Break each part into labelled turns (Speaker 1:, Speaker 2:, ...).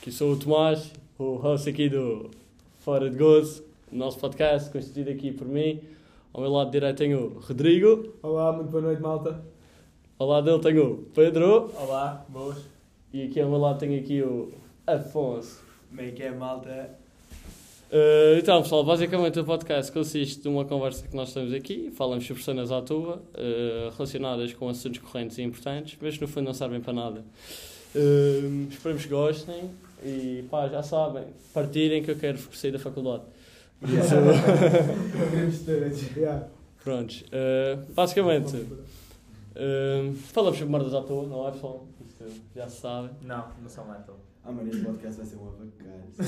Speaker 1: que sou o Tomás, o host aqui do Fora de Gozo, nosso podcast, constituído aqui por mim. Ao meu lado direito tenho o Rodrigo,
Speaker 2: Olá, muito boa noite, malta.
Speaker 1: ao lado dele tenho o Pedro
Speaker 3: Olá, boas.
Speaker 1: e aqui ao meu lado tenho aqui o Afonso.
Speaker 3: Como é que é, malta?
Speaker 1: Uh, então, pessoal, basicamente o podcast consiste de uma conversa que nós temos aqui, falamos sobre cenas à toa, uh, relacionadas com assuntos correntes e importantes, mas no fundo não servem para nada. Um, esperamos que gostem e pá, já sabem, partirem que eu quero sair da faculdade. Isso.
Speaker 2: Queremos todos. Yeah.
Speaker 1: Prontos, uh, basicamente, um, falamos sobre merdas à toa, não é pessoal? Isto já se sabe.
Speaker 3: Não, não são lá então.
Speaker 4: Ah, mano, este podcast vai ser uma vacância.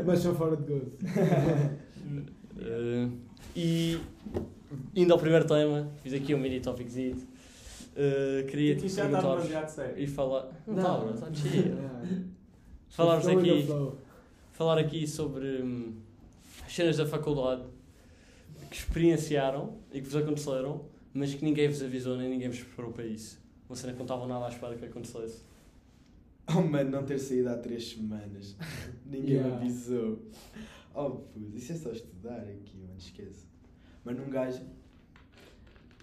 Speaker 2: Mas são fora de gozo.
Speaker 1: Uh, e indo ao primeiro tema, fiz aqui um mini topiczinho. Uh, queria te
Speaker 2: tá
Speaker 1: perguntar e falar. Não, tá, bro, tá chill.
Speaker 2: é,
Speaker 1: Falarmos
Speaker 2: Flow in the
Speaker 1: aqui,
Speaker 2: flow.
Speaker 1: falar aqui sobre hum, as cenas da faculdade que experienciaram e que vos aconteceram, mas que ninguém vos avisou nem ninguém vos preparou para isso. Uma cena que não estavam nada à espera que acontecesse.
Speaker 4: Oh, mano, não ter saído há três semanas. Ninguém
Speaker 2: Yeah.
Speaker 4: me avisou. Oh, puto, isso é só estudar aqui, mano, esquece. Mano, um gajo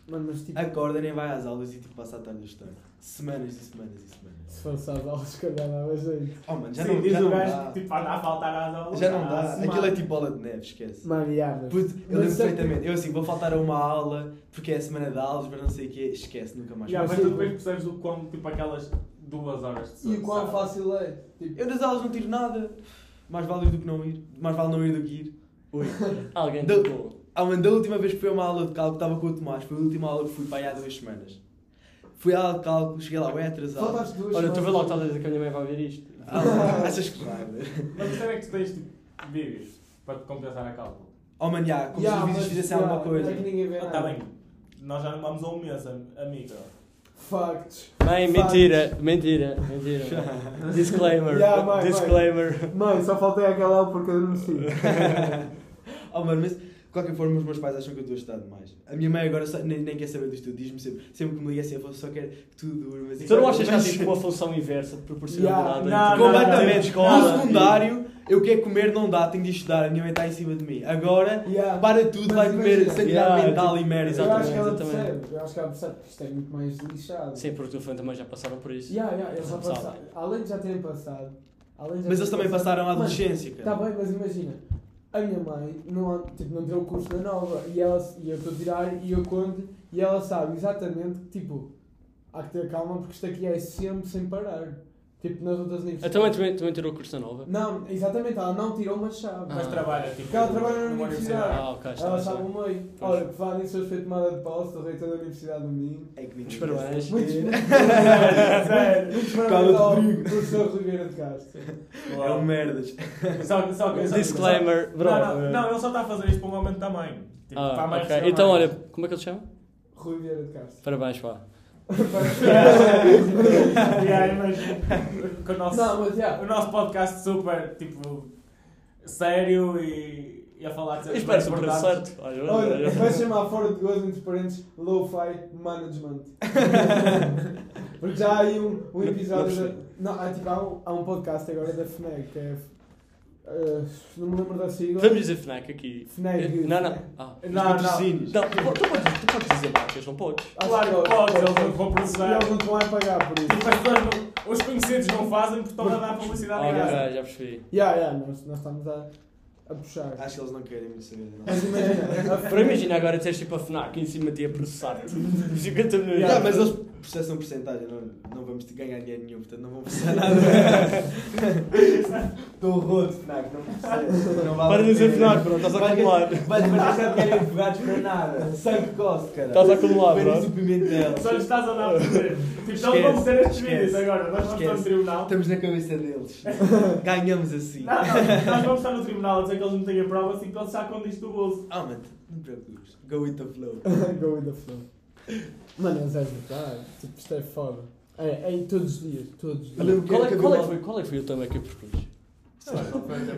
Speaker 2: Mano, mas tipo,
Speaker 4: acorda, nem vai às aulas e tipo passa a tarde a estudar. Semanas e semanas e semanas.
Speaker 2: se fosse às aulas, se calhar dava jeito.
Speaker 4: Oh, mano, já
Speaker 3: Sim,
Speaker 4: não,
Speaker 3: diz
Speaker 4: já
Speaker 3: o
Speaker 4: não
Speaker 3: gajo
Speaker 4: dá.
Speaker 3: que tipo, anda a faltar às aulas. Ah,
Speaker 4: Já não
Speaker 3: há
Speaker 4: dá.
Speaker 3: semanas.
Speaker 4: Aquilo é tipo bola de neve, esquece.
Speaker 2: Mano, yeah, mas...
Speaker 4: Puto, eu lembro
Speaker 2: Mas
Speaker 3: é-
Speaker 2: sabe-
Speaker 4: perfeitamente. Eu assim, vou faltar a uma aula porque é a semana de aulas, mas não sei o quê. Esquece, nunca mais.
Speaker 3: Já,
Speaker 4: vou.
Speaker 3: mas tu depois percebes o quão, tipo, aquelas duas horas de sono, sabe?
Speaker 2: é? Tipo,
Speaker 4: Eu das aulas não tiro nada. Mais vale ir do que não ir. Mais vale não ir do que ir.
Speaker 1: Ui, alguém
Speaker 4: Não.
Speaker 1: tocou.
Speaker 4: Ah, mano, da última vez que fui a uma aula de cálculo, estava com o Tomás, foi a última aula que fui para aí há duas semanas. Fui à aula de cálculo, cheguei lá, ué, atrasado.
Speaker 2: faltaste duas
Speaker 1: Olha, tu vê
Speaker 2: semanas.
Speaker 1: logo, estás a dizer que a minha mãe vai ver isto.
Speaker 4: Ah, achas que vai, né?
Speaker 3: Mas percebe é que tu tens tipo, vídeos para te compensar a cálculo.
Speaker 4: Oh, mano, já, como
Speaker 2: Yeah,
Speaker 4: se os vídeos
Speaker 2: mas,
Speaker 4: fizessem
Speaker 2: yeah,
Speaker 4: alguma coisa.
Speaker 2: é que ninguém vê
Speaker 3: Ah,
Speaker 2: nada.
Speaker 3: tá bem. Nós já não vamos a um mês a, a micro.
Speaker 2: Factos.
Speaker 1: Mãe,
Speaker 2: Factos.
Speaker 1: mentira, mentira, mentira. mãe. Disclaimer,
Speaker 2: Yeah, mãe, mãe.
Speaker 1: disclaimer.
Speaker 2: Mano, só faltei aquela aula porque eu não mexi. é
Speaker 4: oh, mano, mas de qualquer forma, os meus pais acham que eu estou a estudar demais. A minha mãe agora só- nem, nem quer saber do estudo, diz-me sempre, sempre que me liga assim, eu só quero que tu durmas. e
Speaker 1: Tu não achas que há
Speaker 4: Mas-
Speaker 1: tipo uma função inversa de Tipo,
Speaker 2: Yeah,
Speaker 1: proporcionalidade?
Speaker 3: não,
Speaker 1: entre-
Speaker 3: não, não,
Speaker 1: entre
Speaker 4: Completamente,
Speaker 1: escola
Speaker 4: No
Speaker 1: e-
Speaker 4: secundário, eu quero comer, não dá, tenho de estudar, a minha mãe está em cima de mim. Agora,
Speaker 2: Yeah.
Speaker 4: para tudo,
Speaker 2: Mas
Speaker 4: vai comer
Speaker 2: imagina.
Speaker 4: sanidade
Speaker 1: Yeah,
Speaker 4: mental
Speaker 1: tipo,
Speaker 4: e merda.
Speaker 2: Eu acho que ela
Speaker 1: Exatamente, exatamente.
Speaker 2: percebe. Eu acho que ela percebe que isto é muito mais lixado.
Speaker 1: Sim, porque no fundo também já passaram por isso.
Speaker 2: Yeah, yeah, eles já
Speaker 1: Sabe.
Speaker 2: passaram. Além de já terem passado. além de já
Speaker 4: Mas eles
Speaker 2: terem
Speaker 4: também
Speaker 2: passado-
Speaker 4: passaram a
Speaker 2: Mano,
Speaker 4: adolescência,
Speaker 2: Está
Speaker 4: cara.
Speaker 2: bem, mas imagina, a minha mãe não, tipo, não tirou o curso da nova e, ela, e eu estou a tirar e eu conto e ela sabe exatamente que tipo, há que ter calma porque isto aqui é sempre sem parar. Tipo nas outras
Speaker 1: Eu
Speaker 2: universidades.
Speaker 1: Ah, também, também, também tirou o curso da nova.
Speaker 2: Não, exatamente, ela não tirou uma chave.
Speaker 3: Mas
Speaker 1: Ah.
Speaker 3: trabalha, tipo.
Speaker 2: Porque ela trabalha na
Speaker 3: numa
Speaker 2: universidade.
Speaker 1: Ah, ok, está
Speaker 2: Ela
Speaker 1: bem, está
Speaker 2: sabe
Speaker 1: bem.
Speaker 2: o meio.
Speaker 1: Pois.
Speaker 2: Olha, por falar nisso, hoje foi tomada de posse do reitor da Universidade do Minho.
Speaker 4: É que
Speaker 1: Os
Speaker 4: ninguém
Speaker 1: parabéns.
Speaker 2: Muitos
Speaker 4: É.
Speaker 2: parabéns muitos parabéns
Speaker 4: Cala-te,
Speaker 2: ao
Speaker 4: Rodrigo.
Speaker 2: professor Ribeira de Castro.
Speaker 4: É um merdas.
Speaker 3: Só, só, só,
Speaker 1: Disclaimer, bro.
Speaker 3: Não, não, não, ele só está a fazer isto para um aumento de tamanho. Tipo, para a
Speaker 1: Ah,
Speaker 3: mãe
Speaker 1: ok.
Speaker 3: reclamar.
Speaker 1: Então, olha, como é que ele se chama?
Speaker 2: Rui Vieira de Castro.
Speaker 1: Parabéns, pá.
Speaker 3: yeah, imagina. Que o, nosso,
Speaker 2: Não, mas yeah.
Speaker 3: o nosso podcast super, tipo, sério e, e a falar de
Speaker 1: Isto
Speaker 3: mais
Speaker 1: parece um preço
Speaker 3: importantes.
Speaker 1: certo. Olha,
Speaker 2: é Olha,
Speaker 1: olha.
Speaker 2: vai chamar fora de gozo entre parentes Lo-Fi Management. Porque já há aí um, um episódio.
Speaker 1: Não
Speaker 2: da- não, há, tipo, há, um, há um podcast agora da FNEC que é. eh, não me lembro da sigla.
Speaker 1: Vamos dizer FNAC aqui.
Speaker 2: FNAC.
Speaker 1: Não, não. Ah.
Speaker 4: Os
Speaker 3: Não, não.
Speaker 4: patrocínios.
Speaker 1: Não, tu, po- tu podes, tu podes dizer marcas, não podes?
Speaker 2: Acho
Speaker 3: Claro
Speaker 2: que
Speaker 3: que podes, eles não te vão
Speaker 2: E
Speaker 3: processar.
Speaker 2: eles não te vão pagar por
Speaker 3: Tipo,
Speaker 2: isso.
Speaker 3: as pessoas não- os conhecidos não fazem porque estão a dar publicidade em
Speaker 1: Ok,
Speaker 3: casa.
Speaker 1: já percebi.
Speaker 2: Yeah, yeah, nós, nós estamos a, a puxar. É,
Speaker 4: Acho que eles não querem me saber. Não.
Speaker 2: Mas imagina. a
Speaker 1: Para
Speaker 2: FNAC
Speaker 1: imagina agora teres tipo a FNAC em cima de ti a processar-te. 50 milhões.
Speaker 4: Yeah,
Speaker 2: Yeah,
Speaker 4: mas eles processam porcentagem, não, não vamos te ganhar dinheiro nenhum, portanto não vão processar nada. Estou roto, Fnac, não processa. Não vale
Speaker 1: Para de
Speaker 4: a
Speaker 1: dizer
Speaker 4: pena.
Speaker 1: FNAC, bro. Estás a
Speaker 4: Vai-
Speaker 1: acumular.
Speaker 4: Vai demorar a querem advogados para nada. Sangue coce, cara.
Speaker 1: Estás a acumular,
Speaker 4: Apenas
Speaker 1: bro.
Speaker 4: o pimentel.
Speaker 3: Só lhes estás a dar a fazer. Tipo, eles vão
Speaker 4: Esquece,
Speaker 3: meter estes
Speaker 4: esquece,
Speaker 3: vídeos agora. Nós vamos estar no
Speaker 4: esquece. Então,
Speaker 3: tribunal.
Speaker 4: Estamos na cabeça deles. Ganhamos assim.
Speaker 3: Não, não, nós vamos estar no tribunal a dizer que eles não têm a prova assim que eles sacam disto do bolso.
Speaker 4: Ah, mano, não te preocupes. Go with the flow.
Speaker 2: Go with the flow. Mano, mas é verdade. Tipo, isto é foda. É, é em todos os dias. Todos os dias.
Speaker 4: Olha,
Speaker 1: Qual é, qual é que foi, qual é que foi o tema que eu propus?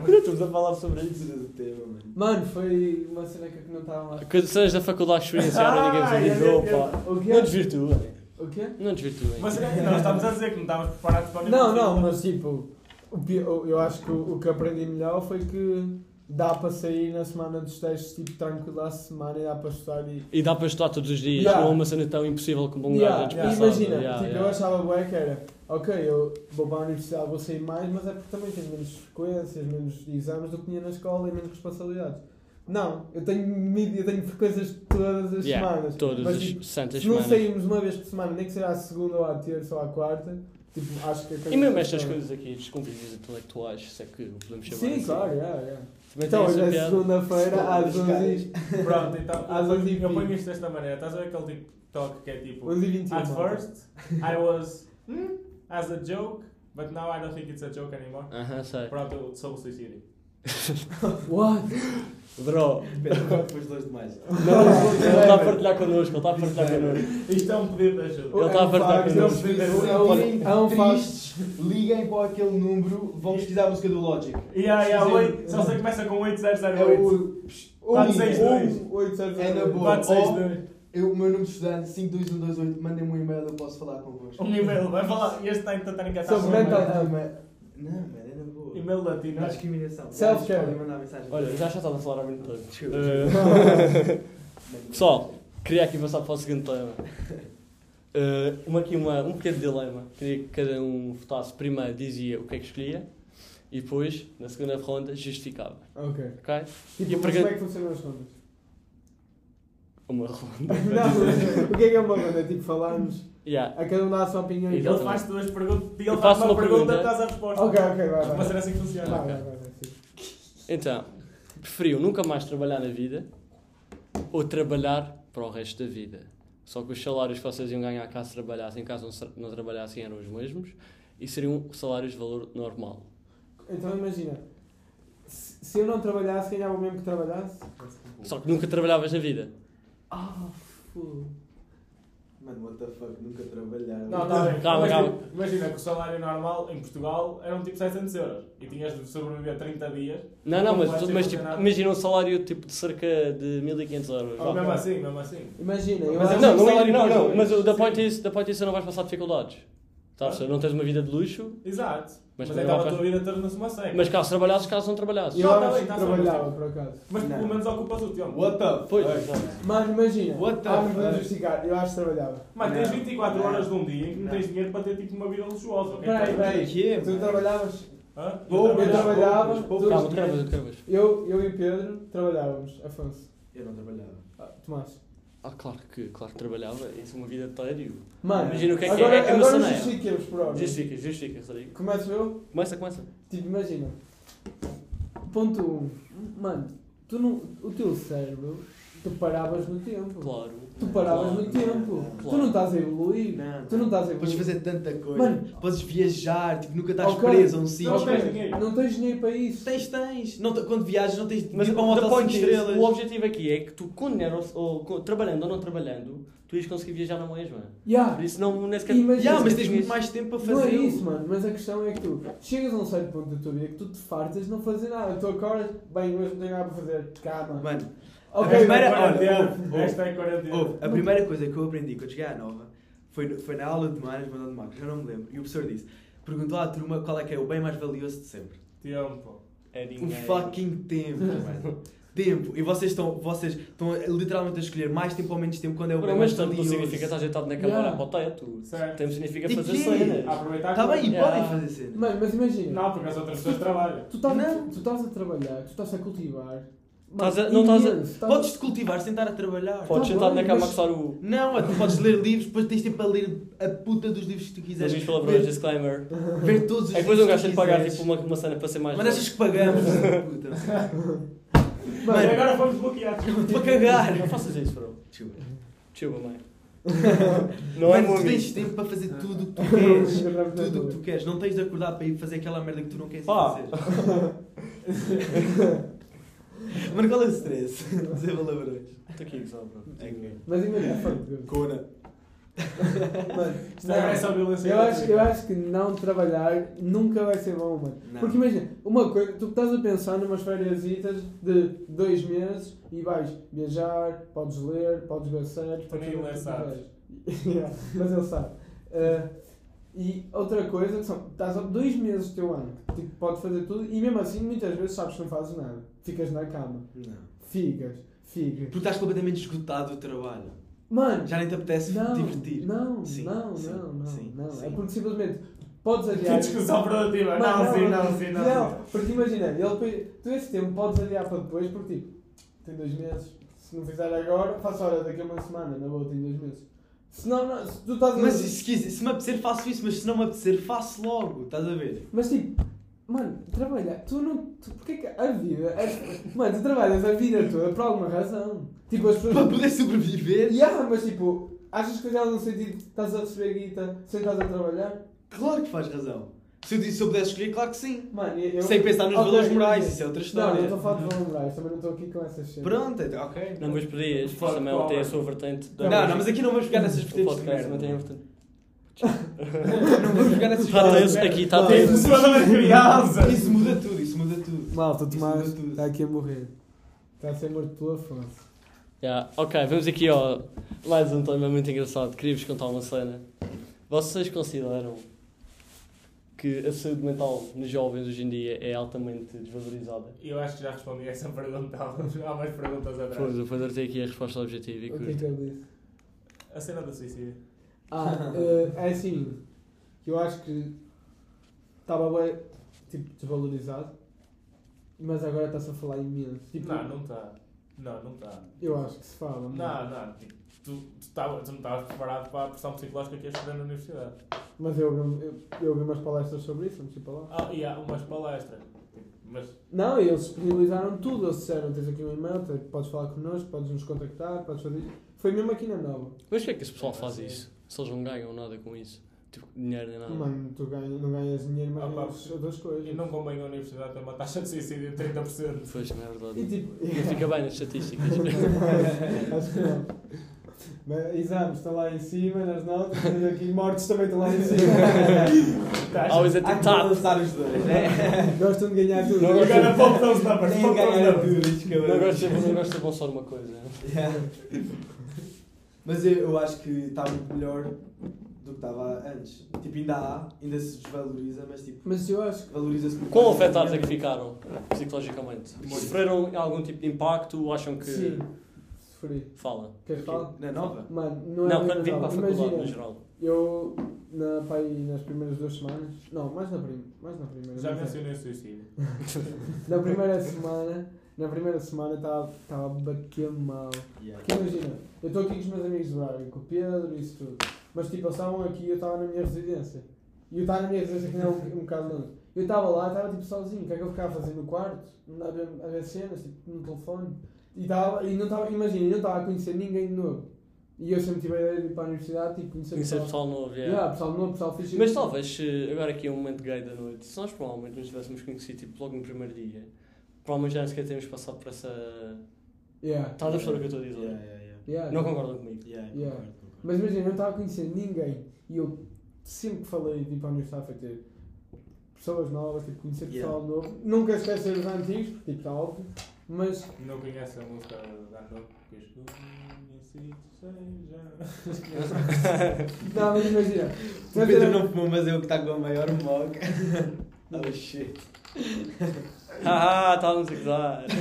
Speaker 4: Não estamos a falar sobre isso. do tema, mano.
Speaker 2: Mano, foi uma cena que não estava lá.
Speaker 1: Quando sais da faculdade experienciaram, ninguém vos
Speaker 3: Ah,
Speaker 1: avisou,
Speaker 3: eu- eu-
Speaker 1: pá.
Speaker 2: O
Speaker 1: Não
Speaker 2: quê?
Speaker 1: desvirtuem.
Speaker 2: O quê?
Speaker 1: Não desvirtuem.
Speaker 3: Mas é, nós estamos a dizer que não estávamos preparados para o
Speaker 2: Não,
Speaker 3: nível.
Speaker 2: não, mas tipo, O pi- Eu eu acho que o o que aprendi melhor foi que dá para sair na semana dos testes, tipo, tranquilo à semana e dá para estudar e.
Speaker 1: E dá para estudar todos os dias,
Speaker 2: Yeah.
Speaker 1: não é uma cena tão impossível como um
Speaker 2: Yeah,
Speaker 1: gajo
Speaker 2: e
Speaker 1: yeah,
Speaker 2: Imagina, tipo, eu achava bué que era, ok, eu vou para a universidade, vou sair mais, mas é porque também tenho menos frequências, menos exames do que tinha na escola e menos responsabilidades. Não, eu tenho, mid- eu tenho frequências todas as
Speaker 1: Yeah,
Speaker 2: semanas.
Speaker 1: Todas
Speaker 2: mas,
Speaker 1: as
Speaker 2: tipo,
Speaker 1: santas
Speaker 2: se não
Speaker 1: semanas.
Speaker 2: sairmos uma vez por semana, nem que seja à segunda ou à terça ou à quarta, tipo, acho que a coisa então.
Speaker 1: E mesmo estas coisas aqui, descompromissos intelectuais, se é que o podemos chamar
Speaker 2: Sim,
Speaker 1: assim.
Speaker 2: claro, yeah, yeah.
Speaker 1: Também
Speaker 2: Então,
Speaker 1: tem
Speaker 2: hoje
Speaker 1: essa
Speaker 2: é
Speaker 1: piada.
Speaker 2: segunda-feira, às 11h21.
Speaker 3: Pronto, então
Speaker 2: Às
Speaker 3: eu, ponho,
Speaker 2: 11h20.
Speaker 3: eu ponho isto desta maneira. Estás a ver aquele TikTok que é tipo. At
Speaker 2: um, malta.
Speaker 3: first, I was hmm, as a joke, but now I don't think it's a joke anymore.
Speaker 1: Aham, sei.
Speaker 3: Pronto, sobre o suicídio.
Speaker 2: What?
Speaker 1: Bro,
Speaker 4: Pedro, depois longe demais.
Speaker 1: não, ele está tá a partilhar connosco, ele está a partilhar connosco.
Speaker 3: Isto é um pedido de ajuda.
Speaker 1: Ele está a apertar
Speaker 2: É um
Speaker 1: com
Speaker 2: facto,
Speaker 3: ele.
Speaker 2: É um facto.
Speaker 4: tristes, liguem para aquele número, vão pesquisar a música do Logic.
Speaker 3: Yeah, yeah,
Speaker 4: Sim.
Speaker 3: oito- se você começa com 8008,
Speaker 4: É o. ou
Speaker 3: Quatro,
Speaker 4: liguem.
Speaker 3: seis,
Speaker 2: Um, oito, sete,
Speaker 4: É na
Speaker 2: zero.
Speaker 4: boa.
Speaker 3: 462.
Speaker 4: Eu, o meu número de estudante, 52128, mandem-me um e-mail, eu posso falar convosco.
Speaker 3: Um e-mail, vai falar. Este está a tentar engatar
Speaker 2: Sobre mental
Speaker 4: Não,
Speaker 2: health.
Speaker 4: mas- Não, mas é na boa.
Speaker 3: E-mail latino.
Speaker 4: Na discriminação.
Speaker 2: Self-care.
Speaker 4: Podem mandar mensagem.
Speaker 1: Olha, já já estava a falar há muito tempo.
Speaker 4: Desculpa.
Speaker 1: Eh, Pessoal, queria aqui passar para o seguinte tema. Eh, uma aqui uma, um pequeno dilema. Queria que cada um votasse primeiro, dizia o que é que escolhia e depois, na segunda ronda, justificava.
Speaker 2: Ok.
Speaker 1: Ok?
Speaker 2: Tipo,
Speaker 1: E
Speaker 2: mas
Speaker 1: porque-
Speaker 2: como é que funcionam as contas?
Speaker 1: Uma ronda.
Speaker 2: Não, o que é que é uma banda? É tipo falarmos,
Speaker 1: Yeah.
Speaker 2: a cada um dá a sua opinião e
Speaker 1: Exato.
Speaker 3: Ele
Speaker 1: Exatamente.
Speaker 3: faz duas perguntas. Ele
Speaker 1: Eu
Speaker 3: faz
Speaker 1: faço
Speaker 3: uma
Speaker 1: uma
Speaker 3: pergunta,
Speaker 1: pergunta.
Speaker 3: estás a resposta.
Speaker 2: Ok, ok, vai, vai.
Speaker 3: Mas será assim que
Speaker 2: Vai,
Speaker 3: funciona.
Speaker 2: Ah, vai, vai, vai, sim.
Speaker 1: Então, preferiu nunca mais trabalhar na vida ou trabalhar para o resto da vida? Só que os salários que vocês iam ganhar caso trabalhassem, caso não tra- não trabalhassem, eram os mesmos e seriam salários de valor normal.
Speaker 2: Então imagina, se se eu não trabalhasse, ganhava o mesmo que trabalhasse?
Speaker 1: Só que nunca trabalhavas na vida.
Speaker 2: Ah, foda.
Speaker 4: Mano, what the fuck, nunca trabalharam.
Speaker 3: Não, tá bem.
Speaker 1: Calma,
Speaker 3: Mas,
Speaker 1: calma.
Speaker 3: tipo, Imagina que o salário normal em Portugal eram tipo 700 euros e tinhas de sobreviver 30 dias.
Speaker 1: Não, não, mas,
Speaker 3: Não vais
Speaker 1: mas
Speaker 3: ter
Speaker 1: tipo,
Speaker 3: nada.
Speaker 1: imagina um salário tipo, de cerca de 1500 euros. vá.
Speaker 3: Ou mesmo assim, mesmo assim.
Speaker 2: Imagina, eu
Speaker 3: Mas
Speaker 2: acho
Speaker 3: é
Speaker 1: Não,
Speaker 3: um
Speaker 1: não, é-
Speaker 3: salário
Speaker 1: não,
Speaker 3: mais
Speaker 1: não,
Speaker 3: ou
Speaker 1: mas
Speaker 3: menos,
Speaker 1: o da
Speaker 3: sim.
Speaker 1: point is, da point is, não vais passar dificuldades. Tá, a
Speaker 3: Ah.
Speaker 1: perceber? Não tens uma vida de luxo,
Speaker 3: Exato.
Speaker 1: Mas
Speaker 3: Mas,
Speaker 1: também
Speaker 3: então
Speaker 1: não
Speaker 3: a tua
Speaker 1: faz-
Speaker 3: vida torna-se uma seca.
Speaker 1: mas caso trabalhasses, caso não trabalhasses.
Speaker 2: eu
Speaker 3: Não, tá
Speaker 2: acho
Speaker 3: bem,
Speaker 2: que
Speaker 3: tá
Speaker 2: trabalhava, por acaso.
Speaker 3: Mas
Speaker 4: Não.
Speaker 3: pelo menos ocupas o tempo.
Speaker 4: What the
Speaker 1: Pois,
Speaker 4: fuck?
Speaker 1: exato.
Speaker 2: Mano, imagina,
Speaker 4: What the
Speaker 2: ah, não vou
Speaker 4: fuck?
Speaker 2: justificar, eu acho que trabalhava.
Speaker 3: Mas tens
Speaker 4: Não.
Speaker 3: 24
Speaker 4: Não.
Speaker 3: horas de um dia em que não
Speaker 4: Não.
Speaker 3: tens dinheiro para ter tipo uma vida luxuosa. ok?
Speaker 2: Peraí,
Speaker 3: Tem-
Speaker 2: peraí,
Speaker 4: Que é,
Speaker 2: tu
Speaker 4: mano?
Speaker 2: trabalhavas?
Speaker 3: Hã? é
Speaker 4: Vou,
Speaker 2: Eu
Speaker 3: trabalhava.
Speaker 2: trabalhava,
Speaker 4: poucas,
Speaker 2: tu-
Speaker 4: poucas.
Speaker 1: Calma, cravas, cravas.
Speaker 2: eu, eu e o Pedro trabalhávamos, Afonso,
Speaker 4: Eu não trabalhava.
Speaker 2: Ah, Tomás.
Speaker 1: Ah, claro que, claro que trabalhava, isso é uma vida de tério.
Speaker 2: Mano,
Speaker 1: Imagina o que é que
Speaker 2: agora,
Speaker 1: é, é
Speaker 2: agora
Speaker 1: maçaneira.
Speaker 2: justifiquemos, prova.
Speaker 1: Justifica, justifica, Rodrigo.
Speaker 2: Começo eu?
Speaker 1: Começa, começa.
Speaker 2: Tipo, imagina. Ponto 1. Um. Mano, tu não, o teu cérebro, tu paravas no tempo.
Speaker 1: Claro.
Speaker 2: Tu paravas
Speaker 1: Claro.
Speaker 2: no tempo.
Speaker 4: Claro.
Speaker 2: Tu não estás a evoluir. Tu não estás a
Speaker 4: Podes
Speaker 2: evoluir.
Speaker 4: fazer tanta coisa.
Speaker 2: Mano.
Speaker 4: Podes viajar, tipo, nunca estás
Speaker 2: Ok.
Speaker 4: preso a um
Speaker 2: Sim,
Speaker 4: sítio.
Speaker 3: Não tens
Speaker 2: ok,
Speaker 3: dinheiro.
Speaker 2: Não tens dinheiro para isso.
Speaker 4: Tens, tens. Não, te- quando viajas não tens
Speaker 1: Mas
Speaker 4: dinheiro para um
Speaker 1: the
Speaker 4: hotel
Speaker 1: point é
Speaker 4: 5
Speaker 1: is,
Speaker 4: estrelas.
Speaker 1: o objetivo aqui é que tu, com dinheiro, ou, ou com- trabalhando ou não trabalhando, tu ias conseguir viajar na mesma.
Speaker 2: Yeah.
Speaker 1: Por isso não, nem sequer...
Speaker 2: Imagina-
Speaker 4: Já, mas
Speaker 1: nem
Speaker 4: tens
Speaker 1: sequer
Speaker 4: muito mais tempo para
Speaker 2: é Não é
Speaker 4: fazer.
Speaker 2: isso, mano, mas a questão é que tu chegas a um certo ponto da tua vida que tu te fartas de não fazer nada. Tu acordas, bem, hoje não tenho nada para fazer. Calma.
Speaker 4: Mano,
Speaker 2: Ok,
Speaker 4: A primeira-
Speaker 2: mano.
Speaker 4: olha,
Speaker 3: quarentena.
Speaker 4: ouve, ouve.
Speaker 3: Esta é quarentena.
Speaker 4: ouve, a primeira coisa que eu aprendi quando cheguei à Nova foi, foi na aula de Management de Macro, já não me lembro. E o professor disse, perguntou à turma qual é que é o bem mais valioso de sempre.
Speaker 3: Tempo.
Speaker 1: É
Speaker 4: O
Speaker 1: dinheiro.
Speaker 4: Um fucking tempo, mano. Tempo. E vocês estão, vocês estão literalmente a escolher mais tempo ou menos tempo quando é o
Speaker 1: Bro,
Speaker 4: bem
Speaker 1: mas
Speaker 4: mais
Speaker 1: tanto não
Speaker 4: valioso.
Speaker 1: significa estar deitado na cama
Speaker 2: Yeah.
Speaker 1: yeah. para o teto.
Speaker 3: Certo. Ah,
Speaker 1: Tempo significa
Speaker 4: E
Speaker 1: fazer
Speaker 4: quê?
Speaker 3: A
Speaker 1: cenas.
Speaker 3: Aproveitar
Speaker 4: Está Tá bem, e
Speaker 1: Yeah.
Speaker 4: podem fazer cenas.
Speaker 2: Mano, mas imagina.
Speaker 3: Não, porque as outras pessoas trabalham.
Speaker 2: Tu estás,
Speaker 4: Não.
Speaker 2: tu estás a trabalhar, tu estás a cultivar.
Speaker 1: Estás a- não estás a-
Speaker 2: imenso, estás a-
Speaker 4: Podes-te cultivar sem estar a trabalhar.
Speaker 1: Podes
Speaker 2: Tá
Speaker 1: sentar
Speaker 2: bem,
Speaker 1: na cama a
Speaker 2: mas-
Speaker 1: coçar o...
Speaker 4: Não, é tu podes ler livros, depois tens tempo para ler a puta dos livros que tu
Speaker 1: Não
Speaker 4: quiseres.
Speaker 1: diz palavrões,
Speaker 4: Ver,
Speaker 1: disclaimer.
Speaker 4: ver todos os
Speaker 1: É que depois um gajo
Speaker 4: livros que
Speaker 1: tem de pagar
Speaker 4: quiseres.
Speaker 1: tipo uma, uma cena para ser mais...
Speaker 4: Mas achas que pagamos? puta.
Speaker 3: E
Speaker 4: Mano.
Speaker 3: agora fomos bloqueados.
Speaker 4: Para cagar.
Speaker 1: Não faças isso, bro.
Speaker 4: Desculpa.
Speaker 1: Chupa, mãe. Não é
Speaker 4: Mano, tu
Speaker 1: muito.
Speaker 4: tens tempo para fazer tudo o que tu queres. Tudo o que tu queres. Não tens de acordar para ir fazer aquela merda que tu não queres
Speaker 1: Pá.
Speaker 4: fazer. Mano, qual é o stress? Dizer palavrões. É
Speaker 1: Estou aqui a gozar, bro.
Speaker 4: Ok.
Speaker 2: Mas imagina, é foda-se.
Speaker 4: Cona.
Speaker 2: Mano,
Speaker 3: Isto agora é
Speaker 2: não.
Speaker 3: só violência.
Speaker 2: eu acho, eu acho que não trabalhar nunca vai ser bom, mano.
Speaker 4: Não.
Speaker 2: Porque imagina, uma coisa, tu estás a pensar numas férias de dois meses e vais viajar, podes ler, podes gastar,
Speaker 3: Também ele é sábio.
Speaker 2: Mas ele sabe. Ah, E outra coisa, que são, estás há dois meses do teu ano, tipo, podes fazer tudo e mesmo assim muitas vezes sabes que não fazes nada. Ficas na cama.
Speaker 4: Não.
Speaker 2: Ficas, ficas.
Speaker 4: Porque estás completamente esgotado do trabalho.
Speaker 2: Mano,
Speaker 4: Já nem te apetece
Speaker 2: não,
Speaker 4: divertir.
Speaker 2: Não,
Speaker 4: Sim,
Speaker 2: não,
Speaker 4: sim,
Speaker 2: não, não,
Speaker 4: sim,
Speaker 2: não.
Speaker 4: sim.
Speaker 2: É porque simplesmente podes
Speaker 3: Que
Speaker 2: adiar.
Speaker 3: discussão produtiva.
Speaker 2: Mano,
Speaker 3: Não, sim, não, sim, não. sim.
Speaker 2: Não, porque imagina, ele depois, tu esse tempo podes adiar para depois porque tipo, tem dois meses. Se não fizer agora, faço hora daqui a uma semana, na boa, tem dois meses. Se não, não, se tu estás a-
Speaker 4: Mas se, quis- se me apetecer, faço isso, mas se não me apetecer, faço logo. Estás a ver?
Speaker 2: Mas tipo, mano, trabalha, tu não. Tu, porque é que a vida. a- mano, tu trabalhas a vida toda por alguma razão. Tipo, as
Speaker 4: Para
Speaker 2: pessoas.
Speaker 4: poder sobreviver.
Speaker 2: Yeah, mas tipo, achas que faz algum sentido estás a receber guita sem estás a trabalhar?
Speaker 4: Claro que faz razão. Se eu, disse- se eu pudesse escolher, claro que sim.
Speaker 2: Mano, eu.
Speaker 4: Sem pensar nos
Speaker 2: Ok,
Speaker 4: valores morais,
Speaker 2: eu-
Speaker 4: isso é outra história.
Speaker 2: Não, não estou a falar de valores morais, também não estou aqui com essas cenas.
Speaker 4: Pronto, então, ok.
Speaker 1: Não, mas podias,
Speaker 3: Fuck
Speaker 1: mas também
Speaker 3: power.
Speaker 1: tem a sua vertente. da
Speaker 4: Não, não,
Speaker 1: música.
Speaker 4: mas aqui não vamos pegar
Speaker 1: O
Speaker 4: nessas vertentes de
Speaker 1: podcast
Speaker 4: merda.
Speaker 1: não tem a vertente.
Speaker 4: Não vamos pegar nessas
Speaker 1: Está
Speaker 4: vertentes
Speaker 1: tenso,
Speaker 4: de merda.
Speaker 1: aqui está
Speaker 2: Não,
Speaker 3: Tem
Speaker 1: tenso.
Speaker 3: discussão da criança.
Speaker 4: Tá Isso muda tudo, isso muda tudo.
Speaker 2: Malta, o
Speaker 4: Isso
Speaker 2: Tomás
Speaker 4: muda tudo.
Speaker 2: está aqui a morrer. Está a ser morto pela fome.
Speaker 1: Yeah, Ok, vamos aqui ao mais um tema muito engraçado. Queria-vos contar uma cena. Vocês consideram que a saúde mental nos jovens hoje em dia é altamente desvalorizada?
Speaker 3: Eu acho que já respondi a essa pergunta. Há mais perguntas atrás.
Speaker 1: Pois, eu poder ter aqui a resposta objetiva e
Speaker 2: O que é
Speaker 1: curta.
Speaker 2: que ele disse?
Speaker 3: A cena do suicídio.
Speaker 2: Ah, eh, é assim, eu acho que estava bem, tipo, desvalorizado, mas agora está-se a falar imenso. Tipo,
Speaker 3: Não, não está. Não, não está.
Speaker 2: Eu acho que se fala. mano.
Speaker 3: Não, não. tipo, Tu, tu, tava- tu não estavas preparado para a pressão psicológica que ias fazer na universidade.
Speaker 2: Mas eu ouvi, eu, eu ouvi umas palestras sobre isso, não sei para lá.
Speaker 3: Ah, e há umas palestras. tipo, Mas
Speaker 2: Não, eles disponibilizaram tudo, eles disseram, tens aqui um e-mail, te- podes falar connosco, podes nos contactar, podes fazer isto. Foi mesmo aqui na Nova.
Speaker 1: Mas porquê é que esse pessoal
Speaker 3: É,
Speaker 1: faz
Speaker 3: sim.
Speaker 1: isso? Se eles não ganham nada com isso. Tipo, dinheiro nem nada.
Speaker 2: Mano, tu ganhas, não ganhas dinheiro, mas
Speaker 3: Ah, pá,
Speaker 2: ganhas outras coisas.
Speaker 3: e não convém a universidade ter uma taxa de suicídio de 30%.
Speaker 1: Pois, não é
Speaker 2: E
Speaker 1: verdade.
Speaker 2: tipo...
Speaker 1: Não fica bem nas estatísticas.
Speaker 2: Acho que não. Mas exames estão lá em cima, nas notas, e aqui mortes também estão lá em cima.
Speaker 1: Always at
Speaker 4: Há
Speaker 1: the
Speaker 4: que
Speaker 1: top.
Speaker 4: balançar os dois, né?
Speaker 2: Gostam de ganhar tudo.
Speaker 1: É. Não
Speaker 3: E Agora
Speaker 1: gosto-
Speaker 3: faltam os numbers,
Speaker 4: Nem
Speaker 3: faltam os
Speaker 4: ganhar
Speaker 3: numbers.
Speaker 4: é tudo, estes
Speaker 1: Não
Speaker 4: cabrões.
Speaker 1: gosto, não gosto de avançar uma coisa.
Speaker 4: Yeah. Mas eu, eu acho que está muito melhor do que estava antes. Tipo, ainda há, ainda se desvaloriza, mas tipo,
Speaker 2: Mas eu acho
Speaker 4: valoriza-se muito.
Speaker 1: Quão
Speaker 4: mais.
Speaker 1: afetados é que ficaram psicologicamente?
Speaker 4: Muito.
Speaker 1: Sofreram algum tipo de impacto? Acham
Speaker 2: que.
Speaker 1: que.
Speaker 2: Sim. Sofri.
Speaker 1: Fala.
Speaker 2: Queres falar?
Speaker 4: Na nova?
Speaker 2: Mano, não é.
Speaker 1: Não,
Speaker 2: bem
Speaker 1: quando vim para a
Speaker 2: Natal.
Speaker 1: faculdade, no
Speaker 2: Imagina,
Speaker 1: geral.
Speaker 2: eu. Na, pá, aí nas primeiras duas semanas. Não, mais na, prim, mais na primeira.
Speaker 3: Já
Speaker 2: não sei.
Speaker 3: mencionei o suicídio.
Speaker 2: Na primeira semana. Na primeira semana estava estava a bater mal. Porque imagina, eu estou aqui com os meus amigos de Braga, com o Pedro e isso tudo. Mas tipo, eles estavam aqui e eu estava na minha residência. E eu estava na minha residência que não é um, um bocado longe. Eu estava lá, estava tipo sozinho. O que é que eu ficava a fazer no quarto? A ver, a ver cenas, tipo, no telefone. E, tava, e não estava, imagina, eu não estava a conhecer ninguém de novo. E eu sempre tive a ideia de ir para a universidade, tipo, conhecer
Speaker 1: Conhecer
Speaker 2: pessoal.
Speaker 1: pessoal novo, é.
Speaker 2: Yeah, pessoal novo, pessoal fixe.
Speaker 1: Mas talvez, se agora aqui é um momento gay da noite, se nós provavelmente nos tivéssemos conhecido tipo, logo no primeiro dia, provavelmente já nem sequer tínhamos passado por essa.
Speaker 2: Yeah.
Speaker 1: Estás Tá a perceber o que eu estou a dizer?
Speaker 4: Yeah, yeah, yeah.
Speaker 2: Yeah.
Speaker 1: Não concordam comigo?
Speaker 4: Yeah,
Speaker 2: Yeah.
Speaker 4: concordo, concordo.
Speaker 2: Mas imagina, eu não estava a conhecer ninguém e eu sempre que falei tipo, de ir para a universidade foi ter pessoas novas, tipo, conhecer
Speaker 4: Yeah.
Speaker 2: pessoal novo. Nunca esquecer os antigos, porque, tipo, está óbvio, mas
Speaker 3: Não conhece a música da noite que eu estou conhecido,
Speaker 2: não, mas imagina.
Speaker 4: O Pedro não fumou, mas é o que está com a maior moca. oh shit.
Speaker 1: Haha, estávamos a gozar.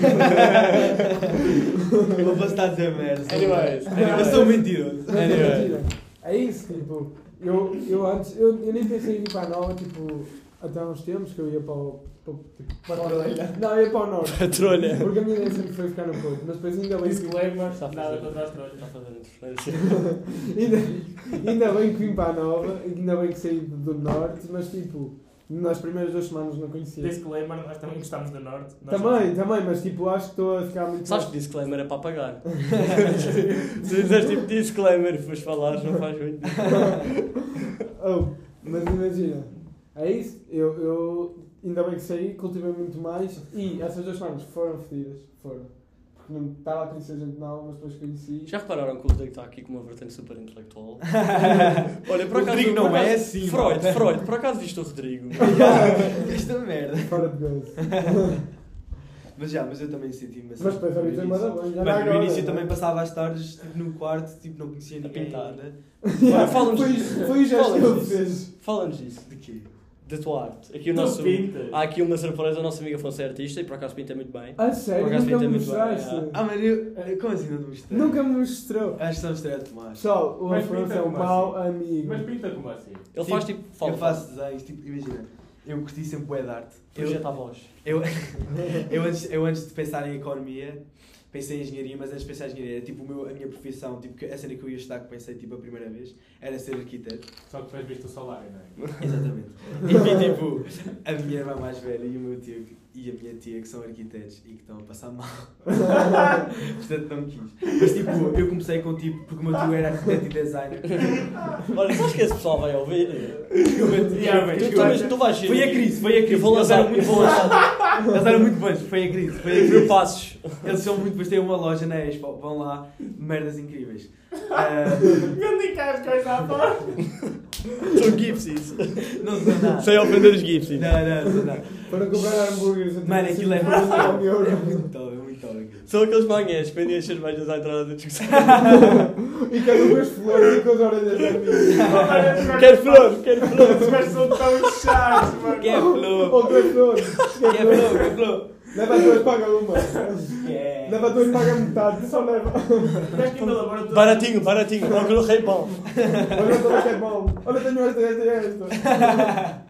Speaker 4: Eu vou estar a dizer merda. sou-
Speaker 1: Anyways,
Speaker 4: Eu
Speaker 1: anyways.
Speaker 4: sou mentiroso.
Speaker 2: Mas
Speaker 1: Anyway.
Speaker 2: imagina, é isso, tipo, eu, eu antes, eu, eu nem pensei em ir para a nova, tipo, até há uns tempos que eu ia para o. Para, o- tipo, para o norte. Não, eu ia para o norte.
Speaker 1: Patrulha.
Speaker 2: Porque a minha ideia sempre foi ficar no Porto, mas depois ainda bem que.
Speaker 3: Disclaimer,
Speaker 1: Está a fazer.
Speaker 3: nada contra as
Speaker 1: Está a
Speaker 3: trolhas.
Speaker 1: fazer interferência.
Speaker 2: ainda, ainda bem que vim para a nova, ainda bem que saí do norte, mas tipo, nas primeiras duas semanas não conhecia.
Speaker 3: Disclaimer, nós também gostamos do Norte. Nós
Speaker 2: Também, também, mas tipo, acho que estou a ficar muito.
Speaker 1: Sabes que disclaimer é para pagar. Se fizeres tipo disclaimer e fores falar, não faz muito.
Speaker 2: Oh, mas imagina, é isso, eu, eu ainda bem que saí, cultivei muito mais e essas duas semanas foram fedidas, foram. Porque não estava a conhecer gente nova, mas depois conheci.
Speaker 1: Já repararam que o Rodrigo está aqui com uma vertente super intelectual? Olha, por
Speaker 4: O
Speaker 1: acaso.
Speaker 4: Rodrigo
Speaker 1: por
Speaker 4: não
Speaker 1: acaso-
Speaker 4: é assim,
Speaker 1: Freud,
Speaker 4: mano.
Speaker 1: Freud, por acaso viste o Rodrigo?
Speaker 4: Yeah, Esta merda.
Speaker 2: Fora de gozo.
Speaker 4: Mas já, mas eu também senti mas
Speaker 2: Mas depois
Speaker 4: no
Speaker 2: olha, tem
Speaker 4: início-
Speaker 2: mais bem, já
Speaker 4: Mano,
Speaker 2: dá
Speaker 4: no
Speaker 2: agora,
Speaker 4: início
Speaker 2: não
Speaker 4: eu
Speaker 2: é?
Speaker 4: também passava as tardes tipo, no quarto, tipo, não conhecia ninguém Né?
Speaker 1: pintar.
Speaker 4: ainda.
Speaker 2: Yeah,
Speaker 1: Olha, fala-nos
Speaker 2: foi,
Speaker 1: disso.
Speaker 2: foi o gesto que ele
Speaker 1: Fala-nos
Speaker 2: fez.
Speaker 1: Fala-nos disso,
Speaker 4: De quê?
Speaker 1: da tua arte. Aqui o nosso...
Speaker 3: Tu pintas.
Speaker 1: Há aqui uma surpresa, a nossa amiga Fonse é artista e por acaso pinta muito bem.
Speaker 2: Ah,
Speaker 1: Por
Speaker 2: sério?
Speaker 1: acaso
Speaker 2: Nunca
Speaker 1: pintei
Speaker 2: me
Speaker 1: muito bem,
Speaker 2: mostraste?
Speaker 4: Ah, mano, eu... como assim não te mostrei?
Speaker 2: Nunca me mostrou.
Speaker 4: Acho que só mostrei a Tomás.
Speaker 2: Pessoal, o
Speaker 3: Mas
Speaker 2: Afonso
Speaker 3: pinta
Speaker 2: é um
Speaker 3: como
Speaker 2: pau
Speaker 3: assim?
Speaker 2: amigo.
Speaker 3: Mas pinta como assim?
Speaker 1: Ele faz tipo... Fala,
Speaker 4: eu faço desenhos, tipo, imagina, eu curti sempre bué de arte. Eu,
Speaker 1: Projeta a voz.
Speaker 4: eu, eu, antes, eu antes de pensar em economia, pensei em engenharia, mas antes de pensar em engenharia, era, tipo, o meu, a minha profissão, tipo, que- a cena que eu ia estudar, que pensei, tipo, a primeira vez, era ser arquiteto.
Speaker 3: Só que depois viste o salário, não é?
Speaker 4: Exatamente. E tipo, a minha irmã mais velha e o meu tio e a minha tia que são arquitetos e que estão a passar mal. Portanto, não quis. Mas tipo, eu comecei com tipo, porque o meu tio era arquiteto e designer.
Speaker 1: Olha, sabes que esse pessoal vai ouvir?
Speaker 4: E o meu tio-
Speaker 3: Yeah,
Speaker 4: Tá bem,
Speaker 3: mas
Speaker 1: Tu,
Speaker 4: eu-
Speaker 1: tu, vais- tu vais...
Speaker 4: Foi a crise, foi a crise.
Speaker 1: Eu vou lançar...
Speaker 4: Eles
Speaker 1: Eu
Speaker 4: eram muito
Speaker 1: vou
Speaker 4: bons.
Speaker 1: lançar...
Speaker 4: Eles eram muito bons, foi a crise, foi a crise.
Speaker 1: Eu passos.
Speaker 4: Eles são muito bons, têm uma loja na Expo, vão lá, merdas incríveis. Ah,
Speaker 3: Vendi cá as coisas à porta.
Speaker 1: São gipsies.
Speaker 4: não sou nada.
Speaker 1: Sem ofender os gipsies.
Speaker 4: Não, não, não, não.
Speaker 2: Para comprar hambúrgueres. eu tenho assim,
Speaker 4: Mano, aquilo é muito
Speaker 2: 59
Speaker 4: top, é
Speaker 2: euros.
Speaker 4: muito top, é muito top aquilo.
Speaker 1: São aqueles manhãs que vendem as cervejas à entrada da discussão.
Speaker 2: E quero com as flores e com as orelhas da minha.
Speaker 1: Quero flor, quero flor.
Speaker 3: Os gajos são tão chatos, mano.
Speaker 4: Que é flow,
Speaker 2: Ou com as flores.
Speaker 4: que é flow, que é flow.
Speaker 2: Leva duas, paga uma.
Speaker 4: Yeah.
Speaker 2: Leva duas, paga metade. Só leva.
Speaker 3: Mas que ainda elabora tudo.
Speaker 1: Baratinho, baratinho. Não, que eu rei bom.
Speaker 2: Olha como é que é bom. Olha, tenho esta, esta e esta.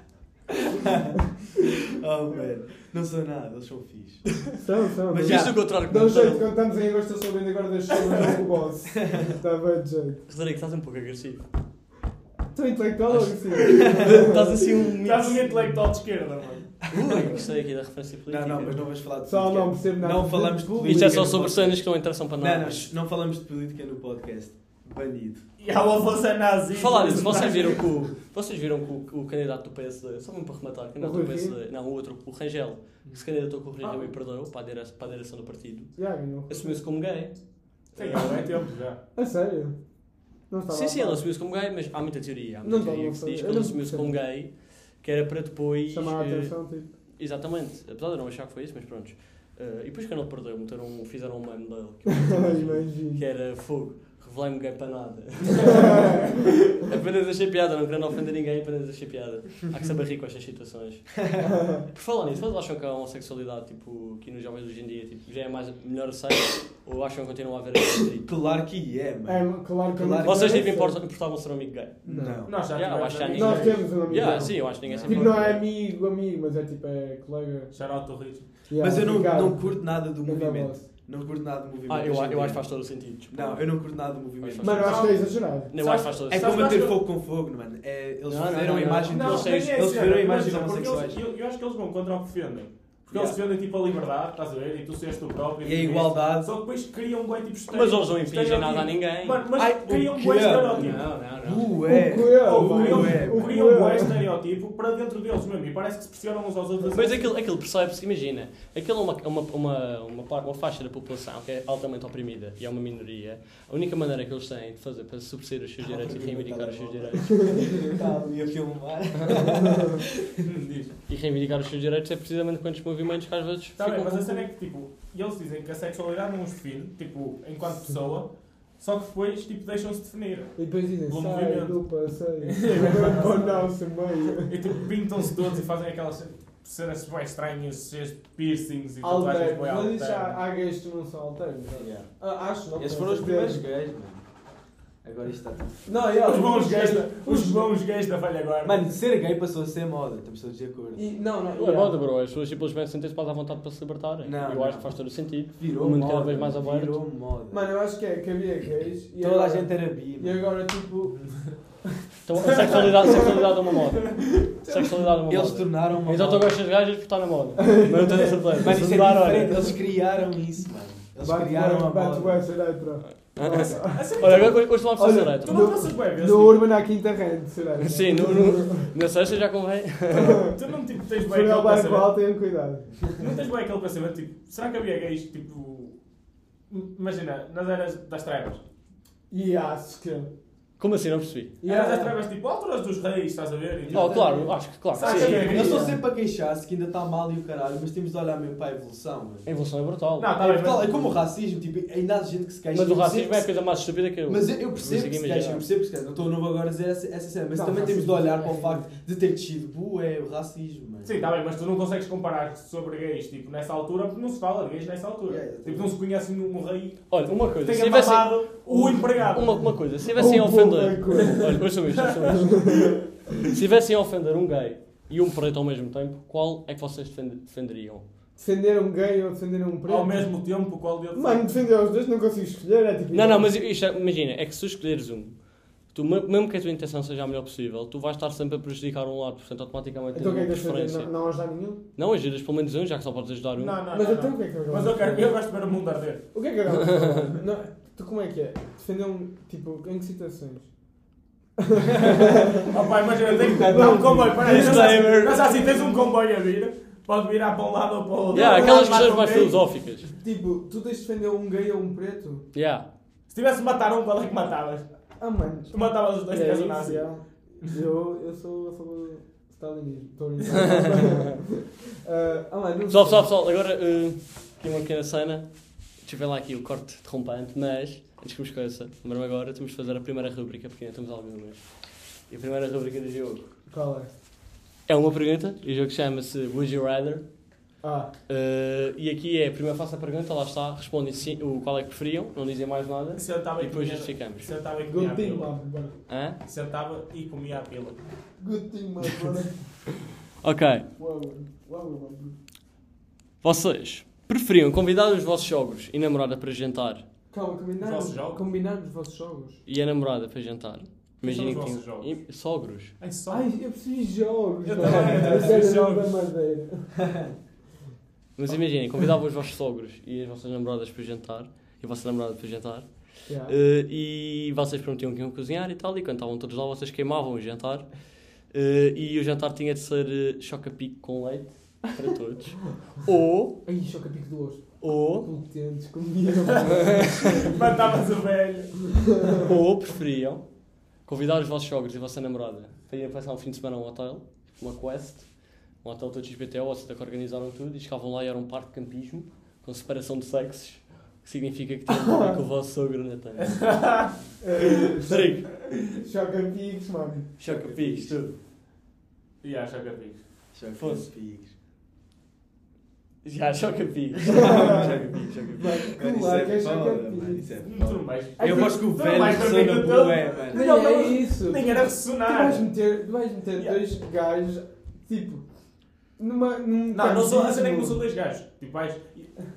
Speaker 4: Oh, mano, não sou nada, eles são fixe.
Speaker 2: São, são.
Speaker 4: Mas
Speaker 1: Viste
Speaker 4: já.
Speaker 1: o contrário que
Speaker 2: Dá um jeito,
Speaker 1: me
Speaker 2: quando estamos em agosto, eu sou vendo agora das chamas do boss. Está bem de jeito.
Speaker 1: Rodrigo, estás um pouco agressivo.
Speaker 2: Estou intelectual ou agressivo?
Speaker 1: Estás assim um mix.
Speaker 3: Estás um intelectual de esquerda, mano.
Speaker 1: Ui, gostei aqui da referência política.
Speaker 4: Não, não, mas não vamos falar de
Speaker 2: Pessoal,
Speaker 4: política.
Speaker 2: não percebo nada.
Speaker 4: Não falamos de política.
Speaker 1: Isto é só
Speaker 4: no
Speaker 1: sobre
Speaker 4: podcast.
Speaker 1: cenas que não interessam para
Speaker 4: Não, não,
Speaker 1: nada.
Speaker 4: shh, não falamos de política no podcast. Banido.
Speaker 3: E há o Afonso é nazi.
Speaker 1: Por Falar nisso, vocês viram que o, vocês viram que o, que o candidato do PSD, só mesmo para rematar, o candidato
Speaker 2: O Rui
Speaker 1: do PSD, não, o outro, o Rangel, que se candidatou com o Rangel
Speaker 3: Ah.
Speaker 1: e perdeu para a, dire- para a direção do partido,
Speaker 2: Já ganhou.
Speaker 1: assumiu-se como gay. É,
Speaker 3: Sim, há bem tempo já.
Speaker 2: A sério? Não estava.
Speaker 1: Sim, sim,
Speaker 2: a
Speaker 1: ele
Speaker 2: par.
Speaker 1: assumiu-se como gay, mas há muita teoria. Há muita
Speaker 2: Não estava
Speaker 1: teoria
Speaker 2: a
Speaker 1: que se
Speaker 2: fazer-
Speaker 1: diz que
Speaker 2: eu
Speaker 1: ele
Speaker 2: não
Speaker 1: assumiu-se
Speaker 2: percebo.
Speaker 1: como gay, que era para depois.
Speaker 2: Chamar a
Speaker 1: eh,
Speaker 2: atenção, tipo.
Speaker 1: Exatamente, apesar de eu não achar que foi isso, mas pronto. Eh, e depois que ele perdeu, meteram, um- fizeram um meme dele que, eu- que é
Speaker 2: Imagina.
Speaker 1: era fogo, revelei-me gay para nada. apenas achei piada, não querendo ofender ninguém, apenas achei piada. Há que saber rir com estas situações. Por falar nisso, vocês acham que a homossexualidade, tipo, que nos jovens hoje em dia, tipo, já é mais, melhor aceito? ou acham que continua a haver esse atrito?
Speaker 4: Claro que é, mano.
Speaker 2: É, claro que é
Speaker 4: Claro.
Speaker 1: Vocês, tipo, importam- importavam ser um amigo gay?
Speaker 4: Não.
Speaker 3: Nós já
Speaker 1: Yeah, eu acho
Speaker 3: tivemos
Speaker 1: que há
Speaker 3: amigos.
Speaker 2: Nós temos um amigo.
Speaker 1: Yeah, sim, eu acho que ninguém se
Speaker 2: Tipo, não
Speaker 1: importa.
Speaker 2: é amigo, amigo, mas é tipo, é colega. é
Speaker 3: Shout out ao Richo.
Speaker 2: Yeah,
Speaker 4: Mas eu não,
Speaker 2: Ricardo.
Speaker 4: não curto nada do
Speaker 2: Ele é
Speaker 4: movimento.
Speaker 2: boss.
Speaker 4: Não curto nada do movimento.
Speaker 1: Ah, eu,
Speaker 4: hoje
Speaker 1: eu
Speaker 4: em
Speaker 1: acho que
Speaker 4: dia.
Speaker 1: faz todo o sentido. tipo,
Speaker 4: é- Não, eu não curto nada do movimento.
Speaker 2: Mano, eu acho que é exagerado.
Speaker 1: Não, eu acho que faz todo o
Speaker 4: É
Speaker 1: sentido.
Speaker 3: Sabes-
Speaker 4: como bater
Speaker 3: sabes-
Speaker 4: fogo com fogo, mano. É, eles
Speaker 1: Não, não,
Speaker 4: fizeram a
Speaker 1: não,
Speaker 4: imagem
Speaker 1: não.
Speaker 4: de
Speaker 1: Não,
Speaker 4: vocês.
Speaker 1: mas
Speaker 4: Eles
Speaker 3: isso,
Speaker 4: viram
Speaker 3: é,
Speaker 4: imagens
Speaker 3: imagina, porque
Speaker 4: homossexuais.
Speaker 3: eles- Eu, eu acho que eles vão contra o que defendem. Porque eles
Speaker 4: Yeah.
Speaker 3: defendem tipo a liberdade, estás a ver? E tu seres tu próprio.
Speaker 4: E é a
Speaker 3: tu és-
Speaker 4: igualdade.
Speaker 3: Ah, Só que depois criam bem tipo
Speaker 1: Mas eles não impingem nada a
Speaker 3: estereótipo.
Speaker 1: ninguém.
Speaker 3: Mano, mas
Speaker 4: Ai, o
Speaker 3: criam
Speaker 4: quê?
Speaker 3: bem estereótipo.
Speaker 1: Não, não, não.
Speaker 4: Ué.
Speaker 2: O que é?
Speaker 3: Ou
Speaker 2: mano?
Speaker 3: Criam
Speaker 4: ué.
Speaker 2: O que
Speaker 3: criam bem
Speaker 2: é?
Speaker 3: estereótipo para dentro deles mesmo. E parece que se pressionam uns aos outros.
Speaker 1: Mas aquilo, aquilo percebe-se, imagina, aquilo é uma, uma, uma, uma, par- uma faixa da população que é altamente oprimida e é uma minoria. A única maneira que eles têm de fazer para subsistir os seus direitos e reivindicar os seus direitos,
Speaker 4: Estava a filmar.
Speaker 3: Hum, Diz.
Speaker 1: e reivindicar os seus direitos é precisamente com estes movimentos que às vezes
Speaker 3: Tá bem,
Speaker 1: ficam
Speaker 3: mas a
Speaker 1: com-
Speaker 3: cena é que, tipo, eles dizem que a sexualidade não os define, tipo, enquanto pessoa, só que depois, tipo, deixam-se definir.
Speaker 2: E depois dizem,
Speaker 3: Bom
Speaker 2: sai
Speaker 3: movimento.
Speaker 2: do passeio. Ou não, se meio.
Speaker 3: E, tipo, pintam-se todos e fazem aquelas cenas bem estranhas, cheias de piercings e tatuagens
Speaker 2: Alterno.
Speaker 3: bem
Speaker 2: Mas isso já-
Speaker 3: alternas.
Speaker 2: há gays que não são alternos. Ah, Acho, não.
Speaker 4: Esses
Speaker 2: tenho
Speaker 4: foram os
Speaker 2: certeza.
Speaker 4: primeiros gays, mano. Agora isto está tudo.
Speaker 2: Não, yeah,
Speaker 3: Os bons gays da, os bons gays da velha guarda.
Speaker 4: Mano, ser gay passou a ser moda, estamos todos de acordo.
Speaker 2: E- Não, não.
Speaker 1: Não é
Speaker 2: yeah.
Speaker 1: moda, bro. As pessoas simplesmente sentem-se mais à vontade para se libertarem.
Speaker 4: Não,
Speaker 1: eu
Speaker 4: não.
Speaker 1: acho que faz todo o sentido.
Speaker 4: Virou
Speaker 1: O mundo
Speaker 4: moda.
Speaker 1: cada vez mais aberto.
Speaker 4: Virou moda.
Speaker 2: Mano, eu acho que é que havia gays. e
Speaker 4: Toda a
Speaker 2: agora-
Speaker 4: gente é era bi,
Speaker 2: E
Speaker 4: mano.
Speaker 2: agora, tipo.
Speaker 1: Então, a sexualidade, a sexualidade é uma moda. A sexualidade é uma
Speaker 4: Eles
Speaker 1: moda.
Speaker 4: tornaram uma
Speaker 1: Então tu
Speaker 4: moda.
Speaker 1: gostas de gajas porque está na moda. Mas não tenho a certeza.
Speaker 4: Mano,
Speaker 1: Se
Speaker 4: isso é
Speaker 1: mudar, olha.
Speaker 4: diferente, eles criaram isso, mano. Eles
Speaker 2: bate-
Speaker 4: criaram a
Speaker 2: Bate
Speaker 4: moda.
Speaker 2: West, olha aí, pronto.
Speaker 3: A sério,
Speaker 1: Olha, agora hoje vamos
Speaker 2: Olha,
Speaker 1: fazer direito.
Speaker 3: tu
Speaker 2: no-
Speaker 3: não passas tipo, bem, vês?
Speaker 2: No Urban à quinta rede, será?
Speaker 1: Sim, no, no, na sexta já convém.
Speaker 3: Tipo, Tu não tipo, tens
Speaker 2: Se
Speaker 3: bem
Speaker 2: for ao
Speaker 3: aquele
Speaker 2: bairro
Speaker 3: pensamento.
Speaker 2: alto, tenham cuidado.
Speaker 3: Não tens bem aquele pensamento, tipo, será que havia gays, tipo. Imagina, nas eras das trevas.
Speaker 2: E acho que.
Speaker 1: Como assim? Não percebi.
Speaker 3: E eras as trevas tipo alturas dos reis, estás a ver? E, tipo,
Speaker 1: Oh, claro, acho que claro.
Speaker 3: Sabe
Speaker 1: sim.
Speaker 3: que é
Speaker 4: Eu sou sempre a queixar-se que ainda está mal e o caralho, mas temos de olhar mesmo para a evolução. mano.
Speaker 1: A evolução é brutal.
Speaker 3: Não, tá
Speaker 4: É,
Speaker 3: bem,
Speaker 4: brutal,
Speaker 3: mas-
Speaker 4: é como o racismo, tipo, ainda há gente que se queixa.
Speaker 1: Mas o
Speaker 4: eu
Speaker 1: racismo é a
Speaker 4: percebo
Speaker 1: coisa mais estúpida que
Speaker 4: que-
Speaker 1: eu.
Speaker 4: Mas eu- eu
Speaker 1: Não
Speaker 4: percebo
Speaker 1: sei
Speaker 4: que se
Speaker 1: quem
Speaker 4: queixa, eu
Speaker 1: imaginar.
Speaker 4: percebo que se queixa. Não estou novo agora a dizer essa, essa cena, mas
Speaker 2: Não,
Speaker 4: também temos de
Speaker 2: racismo
Speaker 4: olhar
Speaker 2: é-
Speaker 4: para o facto de ter tido bué, é o racismo, mano.
Speaker 3: Sim, está bem, mas tu não consegues comparar sobre gays tipo, nessa altura porque não se fala de gays nessa altura.
Speaker 4: Yeah, yeah,
Speaker 3: tipo, não se conhece um rei
Speaker 1: Olha, uma
Speaker 3: que
Speaker 1: coisa. Se
Speaker 3: tenha
Speaker 1: tivessem.
Speaker 3: mamado
Speaker 4: um-
Speaker 3: o empregado.
Speaker 1: Uma, uma coisa. Se tivessem a
Speaker 2: Ou um pouco
Speaker 1: ofender.
Speaker 2: da coisa.
Speaker 1: Olha, ouçam isto, ouçam isto. Se tivessem a ofender um gay e um preto ao mesmo tempo, qual é que vocês defend- defenderiam?
Speaker 2: Defender um gay ou defender um preto.
Speaker 3: Ao mesmo tempo, qual de outro?
Speaker 2: Mano, defender os dois não consigo escolher. É tipo.
Speaker 1: Não, não, mas isto é- imagina, é que se tu escolheres um, tu, me- mesmo que a tua intenção seja a melhor possível, tu vais estar sempre a prejudicar um lado, portanto automaticamente tens
Speaker 2: Então o que
Speaker 1: uma
Speaker 2: é que eu
Speaker 1: preferência.
Speaker 2: fazer? Não, não ajudar nenhum?
Speaker 1: Não ajudas pelo menos um, já que só podes ajudar um.
Speaker 3: Não, não, não.
Speaker 2: Mas
Speaker 3: não.
Speaker 2: então o que é que eu
Speaker 3: Mas eu quero, eu gosto de ver o mundo arder.
Speaker 2: O que é que eu agora vou falar? Não, Tu como é que é? Defender um. Tipo, em que situações?
Speaker 3: Oh, pai, imagina, tem que dar um comboio. Para aí,
Speaker 1: Disclaimer.
Speaker 3: mas assim, tens um comboio a vir, pode virar para um lado ou para o outro.
Speaker 1: Yeah, aquelas
Speaker 3: Mata
Speaker 1: questões mais
Speaker 3: um gay.
Speaker 1: filosóficas.
Speaker 2: Tipo, tu tens de defender um gay ou um preto?
Speaker 1: Yeah.
Speaker 3: Se tivesse de matar um, qual é que matavas?
Speaker 2: Ah, mano.
Speaker 3: Tu matavas os dois,
Speaker 2: É
Speaker 3: tivesse um
Speaker 2: isso,
Speaker 3: nazi.
Speaker 2: é. Eu, eu sou a favor do stalinismo. Estou a brincar. Ah, ah, mano, não
Speaker 1: Pessoal,
Speaker 2: sei.
Speaker 1: pessoal, pessoal, agora eh, aqui uma pequena cena. Deixa eu ver lá aqui o corte derrompante, mas antes que me esqueça, lembra-me agora, temos de fazer a primeira rubrica, porque ainda temos algumas. E a primeira rubrica do jogo
Speaker 2: Qual é?
Speaker 1: é uma pergunta, e o jogo chama-se Would You Rather?
Speaker 2: Ah,
Speaker 1: Eh, e aqui é, primeiro faço a pergunta, lá está, respondem sim, o qual é que preferiam, não dizem mais nada,
Speaker 3: Se eu estava
Speaker 1: e
Speaker 3: e
Speaker 1: depois
Speaker 3: comia,
Speaker 1: justificamos.
Speaker 3: se eu estava e comia a
Speaker 2: good thing,
Speaker 3: pílula.
Speaker 2: mano. bora.
Speaker 1: Hã?
Speaker 3: Sentava e comia a pílula.
Speaker 2: Good thing, mano. bora.
Speaker 1: Ok,
Speaker 2: Uau, uau, mano.
Speaker 1: vocês preferiam convidar os vossos sogros e namorada para jantar
Speaker 2: Calma, combinar
Speaker 3: Os vossos jogos?
Speaker 2: combinar os vossos jogos.
Speaker 1: e a namorada para jantar? Imaginem
Speaker 3: são os
Speaker 1: que
Speaker 3: vossos jogos?
Speaker 1: e- sogros.
Speaker 3: Ai, só.
Speaker 2: Ai, eu preciso de jogos.
Speaker 3: Eu
Speaker 2: mano.
Speaker 3: também,
Speaker 2: Eu
Speaker 3: eu também
Speaker 2: quero
Speaker 3: preciso de
Speaker 2: jogos
Speaker 3: jogos.
Speaker 2: da madeira.
Speaker 1: Mas imaginem, convidavam os vossos sogros e as vossas namoradas para jantar e a vossa namorada para jantar
Speaker 2: Yeah.
Speaker 1: eh, e vocês prometiam que iam cozinhar e tal e quando estavam todos lá vocês queimavam o jantar eh, e o jantar tinha de ser eh, choca-pico com leite para todos ou,
Speaker 2: Ai, choca pico do osso.
Speaker 1: ou
Speaker 2: Contentes, combinam.
Speaker 3: Matavas o velho.
Speaker 1: Ou preferiam convidar os vossos jogos e a vossa namorada para ir passar um fim de semana a um hotel, uma quest, um hotel todo XBTO, vocês até que organizaram tudo e chegavam lá e era um parque de campismo com separação de sexos, o que significa que tinham de ver com o vosso sogro na tenda. Rodrigo,
Speaker 2: Choca picos, mano.
Speaker 1: choca picos, tudo.
Speaker 3: E a choca picos.
Speaker 4: Choca
Speaker 1: Fosse.
Speaker 4: pigos.
Speaker 1: Já, choca picos.
Speaker 4: Choca pigos, choca
Speaker 2: Mano,
Speaker 4: pigos. Mano, isso
Speaker 2: claro que é
Speaker 4: é
Speaker 2: choca
Speaker 4: foda,
Speaker 2: pigos.
Speaker 4: mano, isso é
Speaker 3: Tu não
Speaker 4: foda.
Speaker 3: vais.
Speaker 2: Ai,
Speaker 4: Eu
Speaker 2: tu-
Speaker 4: gosto que o
Speaker 3: tu
Speaker 4: velho
Speaker 3: vais
Speaker 4: sou na
Speaker 3: dormir com
Speaker 4: boa,
Speaker 3: todo.
Speaker 4: mano.
Speaker 2: Não,
Speaker 3: Não,
Speaker 2: é
Speaker 3: não,
Speaker 2: isso.
Speaker 3: Nem era
Speaker 2: Tu
Speaker 3: ressonar.
Speaker 2: vais meter, tu vais meter
Speaker 3: Yeah.
Speaker 2: dois gajos, tipo, numa. Num
Speaker 3: Não, não sou, a cena é que não
Speaker 2: campismo.
Speaker 3: sou dois gajos. Tipo, vais,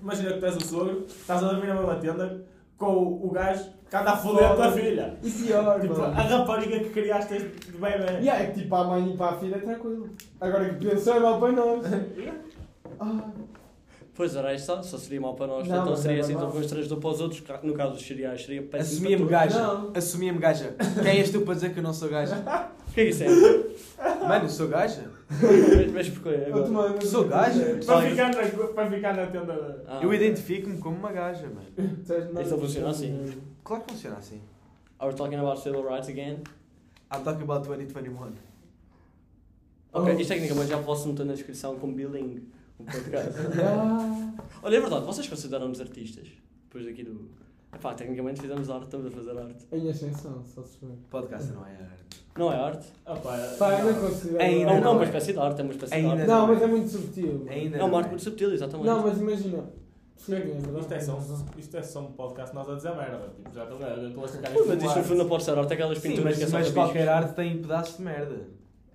Speaker 3: imagina que tu és o sogro, estás a dormir na mesma tenda com o, o gajo que anda a foder a tua filha.
Speaker 2: E pior,
Speaker 3: Tipo, a
Speaker 2: mano.
Speaker 3: rapariga que criaste de bebê.
Speaker 2: Yeah, é que tipo, para a mãe e para a filha é tranquilo. Agora que pensou é mal para nós. Ah,
Speaker 1: Pois ora, aí está, só seria mau para nós,
Speaker 2: Não, é
Speaker 1: então
Speaker 2: mas
Speaker 1: seria
Speaker 2: era
Speaker 1: assim tão
Speaker 2: mau.
Speaker 1: constrangedor para os outros, no caso dos cereais seria péssimo.
Speaker 4: Assumia-me gaja.
Speaker 2: Não.
Speaker 4: Assumia-me gaja. Quem és tu para dizer que eu não sou gaja?
Speaker 1: O que é isso é?
Speaker 4: Mano, eu sou gaja?
Speaker 1: Mas- Mas porquê?
Speaker 2: eu
Speaker 1: Agora?
Speaker 2: tomei-
Speaker 4: Sou
Speaker 2: é,
Speaker 4: gajo?
Speaker 3: Para ficar, na, para ficar na tenda. da-
Speaker 1: Ah,
Speaker 4: Eu
Speaker 1: ok.
Speaker 4: identifico-me como uma gaja, mano.
Speaker 2: Tu és nada.
Speaker 1: Isso não funciona assim.
Speaker 4: Claro que funciona assim.
Speaker 1: Are we talking about civil rights again?
Speaker 4: I'm talking about 2021.
Speaker 1: Ok,
Speaker 2: Oh.
Speaker 1: isto é tecnicamente já posso meter na descrição como billing o podcast.
Speaker 2: Ah,
Speaker 1: Olha, é verdade, vocês consideram-nos artistas? Depois daqui do. Epá, tecnicamente fizemos arte, estamos a fazer arte.
Speaker 2: em ascensão, só se for.
Speaker 4: Podcast não é arte.
Speaker 1: Não é arte?
Speaker 3: Ah, pá,
Speaker 2: Pá, eu
Speaker 3: não.
Speaker 2: não considero.
Speaker 1: Não,
Speaker 4: Ainda
Speaker 1: não, é
Speaker 4: não
Speaker 1: uma
Speaker 4: é.
Speaker 1: espécie de arte, é uma espécie
Speaker 4: Ainda
Speaker 1: de arte.
Speaker 2: Não, mas é muito subtil. mano.
Speaker 4: Ainda
Speaker 1: É uma arte
Speaker 4: não
Speaker 1: muito subtil, exatamente.
Speaker 2: Não, mas imagina. Sim, é verdade.
Speaker 3: Isto é, só, isto é só um podcast nós a dizer merda. Tipo, já estão a- eu estou a sacar
Speaker 1: Ui, mas isto no
Speaker 3: isto
Speaker 1: fundo
Speaker 3: como
Speaker 1: não pode ser arte, aquelas
Speaker 4: Sim,
Speaker 1: pinturas
Speaker 4: mas,
Speaker 1: que é só
Speaker 4: mas
Speaker 1: rabiscos.
Speaker 4: qualquer arte tem pedaço de merda.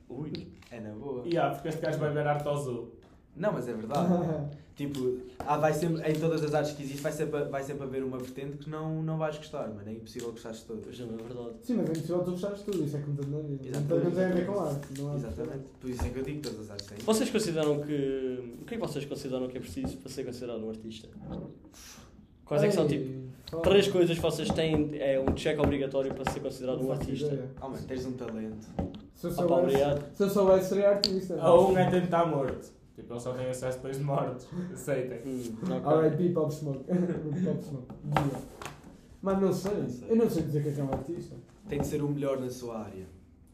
Speaker 1: Ui.
Speaker 4: É na boa.
Speaker 3: arte. Yeah, porque este gajo vai ver arte ao zoo.
Speaker 4: Não, mas é
Speaker 2: Ah.
Speaker 4: verdade. tipo, há, vai sempre, em todas as artes que existem, vai sempre, vai sempre haver uma vertente que não, não vais gostar, mano. É impossível gostar de todas.
Speaker 1: Pois não, é verdade.
Speaker 2: Sim, mas é impossível tu gostares de tudo, isso é como tudo na vida. Então
Speaker 4: Exatamente.
Speaker 2: não tem a ver com arte, não é?
Speaker 4: Exatamente. Por isso é que eu digo que todas as artes têm.
Speaker 1: Vocês consideram que. O que é que vocês consideram que é preciso para ser considerado um artista? Quais é que são,
Speaker 2: Ei,
Speaker 1: tipo,
Speaker 2: foda.
Speaker 1: três coisas que vocês têm. É um check obrigatório para ser considerado
Speaker 2: Não
Speaker 1: um
Speaker 2: faço
Speaker 1: artista?
Speaker 2: ideia.
Speaker 4: Oh, mano, tens um talento.
Speaker 2: Se eu
Speaker 1: Ah, pá,
Speaker 2: soubesse,
Speaker 1: obrigado. Ah,
Speaker 2: se eu soubesse, seria artista.
Speaker 3: Ou um é tentar estar morto. Tipo, ele só tem acesso depois de mortos. Aceitem.
Speaker 1: Hum, ok.
Speaker 4: Ah,
Speaker 2: R.I.P. Pop Smoke. Pop Smoke. Yeah. Mas não sei.
Speaker 4: Não sei.
Speaker 2: Eu não sei dizer que é que é um artista.
Speaker 4: tem de ser o melhor na sua área.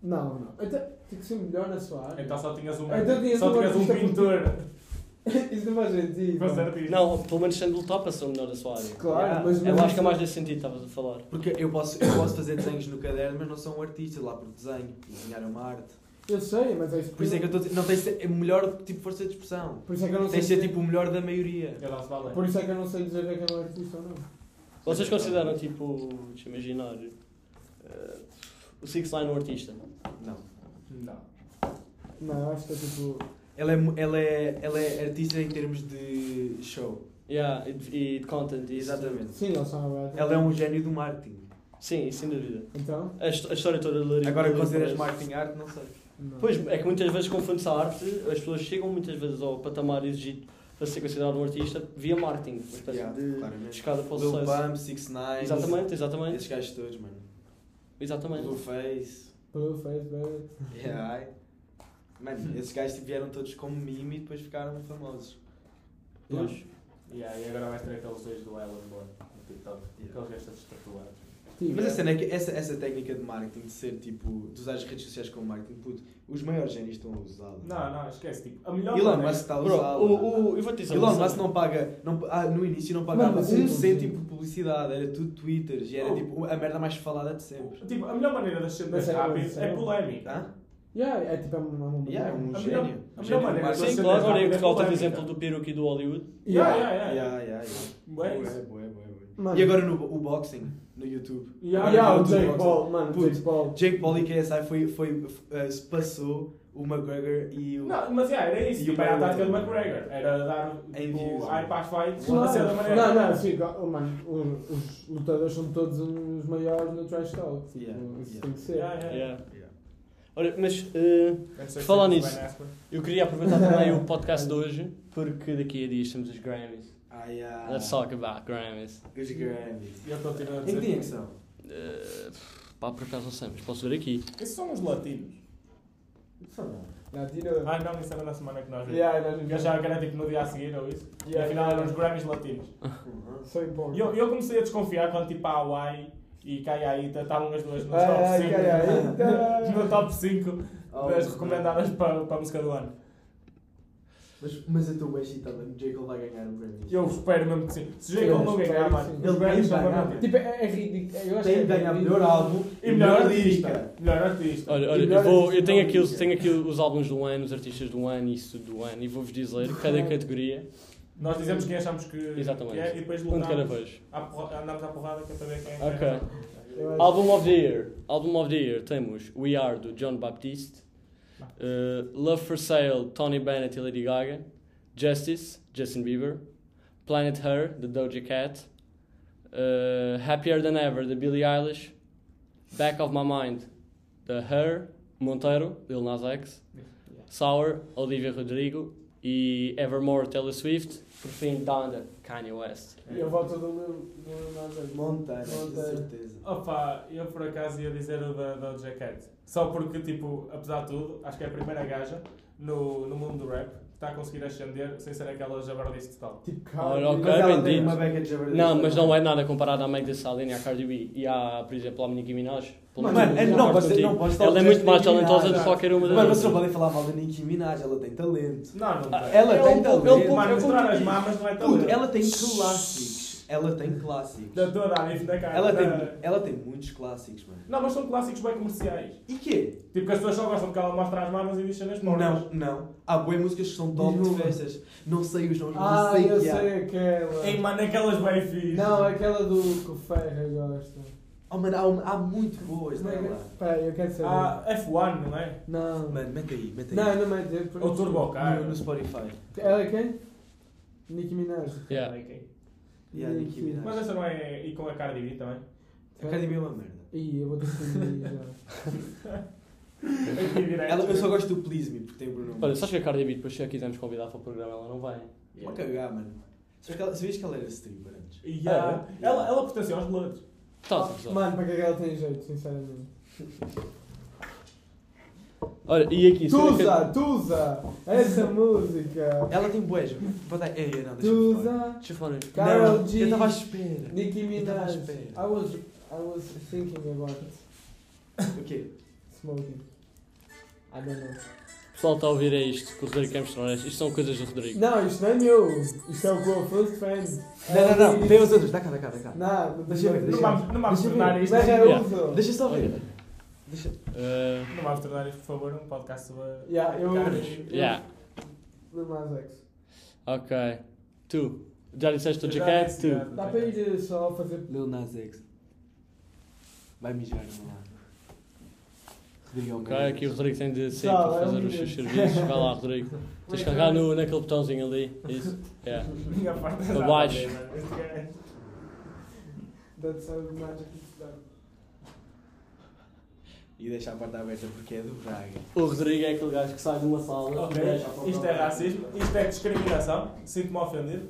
Speaker 2: Não, não. Até tem que ser melhor na sua área.
Speaker 3: Então só tinhas um,
Speaker 2: Então tinhas
Speaker 3: só
Speaker 2: um
Speaker 3: tinhas um
Speaker 2: artista
Speaker 3: pintor.
Speaker 2: Isso não faz sentido.
Speaker 3: Fosse artista.
Speaker 1: Não, pelo menos sendo top para ser o melhor da sua área.
Speaker 2: Claro,
Speaker 4: Yeah.
Speaker 2: mas.
Speaker 1: Eu acho que é mais nesse sentido que estavas a falar.
Speaker 4: Porque eu posso, eu posso fazer desenhos no caderno, mas não sou um artista lá por desenho. Desenhar é uma arte.
Speaker 2: Eu sei, mas é isso.
Speaker 4: Por isso é que eu estou a dizer, não tem de ser é melhor tipo força de expressão.
Speaker 2: Por isso é que eu não sei.
Speaker 4: Tem de ser
Speaker 2: dizer-
Speaker 1: um
Speaker 4: tipo o melhor da maioria.
Speaker 3: Já não se vale.
Speaker 2: Por isso é que eu não sei dizer que é melhor artista ou não.
Speaker 1: Vocês consideram, tipo, deixa eu imaginar, eh, o Six Line um artista?
Speaker 4: Não.
Speaker 3: Não.
Speaker 2: Não, eu acho que é tipo.
Speaker 4: Ela é, mu- ela, é, ela é artista em termos de show.
Speaker 1: Yeah, e, de- e de content, e isso.
Speaker 4: Exatamente.
Speaker 2: Sim, eles são abertos.
Speaker 4: Ela é um gênio do marketing.
Speaker 1: Sim, isso sem dúvida.
Speaker 2: Então?
Speaker 1: A, his- a história toda do Larico.
Speaker 4: Agora,
Speaker 1: do Larico
Speaker 4: consideras
Speaker 1: Parece.
Speaker 4: marketing arte? Não sei.
Speaker 2: Não.
Speaker 1: Pois, é que muitas vezes confunde-se a arte, as pessoas chegam muitas vezes ao patamar exigido para ser considerado um artista via marketing, uma espécie
Speaker 4: Yeah,
Speaker 1: de
Speaker 4: claramente.
Speaker 1: escada para o
Speaker 4: Lil
Speaker 1: sucesso.
Speaker 4: Pump, Six Nine.
Speaker 1: Exatamente, exatamente,
Speaker 4: Esses gajos todos, mano.
Speaker 1: exatamente.
Speaker 4: Blueface.
Speaker 2: Pelo Facebook.
Speaker 4: Yeah. ai.
Speaker 1: Uhum.
Speaker 4: Mano, esses gajos tipo, vieram todos como meme e depois ficaram famosos.
Speaker 1: Pois.
Speaker 3: Yeah, e agora vais ter aqueles dois do Ellen Boy no TikTok.
Speaker 4: Yeah.
Speaker 3: Aqueles gajos todos tatuados.
Speaker 2: Tipo,
Speaker 4: Mas a cena é que essa, essa técnica de marketing, de ser tipo, de usar as redes sociais como marketing, puto, os maiores génios estão a usá-la.
Speaker 3: Não, não, esquece. Tipo, a melhor
Speaker 4: Elon
Speaker 3: maneira-
Speaker 4: Musk tá- está a
Speaker 1: Bro,
Speaker 4: usá-la.
Speaker 1: o, tá o, eu vou te dizer uma
Speaker 4: Elon
Speaker 1: cena.
Speaker 4: Musk não paga, não, ah, no início não pagava
Speaker 2: Mano, mas sim,
Speaker 4: um cêntimo
Speaker 2: sim.
Speaker 4: por publicidade, era tudo Twitters e era
Speaker 3: Oh.
Speaker 4: tipo a merda mais falada de sempre.
Speaker 3: Tipo, a melhor maneira de ascender
Speaker 2: Mas é-
Speaker 3: rápido é
Speaker 2: é-
Speaker 3: polémica.
Speaker 4: um Hã?
Speaker 2: Yeah, é tipo, é uma. uma-
Speaker 4: Yeah, é um
Speaker 3: melhor-
Speaker 4: gênio.
Speaker 3: a melhor
Speaker 4: Um gênio do
Speaker 3: maneira
Speaker 4: marketing.
Speaker 1: Sim,
Speaker 3: Você
Speaker 1: claro,
Speaker 3: deve
Speaker 1: olha que
Speaker 3: ter
Speaker 1: falta o
Speaker 3: é polémica.
Speaker 1: exemplo do peruque e do Hollywood.
Speaker 3: Yeah,
Speaker 2: Yeah.
Speaker 3: yeah, yeah.
Speaker 4: Yeah, yeah, yeah.
Speaker 3: Bué
Speaker 4: Bué,
Speaker 3: isso.
Speaker 4: bué, bué, bué.
Speaker 2: Mano.
Speaker 4: E agora no o boxing, no YouTube.
Speaker 2: Yeah,
Speaker 4: Agora
Speaker 2: yeah,
Speaker 4: no
Speaker 2: o
Speaker 4: YouTube
Speaker 2: Jake
Speaker 4: boxing.
Speaker 2: Paul, mano,
Speaker 4: Puto,
Speaker 2: Jake Paul.
Speaker 4: Jake Paul e KSI foi, foi, eh, se passou o McGregor e o.
Speaker 3: Não, mas yeah, era isso.
Speaker 4: E
Speaker 3: tipo,
Speaker 4: o
Speaker 3: era a
Speaker 4: Mayweather.
Speaker 3: tática do McGregor. Era dar
Speaker 4: Em views,
Speaker 3: o ar
Speaker 4: mano.
Speaker 3: para as fights.
Speaker 4: Claro.
Speaker 3: Uma certa
Speaker 2: Não,
Speaker 3: maneira.
Speaker 2: não, sim, oh, mano, os, os lutadores são todos os maiores no trash talk. Tipo,
Speaker 4: Yeah,
Speaker 2: isso
Speaker 4: yeah.
Speaker 2: tem que ser.
Speaker 4: É.
Speaker 3: Yeah, yeah.
Speaker 1: Yeah.
Speaker 4: Yeah.
Speaker 1: Olha, mas eh,
Speaker 3: Antes de ser
Speaker 1: Falar
Speaker 3: sempre
Speaker 1: nisso.
Speaker 3: Ben Affleck.
Speaker 1: eu queria aproveitar também o podcast de hoje, porque daqui a dias temos os Grammys.
Speaker 4: Ah, yeah.
Speaker 1: Let's talk about Grammys.
Speaker 4: Os Grammys.
Speaker 3: E eu continuo a
Speaker 4: Em que dia é que
Speaker 3: dizer.
Speaker 4: são?
Speaker 1: Eh, pá, por acaso não sei, mas posso ver aqui.
Speaker 3: Esses são os latinos.
Speaker 2: Não, tira.
Speaker 3: Ah, não, isso era na semana que nós vimos.
Speaker 2: Yeah, nós
Speaker 3: Eu achava que era tipo no dia a seguir ou isso. E
Speaker 2: Yeah,
Speaker 3: afinal
Speaker 2: yeah.
Speaker 3: eram os Grammys latinos.
Speaker 4: Uhum.
Speaker 2: Só importa.
Speaker 3: E eu, eu comecei a desconfiar quando tipo a Hawaii e Kaiaita estavam as duas nos
Speaker 2: Ai,
Speaker 3: top
Speaker 2: ai,
Speaker 3: 5.
Speaker 2: Kaiaita.
Speaker 3: no top 5
Speaker 4: Oh,
Speaker 3: das
Speaker 4: mano.
Speaker 3: recomendadas para, para a música do ano.
Speaker 4: Mas, mas eu estou bem excitado, o Jacob vai ganhar o Grammy.
Speaker 3: Eu espero mesmo que sim. Se
Speaker 2: Sim,
Speaker 3: Jake
Speaker 2: eu
Speaker 3: não
Speaker 2: espero
Speaker 3: ganhar,
Speaker 2: que
Speaker 3: mano.
Speaker 2: sim.
Speaker 3: os
Speaker 4: Ele
Speaker 3: Grammys
Speaker 4: vai
Speaker 3: são
Speaker 4: ganhar.
Speaker 3: para mim.
Speaker 2: Tipo, é, é ridículo. Eu acho
Speaker 4: Tem
Speaker 2: que
Speaker 4: de
Speaker 2: é
Speaker 4: ganhar
Speaker 2: ridículo.
Speaker 4: melhor álbum
Speaker 3: E melhor artista. Melhor artista.
Speaker 1: Olha, olha,
Speaker 2: melhor
Speaker 1: eu, vou,
Speaker 2: artista
Speaker 1: eu tenho,
Speaker 4: não
Speaker 1: aqui, os-
Speaker 4: liga.
Speaker 1: tenho aqui os álbuns do ano, os artistas do ano e isso do ano, e vou-vos dizer cada categoria,
Speaker 3: Nós dizemos quem achamos que,
Speaker 1: Exatamente.
Speaker 3: que é e depois
Speaker 1: um de cada
Speaker 3: lutamos.
Speaker 1: vez.
Speaker 3: À porra- Andamos à porrada que é para ver quem é.
Speaker 1: Ok.
Speaker 2: Eu acho-
Speaker 1: Album of the Year. Album of the Year temos We Are do John Baptiste, eh, Love for Sale, Tony Bennett e Lady Gaga, Justice, Justin Bieber, Planet Her, de Doja Cat, eh, Happier Than Ever, de Billie Eilish, Back of My Mind, de Her, Monteiro, Lil Nas X, Sour, Olivia Rodrigo e Evermore, Taylor Swift, por fim, Donda, Kanye West.
Speaker 2: E eu volto do Leonardo.
Speaker 4: é Montana, com
Speaker 2: Montana.
Speaker 4: certeza.
Speaker 3: Opa, eu por acaso ia dizer o da, da Doja Cat. Só porque, tipo, apesar de tudo, acho que é a primeira gaja no, no mundo do rap que está a conseguir ascender sem ser aquela jabardice total.
Speaker 2: Tipo,
Speaker 1: Olha,
Speaker 2: cara.
Speaker 1: ok,
Speaker 4: Mas ela tem
Speaker 1: bendito.
Speaker 4: uma beca de jabardice
Speaker 1: Não, mas não
Speaker 4: também.
Speaker 1: é nada comparado à Meg Thee Stallion e à Cardi B e à, por exemplo, à Nicki Minaj. Pelo
Speaker 4: Mano,
Speaker 1: menos
Speaker 4: é-
Speaker 1: eu
Speaker 4: não,
Speaker 1: concordo
Speaker 4: você
Speaker 1: contigo.
Speaker 4: não pode falar
Speaker 1: Ela é
Speaker 4: de
Speaker 1: muito
Speaker 4: Nicki
Speaker 1: mais talentosa
Speaker 4: Minaj,
Speaker 1: de qualquer uma das
Speaker 4: Mano, vocês
Speaker 1: outras.
Speaker 4: não podem falar mal da Nicki Minaj, ela tem talento.
Speaker 3: Não, não
Speaker 1: Ah,
Speaker 3: tem.
Speaker 4: Ela
Speaker 1: eu-
Speaker 4: tem
Speaker 1: eu- eu-
Speaker 4: talento.
Speaker 3: Mano,
Speaker 1: eu-
Speaker 3: mostrar as mamas não é tão
Speaker 4: Puto, ela tem clássicos. Ela tem clássicos.
Speaker 3: Da toda a bife da cara.
Speaker 4: Ela
Speaker 3: da-
Speaker 4: tem, ela tem muitos clássicos, mano.
Speaker 3: Não, mas são clássicos bem comerciais.
Speaker 4: E quê?
Speaker 3: Tipo, que as pessoas só gostam porque ela mostra as mamas e diz cenas porcas.
Speaker 4: Não, não. Há boas músicas que são top de
Speaker 2: Diz-me uma.
Speaker 4: festas. Não sei os nomes,
Speaker 2: Ah,
Speaker 4: não sei
Speaker 2: eu
Speaker 4: que é. há.
Speaker 2: sei
Speaker 3: Ei,
Speaker 2: aquela.
Speaker 3: mano, aquelas bem fixe.
Speaker 2: Não, aquela do que o Ferra gosta.
Speaker 4: Oh, mano, há, uma- há muito boas,
Speaker 2: Como é
Speaker 4: não é?
Speaker 2: que-
Speaker 4: lá?
Speaker 2: Pera, eu quero saber.
Speaker 3: Ah, F1, não é?
Speaker 2: Não.
Speaker 4: Mano, mete aí, mete aí.
Speaker 2: Não, não vai dizer.
Speaker 4: É
Speaker 2: por-
Speaker 3: Ou Turbocar.
Speaker 4: No, no Spotify.
Speaker 2: Ela é quem? Nicki Minaj.
Speaker 1: Yeah.
Speaker 4: E a Nicki Minaj.
Speaker 3: Mas essa não é. E com a Cardi B também?
Speaker 4: A Cardi B é uma merda.
Speaker 2: Ih, eu vou ter que fazer já.
Speaker 3: Aqui direto.
Speaker 4: Ela, eu só gosto do Please Me porque tem o Bruno
Speaker 1: Olha,
Speaker 4: Mars.
Speaker 1: sabes que a Cardi B depois se a quisermos convidar para o programa, ela não vai.
Speaker 4: Uma cagar, mano. Sabes que ela- Sabias que ela era stripper antes?
Speaker 3: Yeah.
Speaker 2: né?
Speaker 4: Ah, é?
Speaker 3: Ela, ela pertence aos Bloods.
Speaker 4: Ah,
Speaker 1: Tá, tá, tá.
Speaker 2: Mano, para que é que ela tem jeito, sinceramente?
Speaker 1: Olha, e aqui... sobre a
Speaker 2: Tusa, Tusa! Essa música!
Speaker 4: Ela tem boés. Vou dar. É, é, não, deixa eu falar.
Speaker 2: Tusa!
Speaker 1: Deixa eu falar.
Speaker 2: Karol
Speaker 4: Não,
Speaker 2: G.
Speaker 4: Eu estava à Então, espera. Ah,
Speaker 2: Nicki
Speaker 4: Eu tava à
Speaker 2: Minaj!
Speaker 4: espera.
Speaker 2: I was, I was thinking about it.
Speaker 4: O quê?
Speaker 2: Smoking. I don't know.
Speaker 1: O pessoal está a ouvir é isto que o Rodrigo quer mostrar. Isto são coisas do Rodrigo.
Speaker 2: Não, isto não é meu. Isto é o que o Afonso defende.
Speaker 4: Não, não, não. Tem os outros. Dá cá, dá cá, dá cá.
Speaker 2: Não, não
Speaker 4: Deixa eu ver,
Speaker 3: Não
Speaker 4: deixa eu ver.
Speaker 3: vamos, não vamos
Speaker 4: Deixa eu ver.
Speaker 3: tornar isto.
Speaker 2: é
Speaker 3: um
Speaker 2: Mas é
Speaker 1: Yeah.
Speaker 2: uso.
Speaker 4: Deixa só ver. Deixa.
Speaker 1: Uh,
Speaker 3: Não vamos tornar isto, por favor, um podcast sobre.
Speaker 2: Yeah, eu-
Speaker 3: carne.
Speaker 1: yeah,
Speaker 2: Não mais ex.
Speaker 1: ok. Tu, já disseste o
Speaker 3: Eu já
Speaker 1: jaquete?
Speaker 3: disse, já,
Speaker 1: é? Tu.
Speaker 3: do
Speaker 2: Dá para
Speaker 3: Jaquete.
Speaker 2: ir eh, só fazer.
Speaker 4: Lil Nas X. Vai mijar, vamos lá. Rodrigo
Speaker 1: Ok,
Speaker 4: Almeida.
Speaker 1: aqui o Rodrigo tem de sair
Speaker 2: Tá,
Speaker 1: para
Speaker 4: é
Speaker 2: vai,
Speaker 1: fazer
Speaker 2: um
Speaker 1: os seus
Speaker 2: minuto.
Speaker 1: serviços. Vai lá, Rodrigo. Tens de carregar no, naquele botãozinho ali. é Isso. Yeah.
Speaker 3: Minha parte é
Speaker 1: Abaixo.
Speaker 2: That's how magic is done.
Speaker 4: E deixa a porta aberta porque é do Braga.
Speaker 1: O Rodrigo é aquele gajo que sai de uma sala.
Speaker 3: Ok, isto é racismo, isto é discriminação, sinto-me ofendido.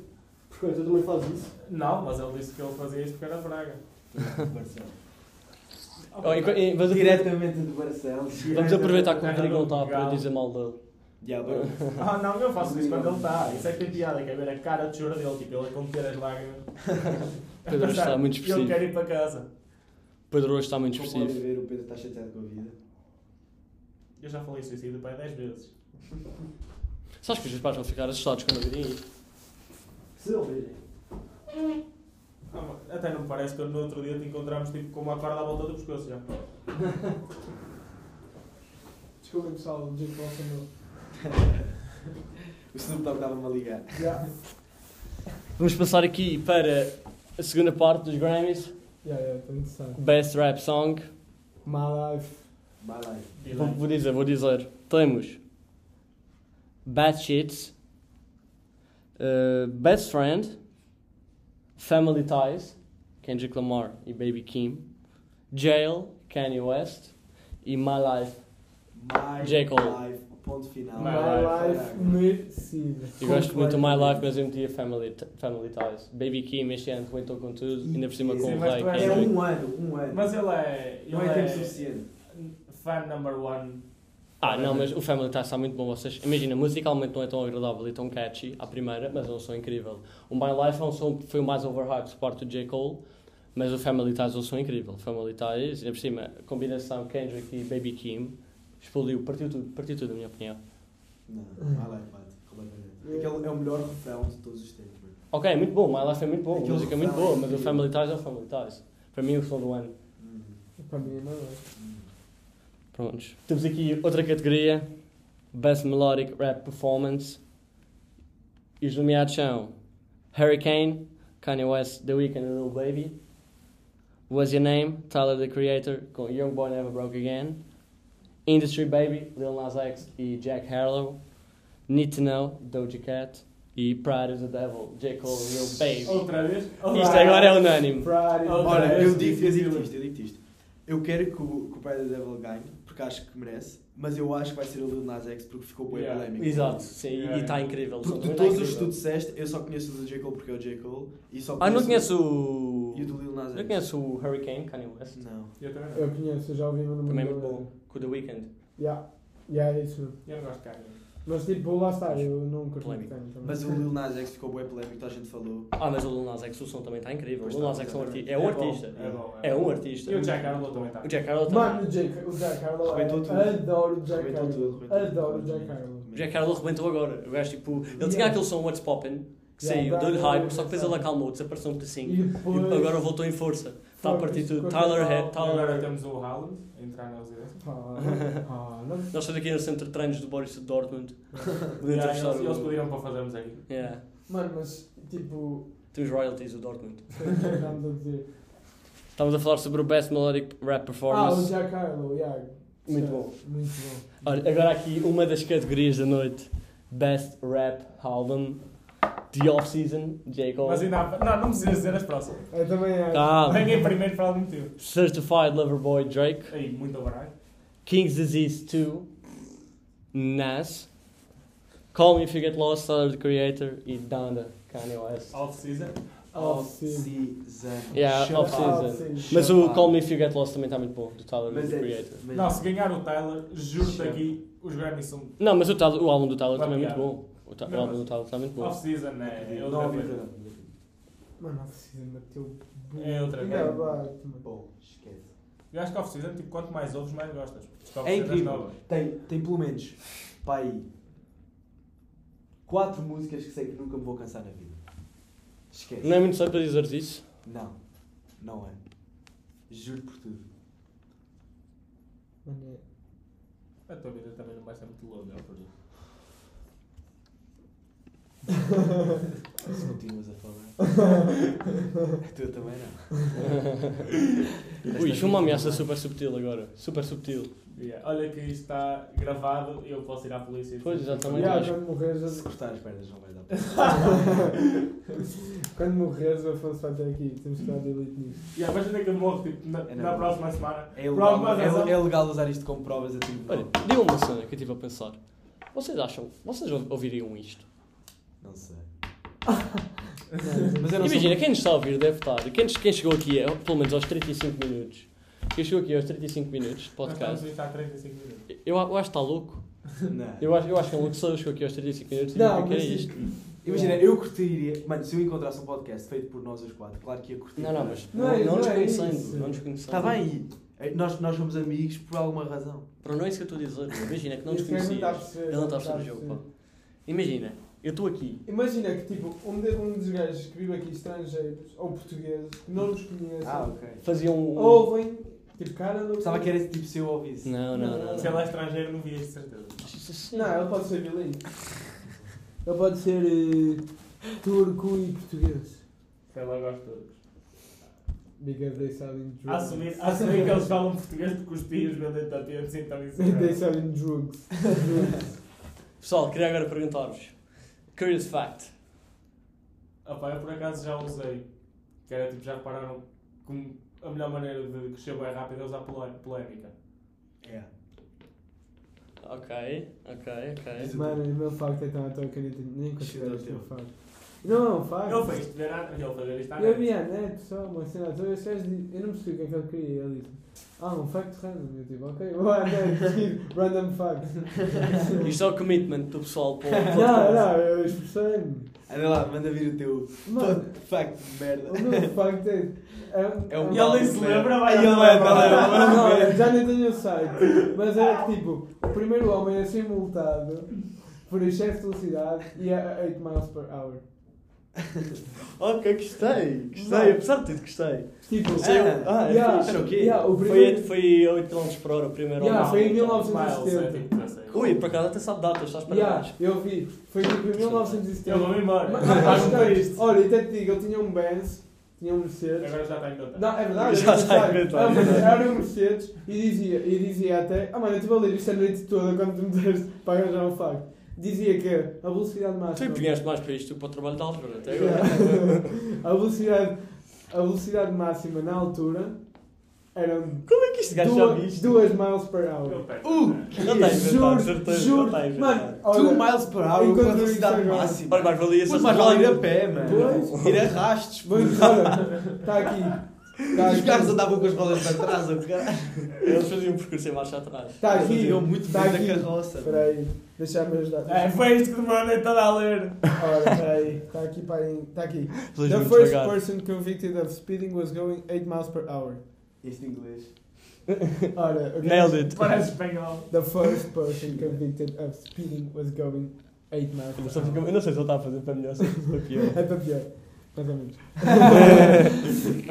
Speaker 1: Porque tu também fazes isso.
Speaker 3: Não, mas ele disse que ele fazia isto porque era Braga.
Speaker 1: Oh,
Speaker 4: Diretamente do Barcelos.
Speaker 1: Vamos aproveitar que o Rodrigo não está para
Speaker 3: Legal.
Speaker 1: dizer mal dele.
Speaker 4: Yeah, bro.
Speaker 3: Ah, não, eu faço isso quando ele está. Isso é que tem piada, que é ver a cara de choro dele, tipo, ele a conter as lágrimas.
Speaker 1: Pedro está muito
Speaker 3: Eu
Speaker 1: expressivo.
Speaker 3: quero ir para casa.
Speaker 1: Pedro hoje está muito
Speaker 4: Como podem
Speaker 1: expressivo.
Speaker 4: ver, o Pedro está chateado com a vida.
Speaker 3: Eu já falei suicídio pai 10 vezes.
Speaker 1: Sabes que os meus pais vão ficar assustados quando virem isto?
Speaker 4: Se ouvirem.
Speaker 3: Ah, mas Até não me parece que no outro dia te encontramos tipo, com uma corda à volta do pescoço já.
Speaker 2: Desculpem pessoal, o Jake Paul meu.
Speaker 4: O Snoop Dogg estava-me a ligar.
Speaker 2: Yeah.
Speaker 1: Vamos passar aqui para a segunda parte dos Grammys.
Speaker 2: Yeah, yeah,
Speaker 3: tá
Speaker 2: estou interessado.
Speaker 1: Best Rap Song.
Speaker 2: My life.
Speaker 4: Vai lá.
Speaker 3: Diz
Speaker 1: Vou,
Speaker 3: aí.
Speaker 1: vou dizer, vou dizer. Temos Bad Shits, eh, Best Friend, Family Ties, Kendrick Lamar e Baby Kim, Jail, Kanye West e My Life.
Speaker 4: My
Speaker 1: J. Cole.
Speaker 4: life. Ponto final.
Speaker 3: My
Speaker 2: My,
Speaker 4: Braga.
Speaker 2: life merecida.
Speaker 1: Eu gosto muito do My Life, mas eu metia Family, family Ties. Baby Kim este ano rebentou com tudo, ainda por cima com
Speaker 3: Sim,
Speaker 1: o
Speaker 3: mas
Speaker 1: Rei.
Speaker 3: tu és-
Speaker 4: É
Speaker 1: Kendrick.
Speaker 4: um ano, um ano.
Speaker 3: Mas ele é. Ele
Speaker 4: não é
Speaker 3: é,
Speaker 4: tempo suficiente.
Speaker 3: fan number one.
Speaker 1: Ah, não,
Speaker 3: né?
Speaker 1: mas o Family Ties está muito bom. Vocês, imagina, musicalmente não é tão agradável e tão catchy à primeira, mas é um som incrível. O My Life é um som que foi o mais overhyped por parte do J. Cole, mas o Family Ties é um som incrível. Family Ties, ainda por cima, a combinação Kendrick e Baby Kim explodiu, partiu tudo, partiu tudo, na minha opinião.
Speaker 4: Não, My Life bate, completamente. Aquele é o melhor refrão de todos os tempos, mano.
Speaker 1: Ok, é muito bom, My Life é muito bom, a
Speaker 4: Aquele
Speaker 1: música é muito
Speaker 4: refrão é
Speaker 1: boa, mas o
Speaker 4: incrível.
Speaker 1: Family Ties é o Family Ties. Para mim, é o som do ano.
Speaker 4: Hum,
Speaker 2: Para mim é my life.
Speaker 4: hum.
Speaker 1: Prontos. Temos aqui outra categoria: Best Melodic Rap Performance. E os nomeados são Hurricane, Kanye West, The Weeknd and Lil Baby. Was Your Name, Tyler the Creator, com Young Boy Never Broke Again. Industry Baby, Lil Nas X e Jack Harlow. Need to Know, Doja Cat. E Pride is the Devil, J. Cole e Lil
Speaker 4: Oh,
Speaker 1: Baby.
Speaker 3: Outra vez?
Speaker 1: Isto agora é unânime.
Speaker 2: Pride.
Speaker 3: Outra
Speaker 4: Olha,
Speaker 3: vez,
Speaker 4: eu digo-te eu
Speaker 3: diz-me
Speaker 4: digo
Speaker 3: tu.
Speaker 4: isto, eu digo-te isto. Eu quero que o, que o Pride Devil ganhe, porque acho que merece, mas eu acho que vai ser o Lil Nas X porque ficou bem
Speaker 3: Yeah.
Speaker 4: polémico.
Speaker 1: Exato, sim, e está incrível. o som
Speaker 4: Porque de
Speaker 1: tá
Speaker 4: todos os que tu
Speaker 1: incrível.
Speaker 4: disseste, eu só conheço o do J. Cole porque é o J. Cole e só
Speaker 1: Ah, não conheço o.
Speaker 4: E o do Lil Nas X.
Speaker 1: Não conheço o Hurricane, Kanye West.
Speaker 4: Não.
Speaker 3: Eu também não.
Speaker 2: Eu conheço, eu já ouvi meu nome.
Speaker 1: Também é muito bom. Com o The Weeknd.
Speaker 2: Yeah. Yeah, é isso mesmo.
Speaker 3: Eu não gosto de carne.
Speaker 2: Mas tipo, lá está, eu não curto muito
Speaker 1: Polémico.
Speaker 2: então. tanto. também.
Speaker 4: Mas o Lil Nas X ficou bem polémico, toda a gente falou.
Speaker 1: Ah, mas o Lil Nas X, o som também está incrível. O
Speaker 4: Pois
Speaker 1: Lil
Speaker 4: tá,
Speaker 1: Nas X é um arti-
Speaker 4: exatamente.
Speaker 1: é um
Speaker 3: bom,
Speaker 1: artista.
Speaker 3: É, bom,
Speaker 1: É um artista.
Speaker 3: E o Jack Harlow também tá. está.
Speaker 1: O Jack Harlow
Speaker 2: Mano,
Speaker 1: também.
Speaker 2: o Jack, o Jack Harlow. é-
Speaker 4: Arrebentou tudo.
Speaker 2: Adoro o Jack Harlow.
Speaker 4: Arrebentou tudo, arrebentou tudo.
Speaker 2: Adoro o Jack Harlow.
Speaker 1: O Jack Harlow rebentou agora. O gajo, tipo, ele tinha
Speaker 2: Yeah.
Speaker 1: aquele som What's Poppin', que
Speaker 2: Yeah,
Speaker 1: saiu,
Speaker 2: tá,
Speaker 1: deu-lhe
Speaker 2: tá,
Speaker 1: hype,
Speaker 2: tá,
Speaker 1: só que depois
Speaker 2: tá.
Speaker 1: ele acalmou, desapareceu um pedacinho.
Speaker 2: E
Speaker 1: E
Speaker 2: depois.
Speaker 1: agora voltou em força. Está a partir tudo.
Speaker 2: Focus,
Speaker 1: Tyler Head,
Speaker 2: Coca-Cola.
Speaker 1: Tyler
Speaker 3: Agora
Speaker 1: Head.
Speaker 3: temos o Haaland a entrar na residência.
Speaker 2: Ah, ah, não.
Speaker 1: Nós estamos aqui no centro de treinos do Boris de Dortmund. Vou
Speaker 3: Yeah,
Speaker 1: entrevistar
Speaker 3: eles, eles
Speaker 1: o.
Speaker 3: pediram para fazermos aqui.
Speaker 1: Yeah.
Speaker 2: Mano, mas tipo.
Speaker 1: Temos royalties do Dortmund.
Speaker 2: sei Ah, o que Estamos a dizer.
Speaker 1: Estamos a falar sobre o Best Melodic Rap
Speaker 2: Ah, o
Speaker 1: Performance.
Speaker 2: Jack Harlow, yeah.
Speaker 1: Muito
Speaker 2: Certo,
Speaker 1: bom.
Speaker 2: Muito bom.
Speaker 1: Olha, agora aqui uma das categorias da noite: Best Rap Album, The Off-Season, J. Cole.
Speaker 3: Mas ainda há... Não, não precisas dizer as próximas.
Speaker 2: Eu É, também acho.
Speaker 1: Calma.
Speaker 3: Venha em primeiro por algum motivo.
Speaker 1: Certified Lover Boy Drake,
Speaker 3: Aí, muito barato.
Speaker 1: King's Disease 2, Nas, Call Me If You Get Lost, Tyler the Creator e Donda, Kanye West.
Speaker 3: Off-season.
Speaker 2: Off-season.
Speaker 4: Off-season.
Speaker 1: Yeah,
Speaker 4: Shut
Speaker 1: off-season.
Speaker 4: up.
Speaker 2: Off-season.
Speaker 1: Mas o
Speaker 4: Chapado.
Speaker 1: Call Me If You Get Lost também está muito bom, do Tyler
Speaker 4: Mas
Speaker 1: the
Speaker 4: é.
Speaker 1: Creator.
Speaker 4: mas-
Speaker 3: Não, se ganhar o Tyler, juro-te
Speaker 4: Chama.
Speaker 3: aqui, os Grammys são
Speaker 1: Não, mas o, Tyler- o álbum do Tyler
Speaker 3: Vai
Speaker 1: também é muito
Speaker 3: piar.
Speaker 1: bom. O, ta- o
Speaker 3: Não,
Speaker 1: álbum
Speaker 3: mas-
Speaker 1: do Tyler está muito bom.
Speaker 3: off-season, é, é outra
Speaker 4: Não, não,
Speaker 3: coisa.
Speaker 4: não, não.
Speaker 2: Mano, off-season bateu.
Speaker 3: É outra
Speaker 2: Ainda
Speaker 3: coisa.
Speaker 2: bate, mano.
Speaker 4: Bom, esquece.
Speaker 3: Eu acho que off-season, tipo, quanto mais ouves, mais gostas. Porque isto
Speaker 4: É
Speaker 3: off-season as
Speaker 4: incrível.
Speaker 3: novas.
Speaker 4: Tem, tem pelo menos, pá aí, quatro músicas que sei que nunca me vou cansar na vida. Esquece.
Speaker 1: Não é muito certo para dizer isso.
Speaker 4: Não, não é. Juro por tudo.
Speaker 2: Mano, é.
Speaker 3: A tua vida também não vai ser muito longa, é um por isso.
Speaker 4: Se continuas a falar. a tua também não.
Speaker 1: Ui, isto foi uma ameaça
Speaker 4: é.
Speaker 1: super subtil agora. Super subtil.
Speaker 3: Yeah. Olha que isto está gravado, eu posso ir à polícia. e
Speaker 1: Pois,
Speaker 3: dizer-
Speaker 1: exatamente. Também
Speaker 2: yeah,
Speaker 1: acho.
Speaker 2: quando morreres,
Speaker 4: Se cortar as pernas não vai dar para
Speaker 2: quando morreres, o Afonso vai ter aqui. Temos que dar delete nisso.
Speaker 3: Yeah, imagina que eu morro, tipo, na,
Speaker 4: É
Speaker 3: na
Speaker 4: normal.
Speaker 3: próxima semana.
Speaker 4: é
Speaker 3: por alguma
Speaker 4: legal,
Speaker 3: razão.
Speaker 4: é, é legal usar isto como provas é tipo, a ti. Não,
Speaker 1: Olha, diga uma cena que eu estive a pensar. Vocês acham, vocês ouviriam isto?
Speaker 4: não sei.
Speaker 2: Não,
Speaker 4: Mas eu não
Speaker 1: Imagina,
Speaker 4: sou...
Speaker 1: quem nos está a ouvir deve estar. Quem, quem chegou aqui, eh, pelo menos aos 35 minutos. Quem chegou aqui aos 35 minutos de
Speaker 3: Nós
Speaker 1: podcast.
Speaker 3: estamos a 35 minutos.
Speaker 1: Eu, eu acho que está louco.
Speaker 4: Não.
Speaker 1: Eu acho, eu acho que é um louco só chegou aqui aos 35 minutos e viu
Speaker 2: não
Speaker 1: o que é
Speaker 2: mas
Speaker 1: isto.
Speaker 2: tipo,
Speaker 4: Imagina, eu curtiria. Mano, se eu encontrasse um podcast feito por nós os quatro, claro que ia curtir.
Speaker 1: Não, não, mas
Speaker 2: Não
Speaker 1: não,
Speaker 2: é-
Speaker 1: não,
Speaker 2: não
Speaker 1: nos
Speaker 2: é
Speaker 1: conhecendo.
Speaker 2: isso. Tá
Speaker 1: Não nos conhecendo.
Speaker 4: Está bem, e- nós, nós somos amigos por alguma razão.
Speaker 1: Para não é isso que eu estou a dizer. Imagina que não nos
Speaker 2: esse gajo está a
Speaker 1: conhecias.
Speaker 2: perceber,
Speaker 1: Ele não está a perceber o
Speaker 2: perceber.
Speaker 1: jogo, pá. Imagina, eu estou aqui.
Speaker 2: Imagina que tipo, um, de- um dos gajos que vive aqui estrangeiros ou portugueses que não nos conhecem
Speaker 4: Ah, ok.
Speaker 1: Fazia um.
Speaker 2: ouvem, tipo, cara, não.
Speaker 4: Pensava que era tipo se eu ouvisse.
Speaker 1: Não, não, não.
Speaker 3: Se ele é
Speaker 1: não.
Speaker 3: estrangeiro, não vi isto, de certeza.
Speaker 2: Não, ele pode ser bilíngue. Ele pode ser eh, turco e português.
Speaker 3: Se ele gosta de todos.
Speaker 2: Because they sell in
Speaker 3: A
Speaker 2: drugs.
Speaker 3: assumir, a assumir que eles falam português porque os tios vendem tapetes, então isso
Speaker 2: They
Speaker 3: é.
Speaker 2: sell in drugs.
Speaker 1: Pessoal, queria agora perguntar-vos. Curious fact.
Speaker 3: Ah pá, eu por acaso já usei. Que era tipo, já repararam como a melhor maneira de crescer bem rápido é usar polé- polémica.
Speaker 4: É.
Speaker 1: Ok, ok, ok.
Speaker 2: Mano, o meu facto é tão à toa que eu nem- nem considero
Speaker 4: Chuta o
Speaker 2: este meu
Speaker 4: teu.
Speaker 2: facto. Não é um facto.
Speaker 3: Ele foi isto ver à- ele foi ver isto à
Speaker 2: Eu
Speaker 3: net.
Speaker 2: vi a net, só uma cena à toa. Esse gajo disse- eu não percebi o que é que ele queria. Ele disse: Ah, um facto random. Eu tipo, ok, vou à net, pesquiso, random fact.
Speaker 1: Isto é o commitment do pessoal para o
Speaker 2: Não,
Speaker 1: podcast.
Speaker 2: não, eu expressei-me.
Speaker 4: Anda lá, manda vir o teu
Speaker 2: Mano,
Speaker 4: facto de merda.
Speaker 2: o meu facto Tá. é.
Speaker 4: É um
Speaker 3: E ele nem se lembra, vai.
Speaker 4: Aí ele é, tá lá,
Speaker 2: Não,
Speaker 4: agora não
Speaker 2: não,
Speaker 4: é.
Speaker 2: já nem tenho o site. Mas era que tipo, o primeiro homem a ser multado por excesso de velocidade e a 8 miles per hour.
Speaker 1: Ok, gostei. Gostei,
Speaker 2: Não.
Speaker 1: apesar de tudo, gostei.
Speaker 2: Tipo,
Speaker 4: Ah,
Speaker 1: Ah, é
Speaker 2: yeah,
Speaker 1: fixe.
Speaker 4: era o quê?
Speaker 2: yeah, o
Speaker 1: Foi,
Speaker 2: primeiro.
Speaker 1: foi a 8 km por hora o primeiro
Speaker 2: Yeah,
Speaker 1: homem.
Speaker 2: foi em
Speaker 3: Então,
Speaker 2: 1970.
Speaker 3: Miles, é tipo 16.
Speaker 1: Ui, por acaso até sabe datas, estás para
Speaker 2: Yeah,
Speaker 1: trás.
Speaker 2: eu vi, foi tipo em 1970.
Speaker 3: Eu vou-me embora.
Speaker 2: Mas-
Speaker 3: Pago para isto.
Speaker 2: Olha, e até te digo, ele tinha um Benz, tinha um Mercedes.
Speaker 3: Agora já está em conta.
Speaker 2: Não, é verdade,
Speaker 1: Já
Speaker 2: é
Speaker 1: está
Speaker 2: verdade.
Speaker 1: inventado.
Speaker 2: Ah, mas era um Mercedes e dizia, e dizia até. Ah, mano, eu estive a ler isto a noite toda quando tu me deste para arranjar um facto. Dizia que a velocidade
Speaker 1: Tu é
Speaker 2: máxima.
Speaker 1: que ganhaste mais para isto do que para o trabalho de álgebra até agora.
Speaker 2: a, velocidade, a velocidade máxima na altura eram
Speaker 1: Como é que este gajo já viu
Speaker 2: duas,
Speaker 1: isto?
Speaker 2: duas miles per hour.
Speaker 3: Eu perco.
Speaker 4: Uh!
Speaker 1: Não está inventado,
Speaker 2: Juro,
Speaker 1: certeza.
Speaker 2: juro.
Speaker 1: Não está inventado.
Speaker 2: Mano,
Speaker 4: 2
Speaker 2: olha,
Speaker 4: miles per hour com
Speaker 2: enquanto
Speaker 4: a velocidade
Speaker 2: isso agora-
Speaker 4: máxima.
Speaker 1: Mas mais valia
Speaker 4: Muito
Speaker 1: essa
Speaker 4: mais vale ir a pé, mano.
Speaker 2: Pois.
Speaker 4: Ir a rastos.
Speaker 2: vou embora. Está tá aqui. Está
Speaker 4: Os carros
Speaker 2: aqui.
Speaker 4: andavam com as rodas para trás, o caralho.
Speaker 1: Eles faziam um percurso em marcha atrás.
Speaker 2: Está
Speaker 4: Eles
Speaker 2: Tá aqui.
Speaker 4: iam muito
Speaker 2: Está
Speaker 4: bem
Speaker 2: aqui.
Speaker 4: da carroça.
Speaker 2: Espera aí, deixa-me ajudar.
Speaker 3: É, foi isto que demorou a noite toda a ler.
Speaker 2: Ora, espera aí. Está tá aqui, parem. Está aqui.
Speaker 1: Eles
Speaker 2: The
Speaker 1: muito
Speaker 2: first
Speaker 1: devagar.
Speaker 2: person convicted of speeding was going 8 miles per hour.
Speaker 4: Isto em inglês.
Speaker 2: Ora, okay.
Speaker 1: Nailed it.
Speaker 3: Parece espanhol.
Speaker 2: The first person convicted of speeding was going 8 miles
Speaker 1: Eu
Speaker 2: per
Speaker 1: só fico-
Speaker 2: hour.
Speaker 1: eu não sei se ele está a fazer para melhor, se para pior.
Speaker 2: É para pior. Mais ou menos.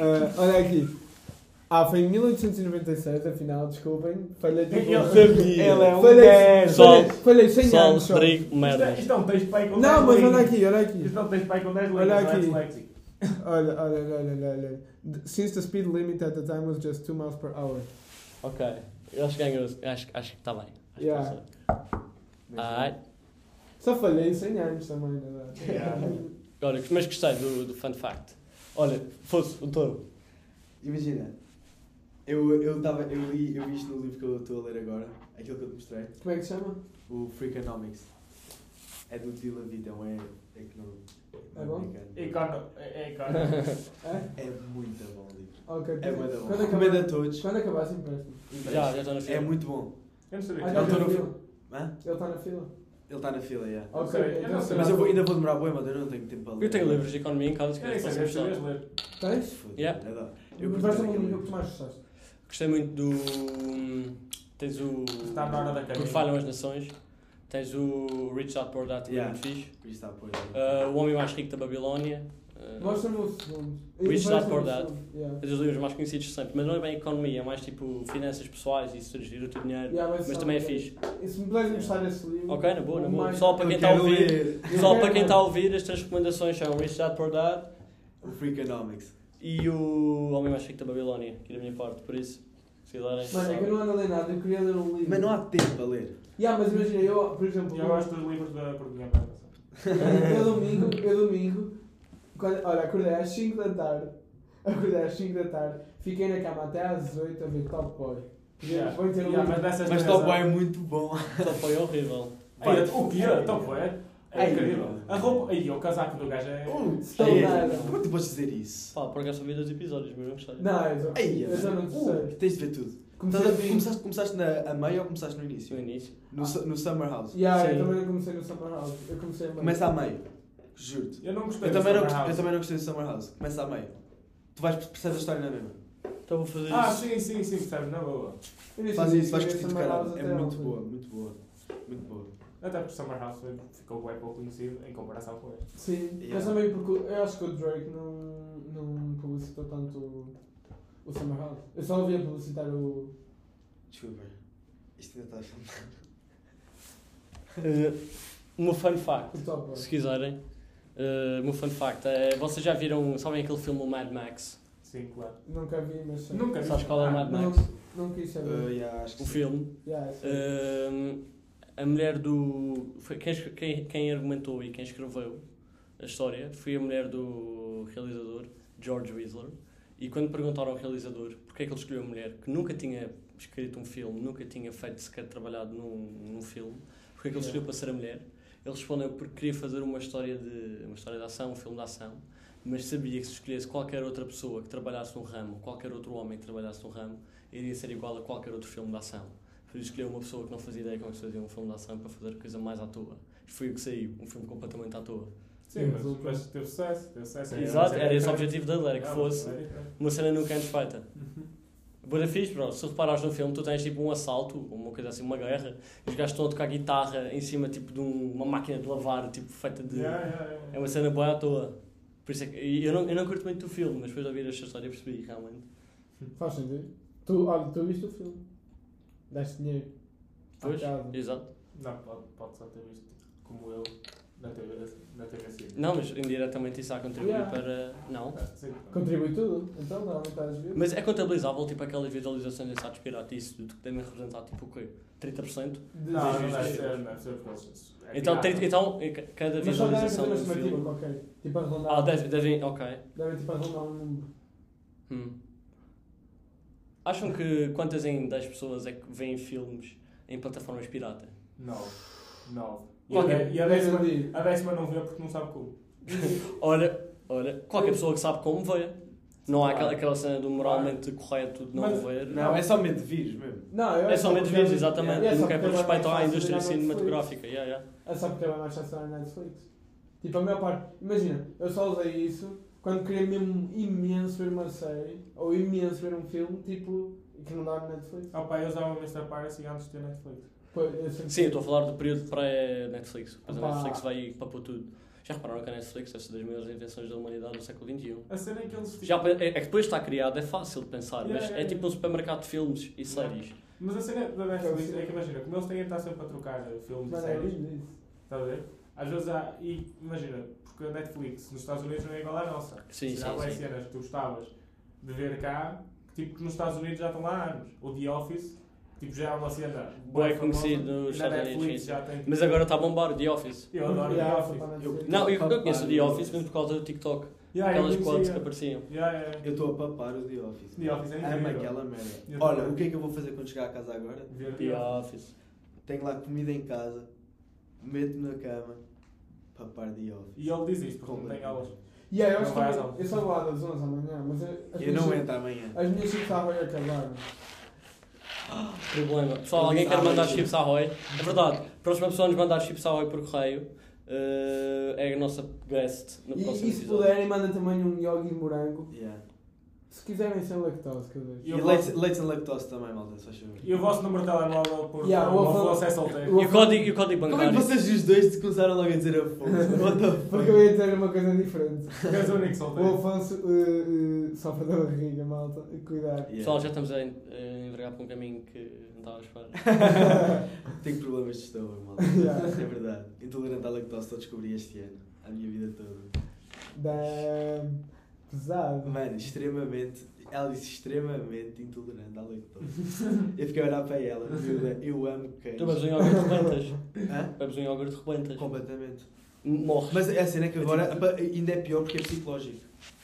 Speaker 2: Ah, olha aqui. Ah, foi em 1896, afinal, desculpem. Falhei tipo...
Speaker 3: Ele
Speaker 1: É sabia.
Speaker 4: Ele é um
Speaker 2: falhei-
Speaker 4: gajo.
Speaker 2: falhei-
Speaker 1: Sol.
Speaker 2: Falhei 100
Speaker 1: Sol,
Speaker 2: anos só.
Speaker 1: Rodrigo,
Speaker 3: Isto é-
Speaker 1: merdas.
Speaker 3: Isto é um texto pai com 10
Speaker 2: Não, mas olha
Speaker 3: linhas.
Speaker 2: aqui, olha aqui.
Speaker 3: Isto é um texto pai com 10 linhas,
Speaker 2: Olha
Speaker 3: não é
Speaker 2: aqui.
Speaker 3: disléxico.
Speaker 2: Olha, olha, olha, olha, olha. The- Since the speed limit at the time was just 2 miles per hour.
Speaker 1: Ok. Eu acho que ganhou. Acho, acho que está bem. Acho que
Speaker 2: Yeah.
Speaker 1: passou. Ai.
Speaker 4: Ah.
Speaker 2: Só falhei 100 anos também, é? na verdade.
Speaker 3: Yeah.
Speaker 1: Olha, mas gostei do, do fun fact. Olha, fosse o touro.
Speaker 4: Imagina, eu, eu, tava, eu, li, eu vi isto no livro que eu estou a ler agora, aquilo que eu te mostrei,
Speaker 2: Como é que se chama?
Speaker 4: o Freakonomics. É do Dylan Vitão, é, é que não.
Speaker 2: É bom?
Speaker 4: americano.
Speaker 3: Econo. É é econo.
Speaker 2: É?
Speaker 4: É muito bom o livro.
Speaker 2: Ok.
Speaker 4: É muito bom.
Speaker 2: Quando
Speaker 4: Recomendo
Speaker 2: acabar,
Speaker 4: a todos.
Speaker 2: quando acabar se empresta.
Speaker 1: Já, já estou na fila.
Speaker 4: É muito bom.
Speaker 3: Eu não sabia.
Speaker 2: Ah,
Speaker 3: que
Speaker 2: já
Speaker 4: Ele
Speaker 2: está
Speaker 4: tá
Speaker 2: na
Speaker 4: no-
Speaker 2: fila.
Speaker 4: Hã?
Speaker 2: Ele está na fila. então
Speaker 4: Ele está na fila, yeah.
Speaker 3: Eu não sei, eu não sei.
Speaker 4: Mas eu vou- ainda vou demorar bem, mas eu não tenho tempo para ler.
Speaker 1: Eu tenho livros de economia em casa que
Speaker 3: Eu nem
Speaker 1: eu
Speaker 3: sei se
Speaker 1: posso
Speaker 3: é
Speaker 1: mostrar.
Speaker 3: ler.
Speaker 2: Tens?
Speaker 4: Foda-se,
Speaker 1: Yeah.
Speaker 4: adoro. Eu
Speaker 2: Eu
Speaker 4: curto
Speaker 2: gosto
Speaker 4: aquele
Speaker 2: muito do
Speaker 4: livro.
Speaker 2: que tu mais gostaste.
Speaker 1: Gostei muito do. Tens o.
Speaker 3: Está na hora da
Speaker 1: Porque
Speaker 3: caminho.
Speaker 1: falham as nações. Tens o Rich Dad Poor Dad, que é
Speaker 4: Yeah.
Speaker 1: muito fixe.
Speaker 4: Por isso tá, está apoio.
Speaker 1: Ah, o Homem Mais Rico da Babilónia. Ah,
Speaker 2: Mostra-me o segundo.
Speaker 1: Rich Dad Poor Dad.
Speaker 2: Dad. Yeah.
Speaker 1: é dos livros mais conhecidos de sempre. Mas não é bem economia, é mais tipo finanças pessoais e isso de gerir o teu dinheiro.
Speaker 2: Yeah,
Speaker 1: Mas também é fixe.
Speaker 2: E se me puderes emprestar esse livro.
Speaker 1: Ok, na boa, na
Speaker 2: o
Speaker 1: boa.
Speaker 2: mais-
Speaker 1: Só para
Speaker 4: Eu
Speaker 1: quem tá está a
Speaker 4: quero
Speaker 1: ouvir.
Speaker 4: ler
Speaker 2: Eu
Speaker 1: Só
Speaker 2: quero
Speaker 1: para quem
Speaker 2: ler.
Speaker 1: está a ouvir, estas recomendações são Rich Dad Poor Dad
Speaker 4: O Freakonomics.
Speaker 1: e o Homem Mais Rico da Babilónia, aqui da minha parte. Por isso, se quiserem.
Speaker 2: Mano, é que eu não ando a ler nada, eu queria ler um livro.
Speaker 4: Mas não há tempo para ler.
Speaker 2: Yeah, ah, mas imagina, eu, por exemplo,
Speaker 3: Eu gosto dos livros da Portuguesa.
Speaker 4: é.
Speaker 2: Eu domingo, eu domingo, quando, olha, acordei às 5 da tarde, acordei às 5 da tarde, fiquei na cama até às 18 a ver Top Boy.
Speaker 3: Yeah.
Speaker 2: Vou ter um
Speaker 3: Yeah,
Speaker 2: livro.
Speaker 3: mas dessas
Speaker 4: Mas
Speaker 3: três
Speaker 4: Top Boy
Speaker 3: há-
Speaker 4: é muito bom.
Speaker 1: Só foi horrível.
Speaker 3: Aí, o pior, então foi. É
Speaker 4: Ai.
Speaker 3: incrível. A roupa. Aí, o casaco do gajo é.
Speaker 2: Estou
Speaker 4: Ei,
Speaker 2: nada.
Speaker 4: Como é tu podes dizer isso?
Speaker 1: Pá, por acaso só vi dois episódios, mas não gostei.
Speaker 2: Não, é, eu só,
Speaker 4: Ei,
Speaker 2: eu só não
Speaker 4: mano.
Speaker 2: sei.
Speaker 4: Uh, tens de ver tudo.
Speaker 2: Comecei
Speaker 4: Estás
Speaker 2: a
Speaker 4: a-
Speaker 2: vir.
Speaker 4: começaste, começaste na a meio ou começaste no
Speaker 1: Isso no
Speaker 4: início?
Speaker 1: início.
Speaker 4: No, su- no Summer House.
Speaker 2: Yeah, eu
Speaker 1: Sim.
Speaker 2: também não comecei no Summer House, eu comecei a
Speaker 4: Começa a meio. Juro-te.
Speaker 3: Eu não gostei
Speaker 4: Eu
Speaker 3: do
Speaker 4: também, não
Speaker 3: Summer
Speaker 4: gostei,
Speaker 3: House.
Speaker 4: eu também não gostei do Summer House. Começa a meio. Tu vais perceber a história na mesma.
Speaker 1: Então vou fazer
Speaker 3: Ah,
Speaker 1: isso.
Speaker 3: sim, sim, sim, percebes? Na boa.
Speaker 2: Eu nem
Speaker 4: Faz
Speaker 2: sabia
Speaker 4: isso, vais
Speaker 2: que
Speaker 4: curtir de
Speaker 2: Summer
Speaker 4: caralho.
Speaker 2: House
Speaker 4: É
Speaker 2: até
Speaker 4: muito
Speaker 2: ontem.
Speaker 4: boa, muito boa. Muito boa.
Speaker 3: Até porque Summer House foi- ficou bem pouco conhecido em comparação com este.
Speaker 2: Sim, mas
Speaker 4: Yeah.
Speaker 2: também porque eu acho que o Drake não, não publicitou tanto o- o Summer House. Eu só ouvia publicitar o.
Speaker 4: Desculpa. Isto ainda está a filmar.
Speaker 1: Uh, uma fun fact.
Speaker 2: o Top Boy.
Speaker 1: Se quiserem. Uh, uma fun fact. É, vocês já viram, sabem aquele filme o Mad Max?
Speaker 3: Sim, claro.
Speaker 2: Nunca vi, mas sei.
Speaker 3: Nunca vi.
Speaker 1: Sabes qual é o Mad
Speaker 2: Ah, Não,
Speaker 1: Max? Eh,
Speaker 2: não quis
Speaker 4: Uh,
Speaker 2: saber. é assim.
Speaker 4: yeah, acho que
Speaker 1: O
Speaker 4: sim.
Speaker 1: filme.
Speaker 2: Yeah, sim.
Speaker 1: Um, a mulher do. Foi, quem, escre- quem, quem argumentou e quem escreveu a história foi a mulher do realizador, George Whistler. E quando perguntaram ao realizador porque é que ele escolheu a mulher que nunca tinha escrito um filme, nunca tinha feito sequer trabalhado num, num filme, porque é que ele
Speaker 2: Yeah.
Speaker 1: escolheu para ser a mulher, ele respondeu porque queria fazer uma história de, uma história de ação, um filme de ação, mas sabia que se escolhesse qualquer outra pessoa que trabalhasse no ramo, qualquer outro homem que trabalhasse no ramo, iria ser igual a qualquer outro filme de ação. Por isso escolheu uma pessoa que não fazia ideia como se fazia um filme de ação para fazer coisa mais à toa. E Foi o que saiu, um filme completamente à toa.
Speaker 3: Sim, mas, mas teve sucesso. Teve sucesso.
Speaker 1: Exato, era esse o
Speaker 3: diferente.
Speaker 1: objetivo dele, era que
Speaker 3: Não,
Speaker 1: fosse
Speaker 3: era diferente.
Speaker 1: uma cena nunca antes feita.
Speaker 2: Uhum.
Speaker 1: Boa fixe, bro. Se tu reparares no filme, tu tens tipo um assalto, uma coisa assim, uma guerra, e os gajos estão a tocar guitarra em cima tipo de um- uma máquina de lavar, tipo feita de.
Speaker 3: Yeah, yeah, yeah.
Speaker 1: É uma cena boa à toa. Por isso é que, e eu, não, eu não curto muito o filme, mas depois de ouvir esta história percebi realmente.
Speaker 2: Faz sentido. Tu, olha, tu viste o filme. Deste dinheiro.
Speaker 1: Pois,
Speaker 2: Acaba.
Speaker 1: exato.
Speaker 3: Não, pode, pode só ter visto como eu na TV, na TV assim.
Speaker 1: Não, mas indiretamente isso há contribuir
Speaker 2: Yeah.
Speaker 1: para. Não.
Speaker 3: Ah, sim.
Speaker 2: Contribui tudo. Então dá, não estás a ver?
Speaker 1: Mas é contabilizável, tipo, aquelas visualizações em sites pirata, isso do que devem representar, tipo, o quê? 30%?
Speaker 2: De-
Speaker 3: Não,
Speaker 2: de-
Speaker 3: não deve
Speaker 2: de-
Speaker 3: ser, não deve ser. porque eles- é
Speaker 1: Então,
Speaker 3: pirata.
Speaker 1: 30, então eh, ca- cada
Speaker 2: Mas só devem ter
Speaker 1: visualização
Speaker 2: uma
Speaker 1: do filme...
Speaker 2: estimativa qualquer. Tipo arredondar.
Speaker 1: Ah, devem, devem ok.
Speaker 2: Devem tipo arredondar um número.
Speaker 1: Hum. Acham que quantas em 10 pessoas é que veem filmes em plataformas pirata?
Speaker 3: Não, não. E a,
Speaker 1: Qualquer-
Speaker 3: dé- e a décima,
Speaker 2: Devem-
Speaker 3: a décima não vê porque não sabe como.
Speaker 1: Ora, ora, qualquer pessoa que sabe como vê. Não há
Speaker 3: Claro.
Speaker 1: aquela, aquela cena do moralmente correto de não
Speaker 3: Mas-
Speaker 1: ver.
Speaker 4: Não, é só medo de vírus mesmo.
Speaker 2: Não, eu
Speaker 1: É só menos vídeos, exatamente.
Speaker 2: é só
Speaker 1: Nunca é por
Speaker 2: porque
Speaker 1: respeito
Speaker 2: agora
Speaker 1: à
Speaker 2: é
Speaker 1: indústria
Speaker 2: fácil virar
Speaker 1: cinematográfica. Yeah, yeah.
Speaker 2: É só porque é mais fácil na Netflix. Tipo, a maior parte. Imagina, eu só usei isso quando queria mesmo imenso ver uma série ou imenso ver um filme, tipo, que não dá na Netflix.
Speaker 3: Ah pá, eu usava o Mr. Piracy assim, antes de ter Netflix.
Speaker 2: Pois, eu sempre-
Speaker 1: Sim, eu estou a falar do período pré-Netflix. Depois a
Speaker 2: Opa.
Speaker 1: Netflix vai e papou tudo. Já repararam que a Netflix é uma das maiores invenções da humanidade do século XXI?
Speaker 3: A cena é que eles.
Speaker 1: Já, pe- é é que depois está criado, é fácil de pensar,
Speaker 3: Yeah,
Speaker 1: mas
Speaker 3: yeah,
Speaker 1: é
Speaker 3: yeah.
Speaker 1: tipo um supermercado de filmes e séries.
Speaker 3: Mas a cena da Netflix é que imagina, como eles têm de estar sempre a trocar eh, filmes e
Speaker 2: Mas é
Speaker 3: séries,
Speaker 2: lindo isso.
Speaker 3: estás a ver? Às vezes há. E imagina, porque a Netflix nos Estados Unidos não é igual à nossa.
Speaker 1: Sim,
Speaker 3: já
Speaker 1: sim,
Speaker 3: há
Speaker 1: sim.
Speaker 3: cenas que tu gostavas de ver cá, que tipo que nos Estados Unidos já estão lá há anos. O The Office, tipo já é uma cena.
Speaker 1: Bué
Speaker 3: bué famosa,
Speaker 1: conhecido
Speaker 3: e
Speaker 1: nos
Speaker 3: na
Speaker 1: Estados
Speaker 3: Netflix
Speaker 1: Unidos, sim.
Speaker 3: já tem.
Speaker 1: Mas agora tá- está a bombar o The Office.
Speaker 3: Eu adoro
Speaker 2: Yeah,
Speaker 3: The
Speaker 2: só para
Speaker 3: Office.
Speaker 2: a
Speaker 4: Eu-
Speaker 2: Netflix.
Speaker 1: Não, eu, eu conheço o The Office mesmo por causa do TikTok.
Speaker 3: Yeah, eu
Speaker 1: Aquelas quotes
Speaker 3: conhecia.
Speaker 1: que apareciam.
Speaker 3: Yeah, yeah, yeah.
Speaker 4: Eu estou a papar o The Office.
Speaker 3: The Office é
Speaker 4: Amo
Speaker 3: incrível.
Speaker 4: aquela
Speaker 3: Eu
Speaker 4: merda. Olha,
Speaker 3: também.
Speaker 4: o que é que eu vou fazer quando chegar a casa agora?
Speaker 3: Ver
Speaker 1: The
Speaker 3: The Office.
Speaker 1: Office.
Speaker 4: Tenho lá comida em casa, meto-me na cama, papar The Office.
Speaker 3: E ele diz isto porque
Speaker 2: é
Speaker 3: não tem aulas.
Speaker 2: E aí, eu
Speaker 3: Não
Speaker 2: acho
Speaker 3: vai às
Speaker 2: que
Speaker 3: aulas.
Speaker 2: eu só vou lá das 11 amanhã, mas eu, as
Speaker 4: Eu
Speaker 2: minhas
Speaker 4: não
Speaker 2: chips-
Speaker 4: entro amanhã.
Speaker 2: As minhas chips à roia acabaram.
Speaker 1: Problema. Pessoal, alguém quer mandar chips à Roy? É verdade. A próxima pessoa a nos mandar chips à Roy por correio eh, é a nossa guest no
Speaker 2: E,
Speaker 1: próximo
Speaker 2: e se
Speaker 1: episódio.
Speaker 2: puderem, mandem também um yogi morango.
Speaker 4: Yeah.
Speaker 2: Se quiserem sem lactose, que eu deixo.
Speaker 4: E,
Speaker 3: E o
Speaker 4: leite,
Speaker 3: vosso-
Speaker 4: leite sem lactose também, malta, se faz favor.
Speaker 3: E o vosso número de telemóvel, porque
Speaker 2: Yeah,
Speaker 3: o
Speaker 2: o
Speaker 3: avô
Speaker 2: avô-
Speaker 3: é solteiro.
Speaker 2: o-
Speaker 1: E o código, e o código
Speaker 4: Como é que
Speaker 1: bancário?
Speaker 4: vocês os dois começaram logo a dizer a fonte? What the
Speaker 2: Porque eu
Speaker 4: fuck?
Speaker 2: ia dizer uma coisa diferente.
Speaker 3: És o único
Speaker 2: O
Speaker 3: solteiro.
Speaker 2: Afonso uh, uh, sofre da barriga, malta. Cuidado.
Speaker 1: Pessoal, já estamos a en- a envergar para um caminho que não estava a esperar.
Speaker 4: Tenho problemas de estômago, malta.
Speaker 2: Yeah.
Speaker 4: É verdade. Intolerante à lactose só descobri este ano. A minha vida toda.
Speaker 2: Damn. Pesado.
Speaker 4: Mano, extremamente. Ela disse extremamente intolerante à lactose. Eu fiquei a olhar para ela. miúda, Eu amo cães.
Speaker 1: Tu bebes um iogurte de rebentas.
Speaker 4: Hã?
Speaker 1: Bebes um iogurte de rebentas.
Speaker 4: Completamente.
Speaker 1: Morres.
Speaker 4: é? Mas é a cena que agora apa- ainda é pior porque é psicológico.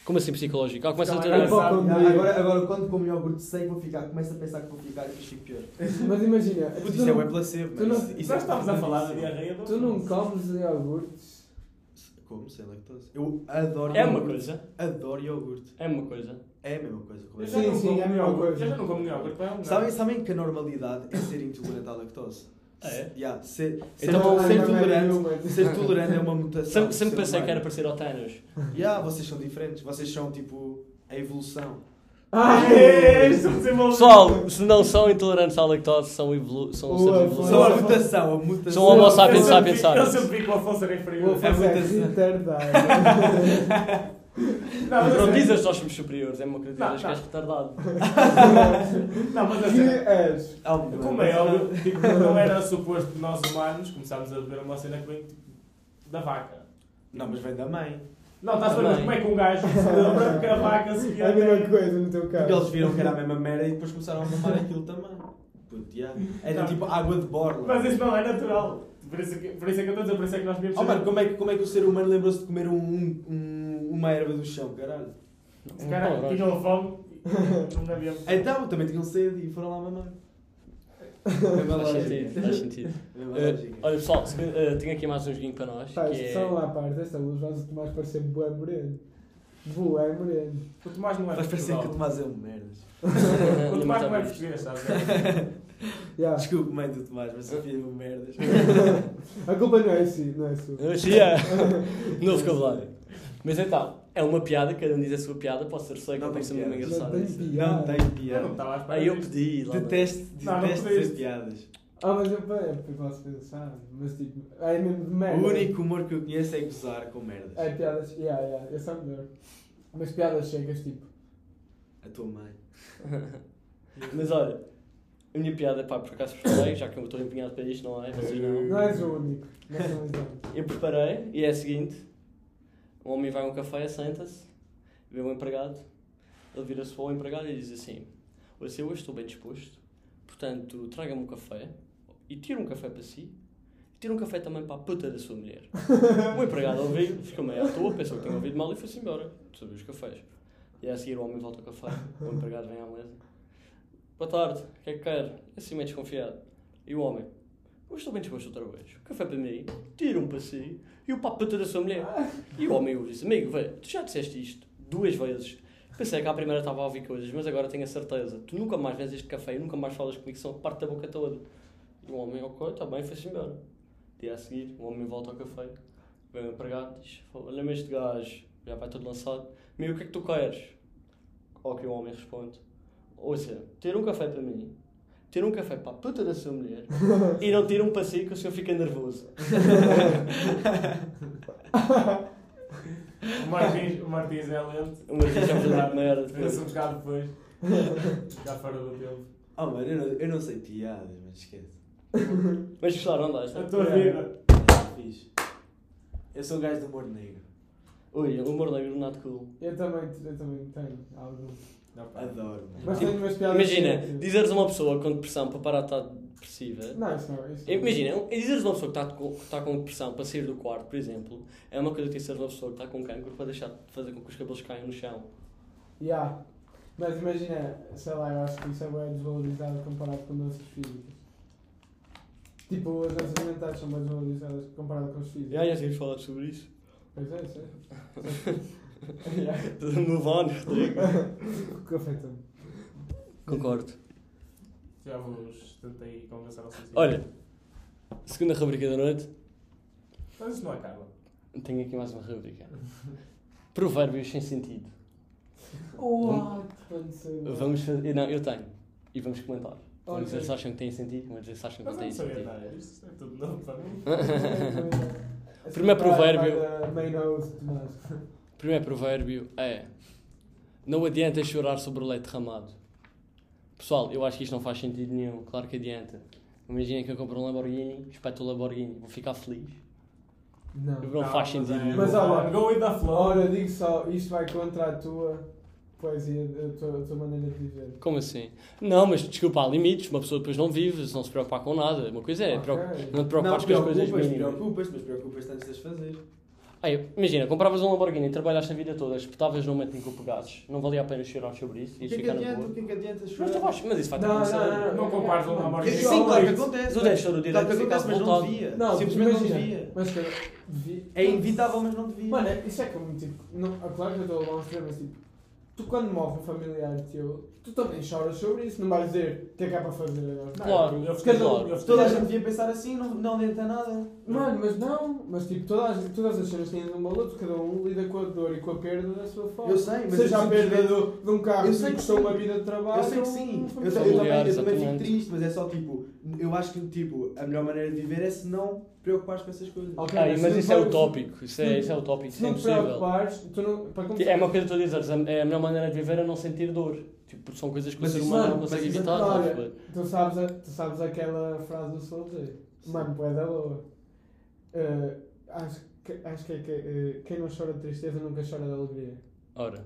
Speaker 1: Como assim psicológico? Ela começa a ter...
Speaker 2: Também
Speaker 1: um-
Speaker 2: não sabe.
Speaker 4: agora, agora, agora quando como iogurte seco vou ficar, começo a pensar que vou ficar e depois fico pior.
Speaker 2: Mas imagina, É,
Speaker 4: Putz,
Speaker 2: tu
Speaker 4: isso é
Speaker 2: não,
Speaker 4: web placebo,
Speaker 2: tu
Speaker 4: mas
Speaker 2: não-
Speaker 4: isso, isso é
Speaker 3: Nós estávamos a falar da
Speaker 4: isso.
Speaker 3: diarreia do.
Speaker 2: tu não comes iogurtes.
Speaker 4: Como? Sem lactose? Eu adoro
Speaker 1: É uma
Speaker 4: iogurte.
Speaker 1: coisa.
Speaker 4: Adoro iogurte.
Speaker 1: É uma coisa.
Speaker 4: É a mesma coisa.
Speaker 3: Eu
Speaker 4: completamente.
Speaker 3: já não
Speaker 2: Sim, sim,
Speaker 3: como
Speaker 2: é a mesma
Speaker 3: iogurte.
Speaker 2: coisa.
Speaker 3: Eu já não como iogurte. vai um
Speaker 4: Sabem,
Speaker 3: gajo.
Speaker 4: sabem que a normalidade é ser intolerante à lactose?
Speaker 1: Ah, é?
Speaker 4: Yeah, ser, ser,
Speaker 1: Então,
Speaker 4: ser
Speaker 2: não é
Speaker 4: tolerante,
Speaker 2: nenhuma.
Speaker 4: ser tolerante é uma mutação.
Speaker 1: Sempre,
Speaker 4: do
Speaker 1: sempre
Speaker 4: ser
Speaker 1: pensei que era
Speaker 4: humano.
Speaker 1: parecer ao Thanos.
Speaker 4: Yeah, vocês são diferentes. Vocês são tipo a evolução.
Speaker 3: Ei,
Speaker 2: Ai,
Speaker 3: é isto um desenvolve-
Speaker 1: Pessoal, se não são intolerantes à lactose, são, evolu são
Speaker 2: Ua,
Speaker 1: seres
Speaker 2: São
Speaker 4: São a
Speaker 1: evoluídos.
Speaker 2: avós.
Speaker 4: mutação, a mutação.
Speaker 1: São homo sapiens
Speaker 3: Eu
Speaker 1: sapiens
Speaker 3: sempre fico-
Speaker 1: sapiens.
Speaker 3: Eu sempre fico com a Afonso era inferior.
Speaker 2: Vou fazer
Speaker 4: muito assim.
Speaker 2: retardado.
Speaker 3: Não, mas a
Speaker 1: Não
Speaker 3: sério.
Speaker 1: dizes nós somos superiores, é uma coisa
Speaker 3: Não,
Speaker 1: dizes que
Speaker 3: não.
Speaker 1: és retardado.
Speaker 3: assim, Não, mas a
Speaker 2: Que
Speaker 3: sério.
Speaker 2: és?
Speaker 4: Ah, mano.
Speaker 3: Como é óbvio, tipo, não era suposto que nós humanos começámos a beber uma cena que vem tipo, da vaca.
Speaker 4: Não, mas vem da mãe.
Speaker 3: Não, estás a ver
Speaker 1: Também.
Speaker 3: como é que um gajo se lembra que a vaca se
Speaker 2: É a mesma coisa no teu
Speaker 4: Porque eles
Speaker 2: caso.
Speaker 4: viram que era a mesma merda e depois começaram a mamar aquilo também. Puto, yeah. Era
Speaker 3: Não.
Speaker 4: tipo água de borla.
Speaker 3: Tá. Mas isso não é natural. Por isso, que, por isso é que eu estou a dizer, por isso é que nós viemos.
Speaker 4: Oh, mano, como é, que, como é que o ser humano lembrou-se de comer um, um- um- uma erva do chão, caralho?
Speaker 3: Os caras
Speaker 1: Não,
Speaker 3: tinham fome e não havia.
Speaker 4: Então, também tinham sede e foram lá mamar. Mesma
Speaker 2: um
Speaker 1: Faz
Speaker 4: lógica.
Speaker 1: sentido, faz sentido.
Speaker 4: Mesma
Speaker 1: Eh,
Speaker 4: É lógica.
Speaker 1: olha pessoal, se- eh, tenho aqui mais um joguinho para nós.
Speaker 2: Pá,
Speaker 1: que é-
Speaker 2: Tá, só lá à parte, esta luz vai tomar para ser boa moreno. Boa moreno.
Speaker 3: O Tomás não é
Speaker 4: Mas parecer que o
Speaker 3: portugal.
Speaker 4: Tomás é um merdas.
Speaker 3: O
Speaker 1: Não
Speaker 3: Tomás não é
Speaker 1: estamos.
Speaker 3: português, estás a ver?
Speaker 2: Yeah.
Speaker 4: Desculpe, mãe do Tomás, mas o filho é um merdas.
Speaker 2: A culpa não é assim, não é sua.
Speaker 1: Eu achei- Novo vocabulário. Mas então, é uma piada, cada um diz a sua piada, pode ser seca, pode
Speaker 4: Não tem
Speaker 1: ser mesmo
Speaker 4: piada.
Speaker 2: Não
Speaker 1: engraçada.
Speaker 2: tem
Speaker 4: Não tá.
Speaker 2: piada.
Speaker 4: tem
Speaker 3: Eu não
Speaker 4: piada.
Speaker 3: estava à espera.
Speaker 1: Aí eu
Speaker 3: disto.
Speaker 1: pedi lá.
Speaker 4: Detesto,
Speaker 3: Não, não
Speaker 4: detesto
Speaker 3: podeste.
Speaker 4: as piadas.
Speaker 2: Ah, mas eu, pá, é porque posso pensar. Mas tipo, é mesmo de merda.
Speaker 4: O único humor que eu conheço é gozar com merdas.
Speaker 2: É piadas, yeah, yeah, eu sou melhor. Mas piadas chegas, tipo.
Speaker 4: A tua mãe.
Speaker 1: Mas olha, a minha piada, pá, por acaso preparei, já que eu estou empenhado para isto, não é? Vocês não.
Speaker 2: Não és o único. Não sou o único.
Speaker 1: Eu preparei e é a seguinte: um homem vai a um café, senta-se, vê um empregado, ele vira-se para o empregado e diz assim: Olha, se eu hoje estou bem disposto, portanto, traga-me um café e tira um café para si. e Tira um café também para a puta da sua mulher. O empregado ouviu, ficou meio à toa, pensou que tinha ouvido mal e foi-se embora. Subiu os cafés. E a seguir o homem volta ao café. O empregado vem à mesa. Boa tarde, o que é que quer? Assim meio desconfiado. E o homem? Hoje estou bem disposto outra vez. O café para mim, tira um para si e o para a puta da sua mulher. E o homem ouve disse, amigo, vê, tu já disseste isto duas vezes. Pensei que à primeira estava a ouvir coisas, mas agora tenho a certeza. Tu nunca mais vês este café e nunca mais falas comigo, são parte da boca toda. E o homem, ok, está bem, foi-se embora. Dia a seguir, o homem volta ao café, vem o empregado, diz, "Fô, olha-me este gajo, já vai todo lançado. Meu, o que é que tu queres? Ao que o homem responde, ouça, ter um café para mim, ter um café para a puta da sua mulher e não ter um passeio que o senhor fica nervoso.
Speaker 3: O Martins- O Martins é lento.
Speaker 1: O Martins já foi muito maior depois.
Speaker 3: Vira-se um bocado depois. Já fora do tempo.
Speaker 4: Oh, mano, eu não, eu não sei piadas, mas esquece.
Speaker 1: Mas gostaram desta?
Speaker 3: A tua vida.
Speaker 4: É fixe. Eu sou um gajo do humor negro.
Speaker 1: Ui, o humor negro not cool.
Speaker 2: Eu também, eu também tenho algum.
Speaker 3: Não, pá.
Speaker 4: Adoro, mano.
Speaker 2: Mas tenho umas piadas.
Speaker 1: Imagina,
Speaker 2: chegas, tipo,
Speaker 1: dizeres a uma pessoa com depressão para parar de estar depressiva.
Speaker 2: Não, isso não. Isso
Speaker 1: Imagina, é um, dizeres a uma pessoa que está, com- que está com depressão para sair do quarto, por exemplo, é uma coisa que dizeres a uma pessoa que está com cancro para deixar de fazer com que os cabelos caiam no chão.
Speaker 2: Yeah. Mas imagina, sei lá, eu acho que isso é bem desvalorizado comparado com doenças físicas. Tipo, as doenças mentais são bem desvalorizadas comparado com as físicas.
Speaker 1: Já, já tínhamos falado sobre isso.
Speaker 2: Pois é, sei. yeah.
Speaker 1: Move on, Rodrigo.
Speaker 2: Confeitando.
Speaker 1: Concordo.
Speaker 3: Já vos tentei convencer ao suicídio.
Speaker 1: Olha, segunda rubrica da noite,
Speaker 3: Mas isso não acaba.
Speaker 1: tenho aqui mais uma rubrica. Provérbios sem sentido.
Speaker 2: What? Mano, sei lá.
Speaker 1: Vamos fazer. Não, eu tenho. E vamos comentar. Vamos
Speaker 2: Ok.
Speaker 1: dizer se acham que tem sentido, vamos dizer se acham que
Speaker 3: Mas
Speaker 1: não
Speaker 3: eu
Speaker 1: tem
Speaker 3: não sabia
Speaker 1: sentido.
Speaker 3: nada. Isto é tudo novo para mim.
Speaker 2: Essa
Speaker 1: Primeiro
Speaker 2: temporada
Speaker 1: provérbio.
Speaker 2: Assim, vai da Main host, mas.
Speaker 1: Primeiro provérbio é: Não adianta chorar sobre o leite derramado. Pessoal, eu acho que isto não faz sentido nenhum. Claro que adianta. Imagina que eu compro um Lamborghini, espeto o Lamborghini, vou ficar feliz.
Speaker 2: Não.
Speaker 1: Não faz
Speaker 3: mas
Speaker 1: sentido
Speaker 3: é-
Speaker 1: nenhum.
Speaker 2: Mas olha,
Speaker 3: Go with the flow.
Speaker 2: Ora, digo só, isto vai contra a tua poesia, a tua, a tua maneira de viver.
Speaker 1: Como assim? Não, mas desculpa, há limites. Uma pessoa depois não vive, se não se preocupar com nada. Uma coisa é,
Speaker 2: Ok.
Speaker 1: preocu- não te
Speaker 4: Não,
Speaker 1: preocupares com as coisas
Speaker 4: preocupas,
Speaker 1: mínimas.
Speaker 4: preocupas, mas preocupas-te antes de as fazer.
Speaker 1: Ah, eu- imagina, compravas um Lamborghini, trabalhaste a vida toda, espetavas no momento em que o pegasses, não valia a pena chorar sobre isso,
Speaker 4: O
Speaker 1: ias
Speaker 4: que é que
Speaker 1: ficar na
Speaker 4: adianta?
Speaker 1: boa.
Speaker 4: O que é que adianta
Speaker 1: Mas, tu
Speaker 4: chorar?
Speaker 1: vais, mas isso vai ter
Speaker 2: Não,
Speaker 1: que começar.
Speaker 2: não, não,
Speaker 3: Não compares um Lamborghini.
Speaker 4: Sim, claro que
Speaker 1: Tu
Speaker 4: acontece. mas-
Speaker 1: deixas o
Speaker 4: Claro
Speaker 1: direito
Speaker 4: que
Speaker 1: de ficar
Speaker 4: acontece, mas não
Speaker 1: revoltado.
Speaker 4: devia.
Speaker 2: Não,
Speaker 4: Simplesmente não
Speaker 2: imagina.
Speaker 4: devia.
Speaker 2: Mas cara, vi-
Speaker 4: É inevitável, mas não devia.
Speaker 2: Mano, é- isso é como tipo. Não, é claro que eu estou a levar um extremo, mas tipo. Tu quando morre um familiar teu, tu também choras sobre isso, não vais dizer o que é que há para fazer agora.
Speaker 3: Não,
Speaker 1: Claro,
Speaker 3: eu fiquei
Speaker 1: cada um-
Speaker 3: logo, eu fiquei
Speaker 4: Toda a
Speaker 3: logo.
Speaker 4: gente devia pensar assim, não, não adianta nada.
Speaker 2: Mano, mas não, mas tipo, todas, as- todas as cenas têm um valor, cada um lida com a dor e com a perda da sua forma.
Speaker 4: Eu sei, mas
Speaker 2: Seja
Speaker 4: eu
Speaker 2: a perda
Speaker 4: simplesmente-
Speaker 2: do, de um carro
Speaker 4: Eu sei
Speaker 2: que
Speaker 4: que
Speaker 2: custou
Speaker 4: sim.
Speaker 2: uma vida de trabalho.
Speaker 4: Eu sei
Speaker 2: ou
Speaker 4: que
Speaker 2: um
Speaker 4: sim, eu, sei- eu
Speaker 2: familiar.
Speaker 4: também, eu também fico
Speaker 1: exatamente.
Speaker 4: triste, mas é só tipo, eu acho que tipo, a melhor maneira de viver é se não preocupares com essas coisas.
Speaker 2: Ok,
Speaker 1: Ah, mas
Speaker 2: se
Speaker 1: isso é
Speaker 2: não te-
Speaker 1: utópico, isso é, isso é utópico,
Speaker 2: Se
Speaker 1: isso é
Speaker 2: não te
Speaker 1: impossível.
Speaker 2: preocupares, tu não. Para
Speaker 1: É
Speaker 2: começar.
Speaker 1: uma coisa que tu dizes, a- é a melhor maneira de viver é não sentir dor. Tipo, porque são coisas que o
Speaker 4: Mas
Speaker 1: ser
Speaker 4: isso-
Speaker 1: humano não
Speaker 4: mas
Speaker 1: consegue
Speaker 4: isso-
Speaker 1: evitar.
Speaker 2: olha,
Speaker 1: estás a perceber?
Speaker 2: Tu sabes, a- tu sabes aquela frase do Soldier? Mano, poé da boa. Eh, acho, que, acho que é que eh, quem não chora de tristeza nunca chora de alegria.
Speaker 1: Ora,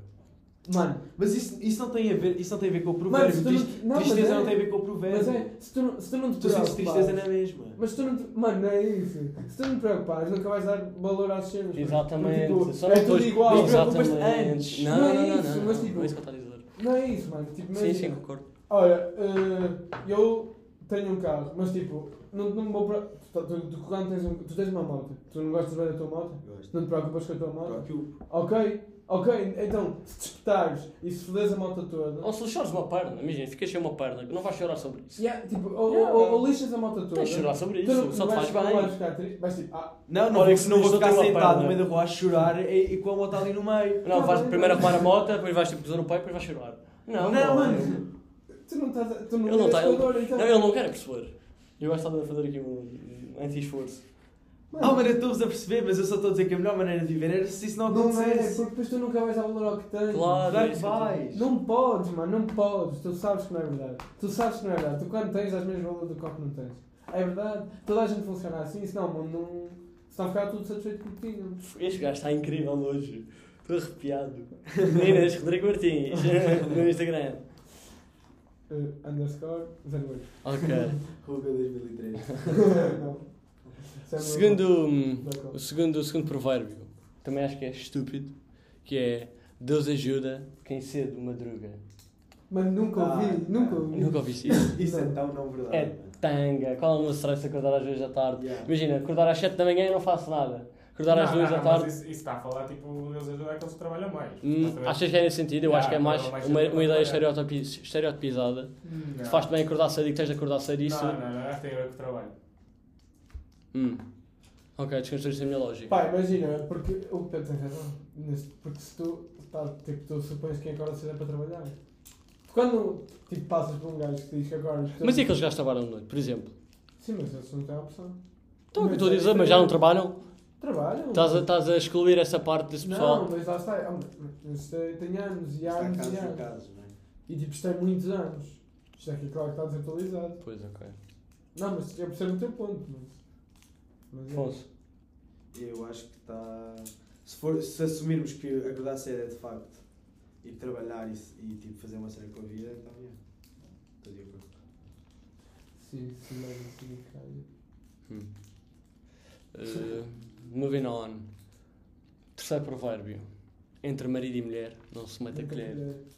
Speaker 2: Mano,
Speaker 4: Mas isso, isso, não tem a ver, isso não tem a ver com o
Speaker 2: Mano,
Speaker 4: provérbio.
Speaker 2: se tu
Speaker 4: Trist-
Speaker 2: não- não, mas
Speaker 4: tristeza
Speaker 2: é.
Speaker 4: não tem a ver com o provérbio.
Speaker 2: mas é, se tu, não- se tu não te
Speaker 4: Tu sentes tristeza é na
Speaker 2: preocupares.
Speaker 4: mesma.
Speaker 2: Mas tu não te, mano, não é isso. Se tu não te preocupares, nunca vais dar valor às cenas. porque,
Speaker 1: exatamente.
Speaker 2: tipo,
Speaker 1: Só
Speaker 2: é
Speaker 1: não
Speaker 2: tudo
Speaker 1: depois-
Speaker 2: igual.
Speaker 1: mas
Speaker 2: Mas
Speaker 4: preocupas-te
Speaker 1: exatamente.
Speaker 4: antes.
Speaker 1: Não,
Speaker 2: Não
Speaker 1: não,
Speaker 2: é
Speaker 1: não,
Speaker 2: isso,
Speaker 1: não,
Speaker 2: mas
Speaker 1: não,
Speaker 2: tipo-
Speaker 1: não é isso que eu estou a dizer.
Speaker 2: Não é isso, mano. Tipo,
Speaker 1: Sim,
Speaker 2: imagina.
Speaker 1: sim, concordo.
Speaker 2: Olha, eh, eu tenho um carro, mas tipo, não, não vou para. Tu, tu, tu quando tens um- tu tens uma moto, tu não gostas bem da tua moto?
Speaker 4: Gosto.
Speaker 2: Não te preocupas com a tua moto?
Speaker 4: Preocupo.
Speaker 2: Ok, ok, então se te espetares e se foderes a moto toda.
Speaker 1: Ou se lixares uma perna, imagina, ficas sem uma perna, não vais chorar sobre isso.
Speaker 2: Yeah, tipo, ou,
Speaker 1: Yeah.
Speaker 2: ou, ou lixas a moto toda.
Speaker 1: Tens de chorar sobre
Speaker 2: tu
Speaker 1: isso,
Speaker 2: não-
Speaker 1: só
Speaker 2: não
Speaker 1: te
Speaker 2: vais-
Speaker 1: faz
Speaker 2: Não vais
Speaker 1: bem.
Speaker 2: ficar triste, vais tipo, ah,
Speaker 4: Não, não,
Speaker 1: Olha,
Speaker 4: vou- não é? vou
Speaker 1: deixa eu
Speaker 4: ficar
Speaker 1: ter uma
Speaker 4: sentado
Speaker 1: perna.
Speaker 4: no meio da rua a chorar e, e com a moto ali no meio.
Speaker 1: Não,
Speaker 2: Tá
Speaker 1: vais
Speaker 2: bem,
Speaker 1: primeiro
Speaker 2: tá
Speaker 1: arrumar a moto, depois vais tipo, usar o pai, depois vais chorar. Não,
Speaker 4: Não,
Speaker 1: mano.
Speaker 4: mano.
Speaker 2: tu não estás. a- Tu não
Speaker 1: Ele não
Speaker 2: lidas
Speaker 1: tá-
Speaker 2: com a dor, então.
Speaker 1: Não, ele não quer perceber. Eu gosto de fazer aqui um anti-esforço.
Speaker 2: Mano,
Speaker 1: Oh,
Speaker 4: Ah, mano, eu estou-vos a perceber, mas eu só estou a dizer que a melhor maneira de viver era se isso não
Speaker 2: não é,
Speaker 4: acontecesse. Ah,
Speaker 2: porque depois tu nunca vais dar valor ao que
Speaker 1: Claro,
Speaker 2: tens.
Speaker 4: Claro
Speaker 1: é
Speaker 4: que
Speaker 1: isso eu
Speaker 4: vais.
Speaker 2: Não podes, mano, não podes. Tu sabes que não é verdade. Tu sabes que não é verdade. Tu quando tens, dás mesmo valor do que ao que não tens. É verdade. Toda a gente funciona assim, senão o mundo não. Senão ficava tudo satisfeito contigo.
Speaker 1: tô- Este gajo está incrível hoje. Estou arrepiado. Meninas, Rodrigo Martins, no Instagram.
Speaker 2: Uh, underscore 08.
Speaker 1: Ok.
Speaker 4: Ruga 2003.
Speaker 2: não. Isso é meu-
Speaker 1: Segundo, hum,
Speaker 2: D'accord.
Speaker 1: o segundo, o segundo provérbio, também acho que é estúpido, que é Deus ajuda quem cedo madruga.
Speaker 2: Mano, nunca ouvi,
Speaker 4: Ah,
Speaker 2: nunca
Speaker 4: ah,
Speaker 1: Eu
Speaker 2: ouvi.
Speaker 1: nunca ouvi isso.
Speaker 4: Isso é
Speaker 2: Não.
Speaker 4: tão não verdade.
Speaker 1: É
Speaker 4: mano.
Speaker 1: tanga. Qual é o meu stress acordar às 2 da tarde?
Speaker 4: Yeah.
Speaker 1: Imagina, acordar às 7 da manhã e não faço nada. Acordar às
Speaker 3: Não,
Speaker 1: 2
Speaker 3: não,
Speaker 1: da
Speaker 3: não, mas
Speaker 1: tarde.
Speaker 3: Isso, isso está a falar, tipo, Deus ajuda aqueles que trabalham mais.
Speaker 1: Hum,
Speaker 3: Estás a ver?
Speaker 1: achas que é nesse sentido? Eu
Speaker 3: Yeah,
Speaker 1: acho que é
Speaker 3: não,
Speaker 1: mais
Speaker 3: mais
Speaker 1: uma,
Speaker 3: tempo
Speaker 1: uma ideia
Speaker 3: para
Speaker 1: estereotipi- estereotipizada.
Speaker 3: Não.
Speaker 1: Te Faz-te bem acordar cedo e que tens de acordar cedo isso.
Speaker 3: Não, não, não, acho que tem a ver com o trabalho.
Speaker 1: Hum. Ok, desconstruíste a minha lógica.
Speaker 2: Pá, imagina, porque o Pedro tem razão. neste- Porque se tu, tá, tipo, tu supões que agora cedo é para trabalhar. Quando tipo, passas por um gajo que diz que agora.
Speaker 1: Mas e aqueles gajos que trabalham de noite, por exemplo?
Speaker 2: Sim, mas eles não têm opção.
Speaker 1: Então o que eu
Speaker 2: Mas
Speaker 1: estou a
Speaker 2: é
Speaker 1: dizer, mas já não
Speaker 2: diferente.
Speaker 1: trabalham?
Speaker 2: Trabalham.
Speaker 1: Estás a, estás a excluir essa parte desse pessoal?
Speaker 2: Não, mas lá está. ah, mas Isto é- tem anos e há
Speaker 4: Está
Speaker 2: anos e
Speaker 4: casos por
Speaker 2: anos.
Speaker 4: casos, não é?
Speaker 2: E tipo, isto é muitos anos. Isto aqui, claro que está desatualizado.
Speaker 1: Pois, ok.
Speaker 2: Não, mas eu percebo o teu ponto. Mas, mas é.
Speaker 1: Afonso.
Speaker 4: Eu acho que está. Se, for, se assumirmos que acordar cedo é de facto e trabalhar e, se- e, tipo, fazer uma cena com a vida, então é. Estou de acordo.
Speaker 2: Sim, sim, mas sim, caralho.
Speaker 1: Hum. Eh, moving on. Terceiro provérbio. Entre marido e mulher, não se mete a colher.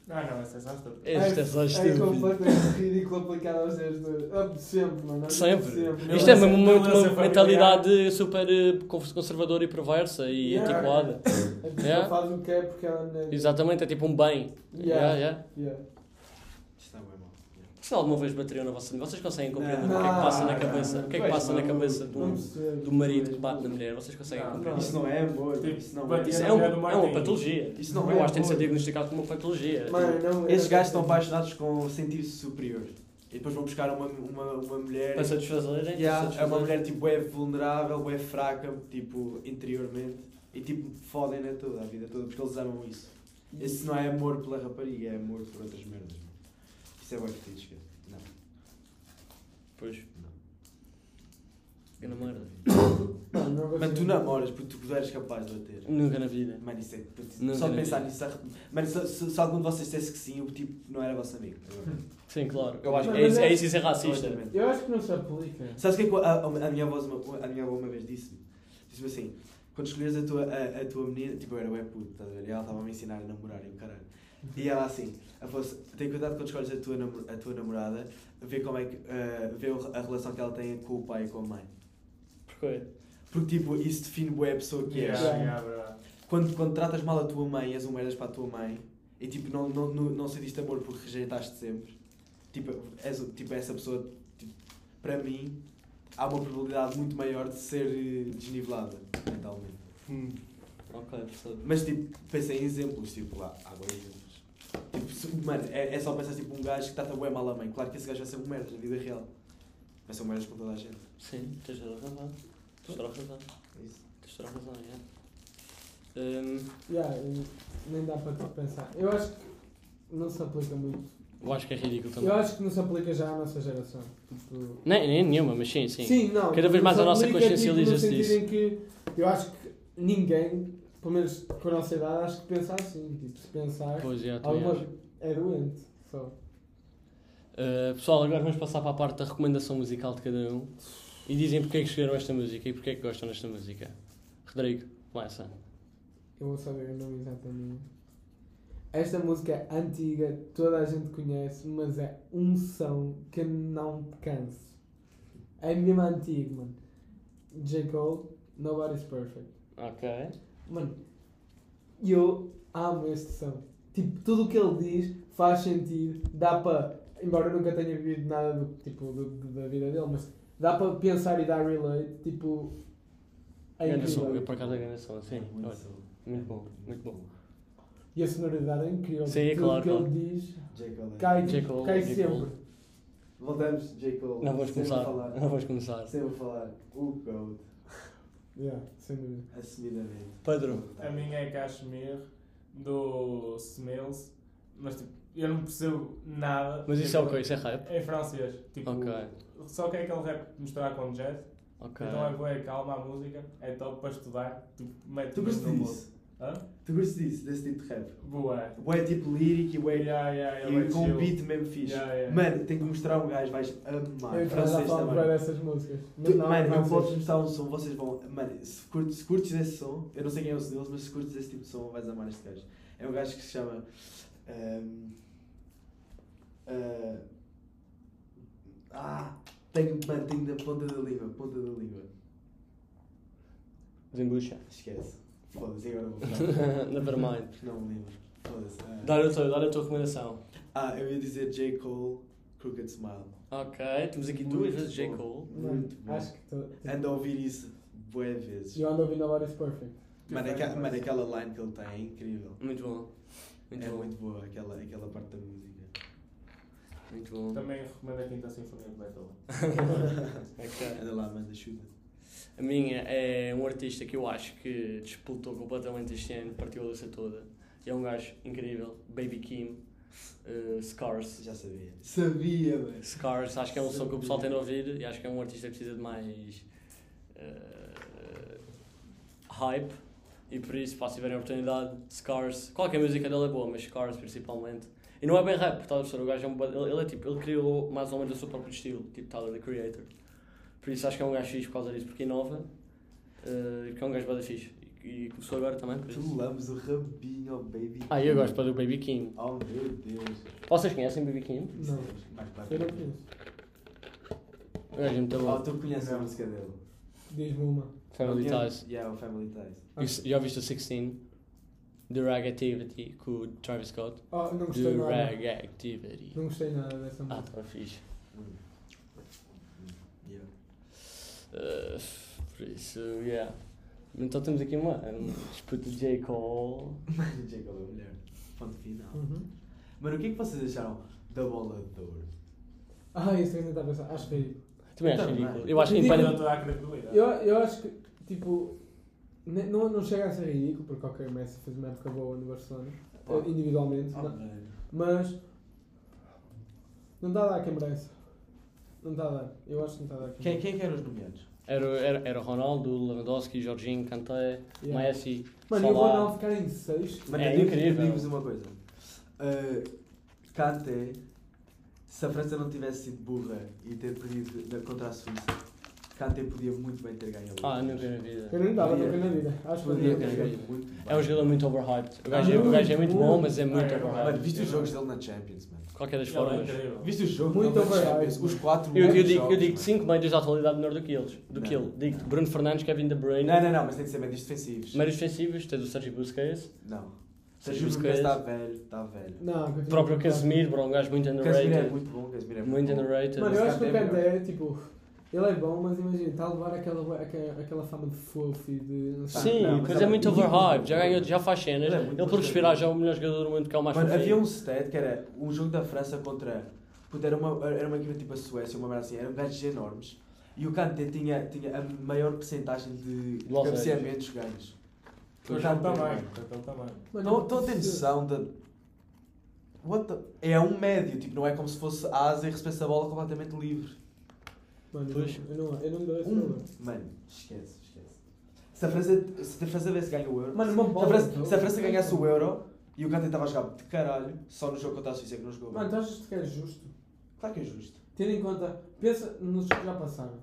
Speaker 3: Não, não, essa é só estúpida.
Speaker 1: Este é só
Speaker 2: É
Speaker 1: estúpido.
Speaker 2: completamente ridículo aplicado aos dias de. Ah, de Sempre, mano. é de
Speaker 1: Sempre.
Speaker 2: sempre.
Speaker 1: Isto é
Speaker 3: Não
Speaker 1: mesmo
Speaker 3: é
Speaker 1: uma,
Speaker 3: ser
Speaker 1: uma
Speaker 3: familiar.
Speaker 1: mentalidade super eh, cons- conservadora e perversa e
Speaker 2: Yeah.
Speaker 1: antiquada.
Speaker 2: A pessoa
Speaker 1: Yeah.
Speaker 2: faz o que é porque ela não é.
Speaker 1: Exatamente, é tipo um bem.
Speaker 2: Yeah.
Speaker 1: Yeah, yeah.
Speaker 2: Yeah.
Speaker 4: Isto é está bem mal. Yeah.
Speaker 1: Vocês alguma vez bateriam na vossa mulher? Vocês conseguem compreender
Speaker 4: Não.
Speaker 1: o que é que passa na
Speaker 2: Não,
Speaker 1: cabeça?
Speaker 2: não,
Speaker 1: O que é que
Speaker 4: pois
Speaker 1: passa na
Speaker 4: não.
Speaker 1: cabeça de um,
Speaker 2: Vamos ver.
Speaker 1: do marido que bate na mulher? Vocês conseguem
Speaker 3: Não,
Speaker 1: compreender?
Speaker 4: Isso não é amor,
Speaker 3: Tipo,
Speaker 4: isso não é.
Speaker 1: Isso
Speaker 3: Isso
Speaker 1: é,
Speaker 3: é
Speaker 1: um,
Speaker 3: do
Speaker 1: é uma
Speaker 3: Martin.
Speaker 1: patologia.
Speaker 4: Isso não
Speaker 1: Eu
Speaker 4: é
Speaker 1: acho que tem que ser
Speaker 4: amor.
Speaker 1: diagnosticado como uma patologia.
Speaker 2: Mano, não,
Speaker 4: Esses
Speaker 2: eu-
Speaker 4: gajos estão apaixonados com sentir-se superior. E depois vão buscar uma, uma, uma mulher.
Speaker 1: Para satisfazerem.
Speaker 4: Yeah,
Speaker 1: para
Speaker 4: é uma
Speaker 1: satisfazerem.
Speaker 4: mulher tipo é vulnerável, é fraca, tipo, interiormente. E tipo, fodem-na toda a vida toda, porque eles amam isso. Esse não é amor pela rapariga, é amor por outras merdas. mano. Isso é bem fetiche, esquece. Não.
Speaker 1: Pois. Eu namoro.
Speaker 2: Mano, não gosto
Speaker 4: Mas tu
Speaker 2: de-
Speaker 4: namoras porque tu eres capaz de bater.
Speaker 1: Nunca na vida.
Speaker 4: Mano, isso é. putz,
Speaker 1: Nunca
Speaker 4: Só de
Speaker 1: na
Speaker 4: pensar
Speaker 1: vida.
Speaker 4: nisso. arre- Mano, se, se, se algum de vocês dissesse que sim, o tipo não era vosso amigo.
Speaker 1: Sim, claro.
Speaker 4: Eu acho
Speaker 1: é,
Speaker 4: que-
Speaker 1: isso, é isso, isso é racista.
Speaker 4: Completamente.
Speaker 2: Eu acho que não se aplica.
Speaker 4: Sabes o que é que a, a- a minha avó uma, a minha avó uma vez disse-me? Disse-me assim, quando escolheres a tua, a, a tua menina, tipo eu era bem puto, estás a ver? E ela estava a me ensinar a namorar e o caralho. E ela assim, Afonso, tem cuidado quando escolhes a tua, namo- a tua namorada, vê como é que, eh, vê o- a relação que ela tem com o pai e com a mãe.
Speaker 1: Porquê?
Speaker 4: Porque tipo, isso define boa a pessoa que és.
Speaker 3: Yeah, yeah, bro.
Speaker 4: Quando, quando tratas mal a tua mãe, és um merdas para a tua mãe, e tipo, não, não, não, não sentiste amor porque rejeitaste sempre, tipo, és, o- tipo essa pessoa, tipo, para mim, há uma probabilidade muito maior de ser eh, desnivelada mentalmente.
Speaker 1: Ok, percebo.
Speaker 4: Mas tipo, pensei em exemplos, tipo, há, há bons exemplos. Tipo, se- mano, é, é só pensar tipo um gajo que trata bem mal a mãe. Claro que esse gajo vai ser um merdas na vida real. Vai ser um merdas com toda a gente.
Speaker 1: Sim, tens toda a razão. Tens toda a razão.
Speaker 4: É isso.
Speaker 1: Tens toda a razão, é. Hum,
Speaker 2: Yeah, e eh, nem dá para pensar. Eu acho que não se aplica muito.
Speaker 1: eu acho que é ridículo também.
Speaker 2: Eu acho que não se aplica já à nossa geração. Tipo,
Speaker 1: Nem, nem nenhuma, mas sim, sim.
Speaker 2: não.
Speaker 1: Cada vez mais a
Speaker 2: Só
Speaker 1: nossa
Speaker 2: aplica,
Speaker 1: consciência
Speaker 2: tipo, no
Speaker 1: lisa-se
Speaker 2: sentido
Speaker 1: disso.
Speaker 2: em que eu acho que ninguém, pelo menos com a nossa idade, acho que pensa assim. Tipo, se pensar,
Speaker 1: Pois é, também
Speaker 2: alguma
Speaker 1: acho.
Speaker 2: é doente. Só.
Speaker 1: Uh, pessoal, agora vamos passar para a parte da recomendação musical de cada um. E dizem porque é que escolheram esta música e porque é que gostam desta música. Rodrigo, começa.
Speaker 2: Eu vou saber o nome exatamente. Esta música é antiga, toda a gente conhece, mas é um som que não te canso. É mesmo antigo, mano. J. Cole, Nobody's Perfect.
Speaker 1: Ok.
Speaker 2: Mano, eu amo este som. Tipo, tudo o que ele diz faz sentido, dá para. Embora eu nunca tenha vivido nada do, tipo, do- do- da vida dele, mas dá para pensar e dar relate, tipo. É
Speaker 1: Grande
Speaker 2: incrível.
Speaker 1: som, eu por acaso é grande som, sim.
Speaker 4: Muito
Speaker 1: Olha,
Speaker 4: sou.
Speaker 1: Muito bom, muito bom.
Speaker 2: E a sonoridade é incrível.
Speaker 1: Sim, é
Speaker 2: Tudo
Speaker 1: claro,
Speaker 2: que
Speaker 1: claro.
Speaker 2: ele diz
Speaker 4: J. Cole.
Speaker 2: cai,
Speaker 1: J. Cole,
Speaker 2: cai
Speaker 1: J.
Speaker 2: sempre.
Speaker 1: Cole.
Speaker 4: Voltamos, J. Cole.
Speaker 1: Não vamos
Speaker 4: Sempre a
Speaker 1: começar,
Speaker 4: falar.
Speaker 1: não vamos começar.
Speaker 4: Sempre a falar. O Gold.
Speaker 2: Yeah, sem dúvida.
Speaker 4: Assumidamente.
Speaker 1: Pedro.
Speaker 3: A minha é Cashmere, do Smells, mas tipo, eu não percebo nada.
Speaker 1: Mas isso é o
Speaker 3: Tipo,
Speaker 1: quê? Isso é rap?
Speaker 3: É francês. Tipo,
Speaker 1: Ok,
Speaker 3: Só que é aquele rap misturar com jazz.
Speaker 1: ok.
Speaker 3: Então é boa, calma a música, é top para estudar. Tipo, mete
Speaker 4: Tu gostas
Speaker 3: mesmo no
Speaker 4: disso?
Speaker 3: Hã?
Speaker 4: Tu gostas disso, desse tipo de rap?
Speaker 3: bolso. Boa.
Speaker 4: Ué, tipo lírico e ué.
Speaker 3: Yeah, yeah, yeah,
Speaker 4: E
Speaker 3: bué
Speaker 4: com um
Speaker 3: chill.
Speaker 4: beat mesmo fixe.
Speaker 3: Yeah, yeah.
Speaker 4: Mano, tenho que mostrar um gajo, vais
Speaker 2: eu e
Speaker 4: amar.
Speaker 2: o Fernando já
Speaker 4: Francês
Speaker 2: falámos bem
Speaker 4: também.
Speaker 2: dessas músicas. Mas
Speaker 4: Tu,
Speaker 2: um não,
Speaker 4: mano,
Speaker 2: não
Speaker 4: eu
Speaker 2: sei.
Speaker 4: posso mostrar um som, vocês vão. Mano, se curtes, se curtes esse som, eu não sei quem é o deles, mas se curtes esse tipo de som, vais amar este gajo. É um gajo que se chama. ehm, eh, ah! Tenho, mano, tenho na ponta da língua, ponta da língua.
Speaker 1: Zimbucha.
Speaker 4: Esquece. Foda-se, agora vou falar.
Speaker 1: Nevermind.
Speaker 4: Não me lembro. Foda-se. Ah.
Speaker 1: Dar a tua, dar a tua recomendação.
Speaker 4: Ah, eu ia dizer J. Cole, Crooked Smile.
Speaker 1: Ok, temos aqui
Speaker 4: Muito
Speaker 1: duas vezes J.
Speaker 4: bom.
Speaker 1: Cole.
Speaker 2: Mano,
Speaker 4: Muito bom. É
Speaker 2: acho que tô...
Speaker 4: Ando a ouvir isso bué vezes.
Speaker 2: Eu ando a ouvir Nobody's Perfect.
Speaker 4: Mano, aquela, mano, aquela line que ele tem é incrível.
Speaker 1: Muito bom. Muito
Speaker 4: é
Speaker 1: bom,
Speaker 4: muito boa aquela, aquela parte da música.
Speaker 1: muito
Speaker 4: Tá
Speaker 1: bom.
Speaker 3: Também recomendo a Quinta Sinfonia de Beethoven.
Speaker 1: Ok.
Speaker 4: Anda lá, manda chuva.
Speaker 1: A minha é um artista que eu acho que disputou completamente este ano, partiu a lista toda. E é um gajo incrível, Baby Kim, eh, Scars.
Speaker 4: Já sabia. Sabia, mano.
Speaker 1: Scars, acho que é um som que o pessoal tem de ouvir e acho que é um artista que precisa de mais eh, hype. E por isso, pá, se tiverem a oportunidade, Scars, qualquer música dele é boa, mas Scars principalmente. E não é bem rap, estás a perceber? O gajo é um, ba- ele, ele é tipo, ele criou mais ou menos o seu próprio estilo, tipo Tyler the Creator. Por isso acho que é um gajo fixe por causa disso, porque inova, eh, que é um gajo bada fixe. E, e começou agora também, por
Speaker 4: Tu
Speaker 1: isso.
Speaker 4: lames o rabinho ao Baby
Speaker 1: Ah, e eu gosto para do Baby Kim.
Speaker 4: Oh meu Deus.
Speaker 1: Vocês conhecem Baby Kim?
Speaker 2: Não.
Speaker 4: Mais para
Speaker 2: Eu não conheço.
Speaker 1: O gajo é muito
Speaker 4: Oh,
Speaker 1: bom.
Speaker 4: tu conheces a música dele? um-
Speaker 2: Diz-me uma. Ah,
Speaker 1: Family
Speaker 4: Não
Speaker 1: Ties.
Speaker 4: conheces? Yeah, o Family Ties.
Speaker 1: E se- Já viste o 16? Drag Activity com o Travis Scott.
Speaker 2: Oh, não gostei nada.
Speaker 1: Drag Activity.
Speaker 2: Não gostei nada dessa
Speaker 1: Ah,
Speaker 2: música.
Speaker 1: tá fixe.
Speaker 4: Hum. Yeah.
Speaker 1: Uh, por isso, yeah. Então temos aqui uma um disputa de J. Cole.
Speaker 4: Mas Jacob é mulher. Ponto final.
Speaker 2: Uhum.
Speaker 4: Mano, o que é que vocês acharam da bola de ouro?
Speaker 2: Ah, isso que eu estava a pensar. Acho que
Speaker 1: Também acho
Speaker 2: Então,
Speaker 4: Também.
Speaker 1: ridículo. Eu acho que
Speaker 2: Ridículo.
Speaker 3: Perdeu
Speaker 1: impede-
Speaker 3: toda a credibilidade.
Speaker 2: eu, eu acho que, tipo, ne- não, não chega a ser ridículo, porque ok, o Messi fez uma época boa no Barcelona,
Speaker 4: Pá.
Speaker 2: eh,
Speaker 4: Ah,
Speaker 2: individualmente, não- mas não está a dar quem merece. Não está a dar. Eu acho que não está a dar
Speaker 4: Quem,
Speaker 2: quem merece.
Speaker 4: quem é que eram os nomeados?
Speaker 1: era, era, era Ronaldo, Lewandowski, Jorginho, Kanté,
Speaker 2: Yeah.
Speaker 1: Messi.
Speaker 2: Mano, e o
Speaker 1: Salah.
Speaker 2: Ronaldo ficar em sexto?
Speaker 4: Mano,
Speaker 1: É
Speaker 4: eu digo-
Speaker 1: incrível.
Speaker 4: Eu digo-vos uma coisa. Uh, Kanté, se a França não tivesse sido burra e ter perdido da- contra a Suíça, Kanté podia muito bem ter ganho a Liga.
Speaker 1: Ah, nunca na vida.
Speaker 2: Eu não dava
Speaker 4: Podia.
Speaker 2: nunca na vida. Acho que não
Speaker 4: Podia
Speaker 1: Nunca
Speaker 4: ter
Speaker 1: na
Speaker 2: dava.
Speaker 4: ganho
Speaker 1: vida.
Speaker 4: muito bem.
Speaker 1: É um jogador muito overhyped.
Speaker 2: Ah,
Speaker 1: O gajo, é- o
Speaker 2: Muito
Speaker 1: gajo é muito bom,
Speaker 2: bom.
Speaker 1: mas é muito
Speaker 2: Ah,
Speaker 3: É,
Speaker 4: Mano,
Speaker 1: overhyped.
Speaker 4: viste os jogos dele na Champions, mano.
Speaker 1: De qualquer das
Speaker 3: Ele é
Speaker 1: formas.
Speaker 3: incrível.
Speaker 4: Viste o jogo
Speaker 2: Muito
Speaker 4: dele na
Speaker 2: overhyped,
Speaker 4: Champions?
Speaker 2: mano.
Speaker 4: Os quatro
Speaker 1: Eu, eu
Speaker 4: melhores
Speaker 1: digo, eu
Speaker 4: jogos,
Speaker 1: digo
Speaker 4: mano.
Speaker 1: cinco médios da atualidade melhor do que eles. Do que
Speaker 4: Não.
Speaker 1: ele. Digo Bruno Fernandes, Kevin De Bruyne.
Speaker 4: Não, não, não, mas tem de ser médios defensivos.
Speaker 1: Meios defensivos, tens o Sérgio Busquets.
Speaker 4: Não.
Speaker 1: Sérgio
Speaker 4: Sérgio
Speaker 1: Busquets.
Speaker 4: Busquets está tá velho, está velho.
Speaker 2: Não,
Speaker 1: O
Speaker 2: continua.
Speaker 1: próprio Casemiro, bro, um gajo muito
Speaker 4: Casemiro é
Speaker 1: underrated.
Speaker 4: muito bom, Casemiro é
Speaker 1: Muito
Speaker 4: bom.
Speaker 1: underrated.
Speaker 2: Mano, eu acho que o
Speaker 4: Kanté é
Speaker 2: Kanté, tipo, ele é bom, mas imagina, está a levar aquela, aquela, aquela fama de fofo e de. não sei.
Speaker 1: Sim,
Speaker 4: Não, mas
Speaker 1: mas
Speaker 4: ele
Speaker 1: é
Speaker 4: é
Speaker 1: muito
Speaker 4: muito
Speaker 1: overhyped.
Speaker 4: bom.
Speaker 1: Já ganhou, já faz cenas.
Speaker 4: Ele é
Speaker 1: Ele,
Speaker 4: muito
Speaker 1: por
Speaker 4: bom.
Speaker 1: respirar já é o melhor jogador do mundo que é o mais
Speaker 4: Mano, havia
Speaker 1: fofinho.
Speaker 4: um stat que era um jogo da França contra. Puta, era uma, era uma equipa tipo a Suécia, uma merda assim, eram gajos enormes. E o Kanté tinha, tinha a maior percentagem de
Speaker 1: Do Alzheimer.
Speaker 4: cabeceamentos ganhos.
Speaker 3: Com aquele tamanho, com aquele tamanho.
Speaker 2: Mano, é-
Speaker 4: Estão estão a ter
Speaker 2: se-
Speaker 4: noção da. What the- É um médio, tipo, não é como se fosse a asa e recebesse a bola completamente livre.
Speaker 2: Mano,
Speaker 1: Pois.
Speaker 2: eu não, eu não me dou esse
Speaker 4: Um.
Speaker 2: problema.
Speaker 4: Mano, esquece, esquece. Se a França, se a França tivesse ganho o Euro.
Speaker 2: Mano, uma
Speaker 4: se, a
Speaker 2: bola.
Speaker 4: França, se a França ganhasse o Euro e o Kanté estava a jogar de caralho, só no jogo contra a Suíça que não jogou. bem.
Speaker 2: Mano, tu achas que é justo?
Speaker 4: Claro que é justo.
Speaker 2: Tendo em conta. Pensa nos que já passaram.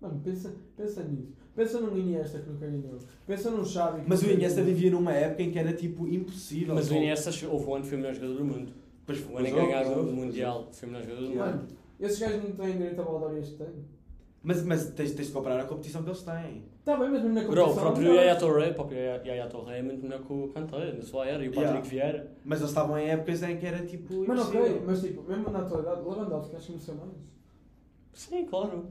Speaker 2: Mano, pensa, pensa nisso. Pensa num Iniesta que nunca ganhou. Pensa num Xavi. que
Speaker 4: Mas o
Speaker 2: nunca
Speaker 4: Iniesta
Speaker 2: ganhou.
Speaker 4: vivia numa época em que era tipo impossível.
Speaker 1: Mas o
Speaker 4: Ou-
Speaker 1: Iniesta, acho- houve um ano que foi o melhor jogador do mundo.
Speaker 4: Pois
Speaker 1: O ano em que
Speaker 4: houve,
Speaker 1: ganharam
Speaker 4: houve,
Speaker 1: o
Speaker 4: pois
Speaker 1: Mundial, foi o melhor jogador do mundo.
Speaker 4: Yeah.
Speaker 2: Mano, esses gajos não têm direito a Valdória este ano.
Speaker 4: houve. Mas, mas tens, tens de comparar a competição que eles têm.
Speaker 2: Tá bem, mas mesmo na
Speaker 1: Bro,
Speaker 2: competição.
Speaker 1: o próprio Yaya Torre, o próprio Yaya Yaya Torre é muito melhor que o Kanté na sua era. E o Patrick
Speaker 4: Yeah.
Speaker 1: Vieira.
Speaker 4: Mas eles estavam em épocas em que era tipo
Speaker 2: Mano,
Speaker 4: impossível.
Speaker 2: ok, mas tipo, mesmo na atualidade, Lewandowski acho que mereceu mais.
Speaker 1: Sim, claro.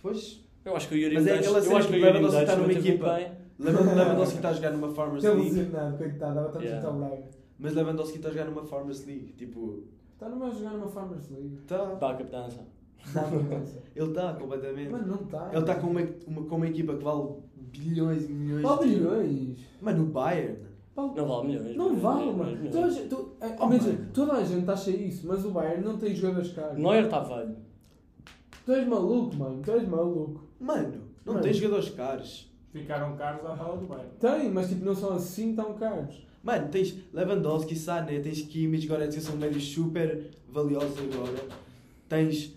Speaker 4: Pois,
Speaker 1: Eu acho que o Yuri
Speaker 4: Mas é
Speaker 1: Medeiros-
Speaker 4: aquela
Speaker 1: eu
Speaker 4: cena
Speaker 1: acho que o
Speaker 4: que
Speaker 1: Yuri
Speaker 4: leva-nos a
Speaker 1: Medeiros
Speaker 4: estar numa
Speaker 1: manteve
Speaker 4: equipa.
Speaker 1: bem.
Speaker 4: Levan- Lewandowski está a jogar numa Farmers
Speaker 2: Está
Speaker 4: League,
Speaker 2: lesionado, coitado, estava tanto
Speaker 1: Yeah.
Speaker 2: yeah. Braga.
Speaker 4: mas Lewandowski está a jogar numa Farmers League. Tipo,
Speaker 2: Está numa a jogar numa Farmers League.
Speaker 4: tá.
Speaker 1: Dá a capitância.
Speaker 2: Dá importância.
Speaker 4: Ele está completamente.
Speaker 2: Mano, não tá. está.
Speaker 4: Ele está com uma, uma- com uma equipa que vale bilhões e milhões
Speaker 2: Ó,
Speaker 4: de euros.
Speaker 2: bilhões.
Speaker 4: Mano, o Bayern.
Speaker 2: Pau-
Speaker 1: Não vale milhões.
Speaker 2: Não
Speaker 1: mas-
Speaker 2: vale,
Speaker 1: mas-
Speaker 2: mano.
Speaker 1: mas-
Speaker 2: Toda a gente- tu- é,
Speaker 4: Oh,
Speaker 2: imagina,
Speaker 4: mano.
Speaker 2: toda a gente acha isso, mas o Bayern não tem jogadores caros.
Speaker 1: Neuer tá está velho.
Speaker 4: Ah,
Speaker 2: Tu és maluco, mano. Tu és maluco.
Speaker 4: Mano, não
Speaker 2: Mano.
Speaker 4: tem jogadores caros.
Speaker 3: Ficaram caros à fala do bem.
Speaker 2: Tem, mas tipo, não são assim tão caros.
Speaker 4: Mano, tens Lewandowski, Sané, tens Kimmich, Goretzka, são médios super valiosos agora. Tens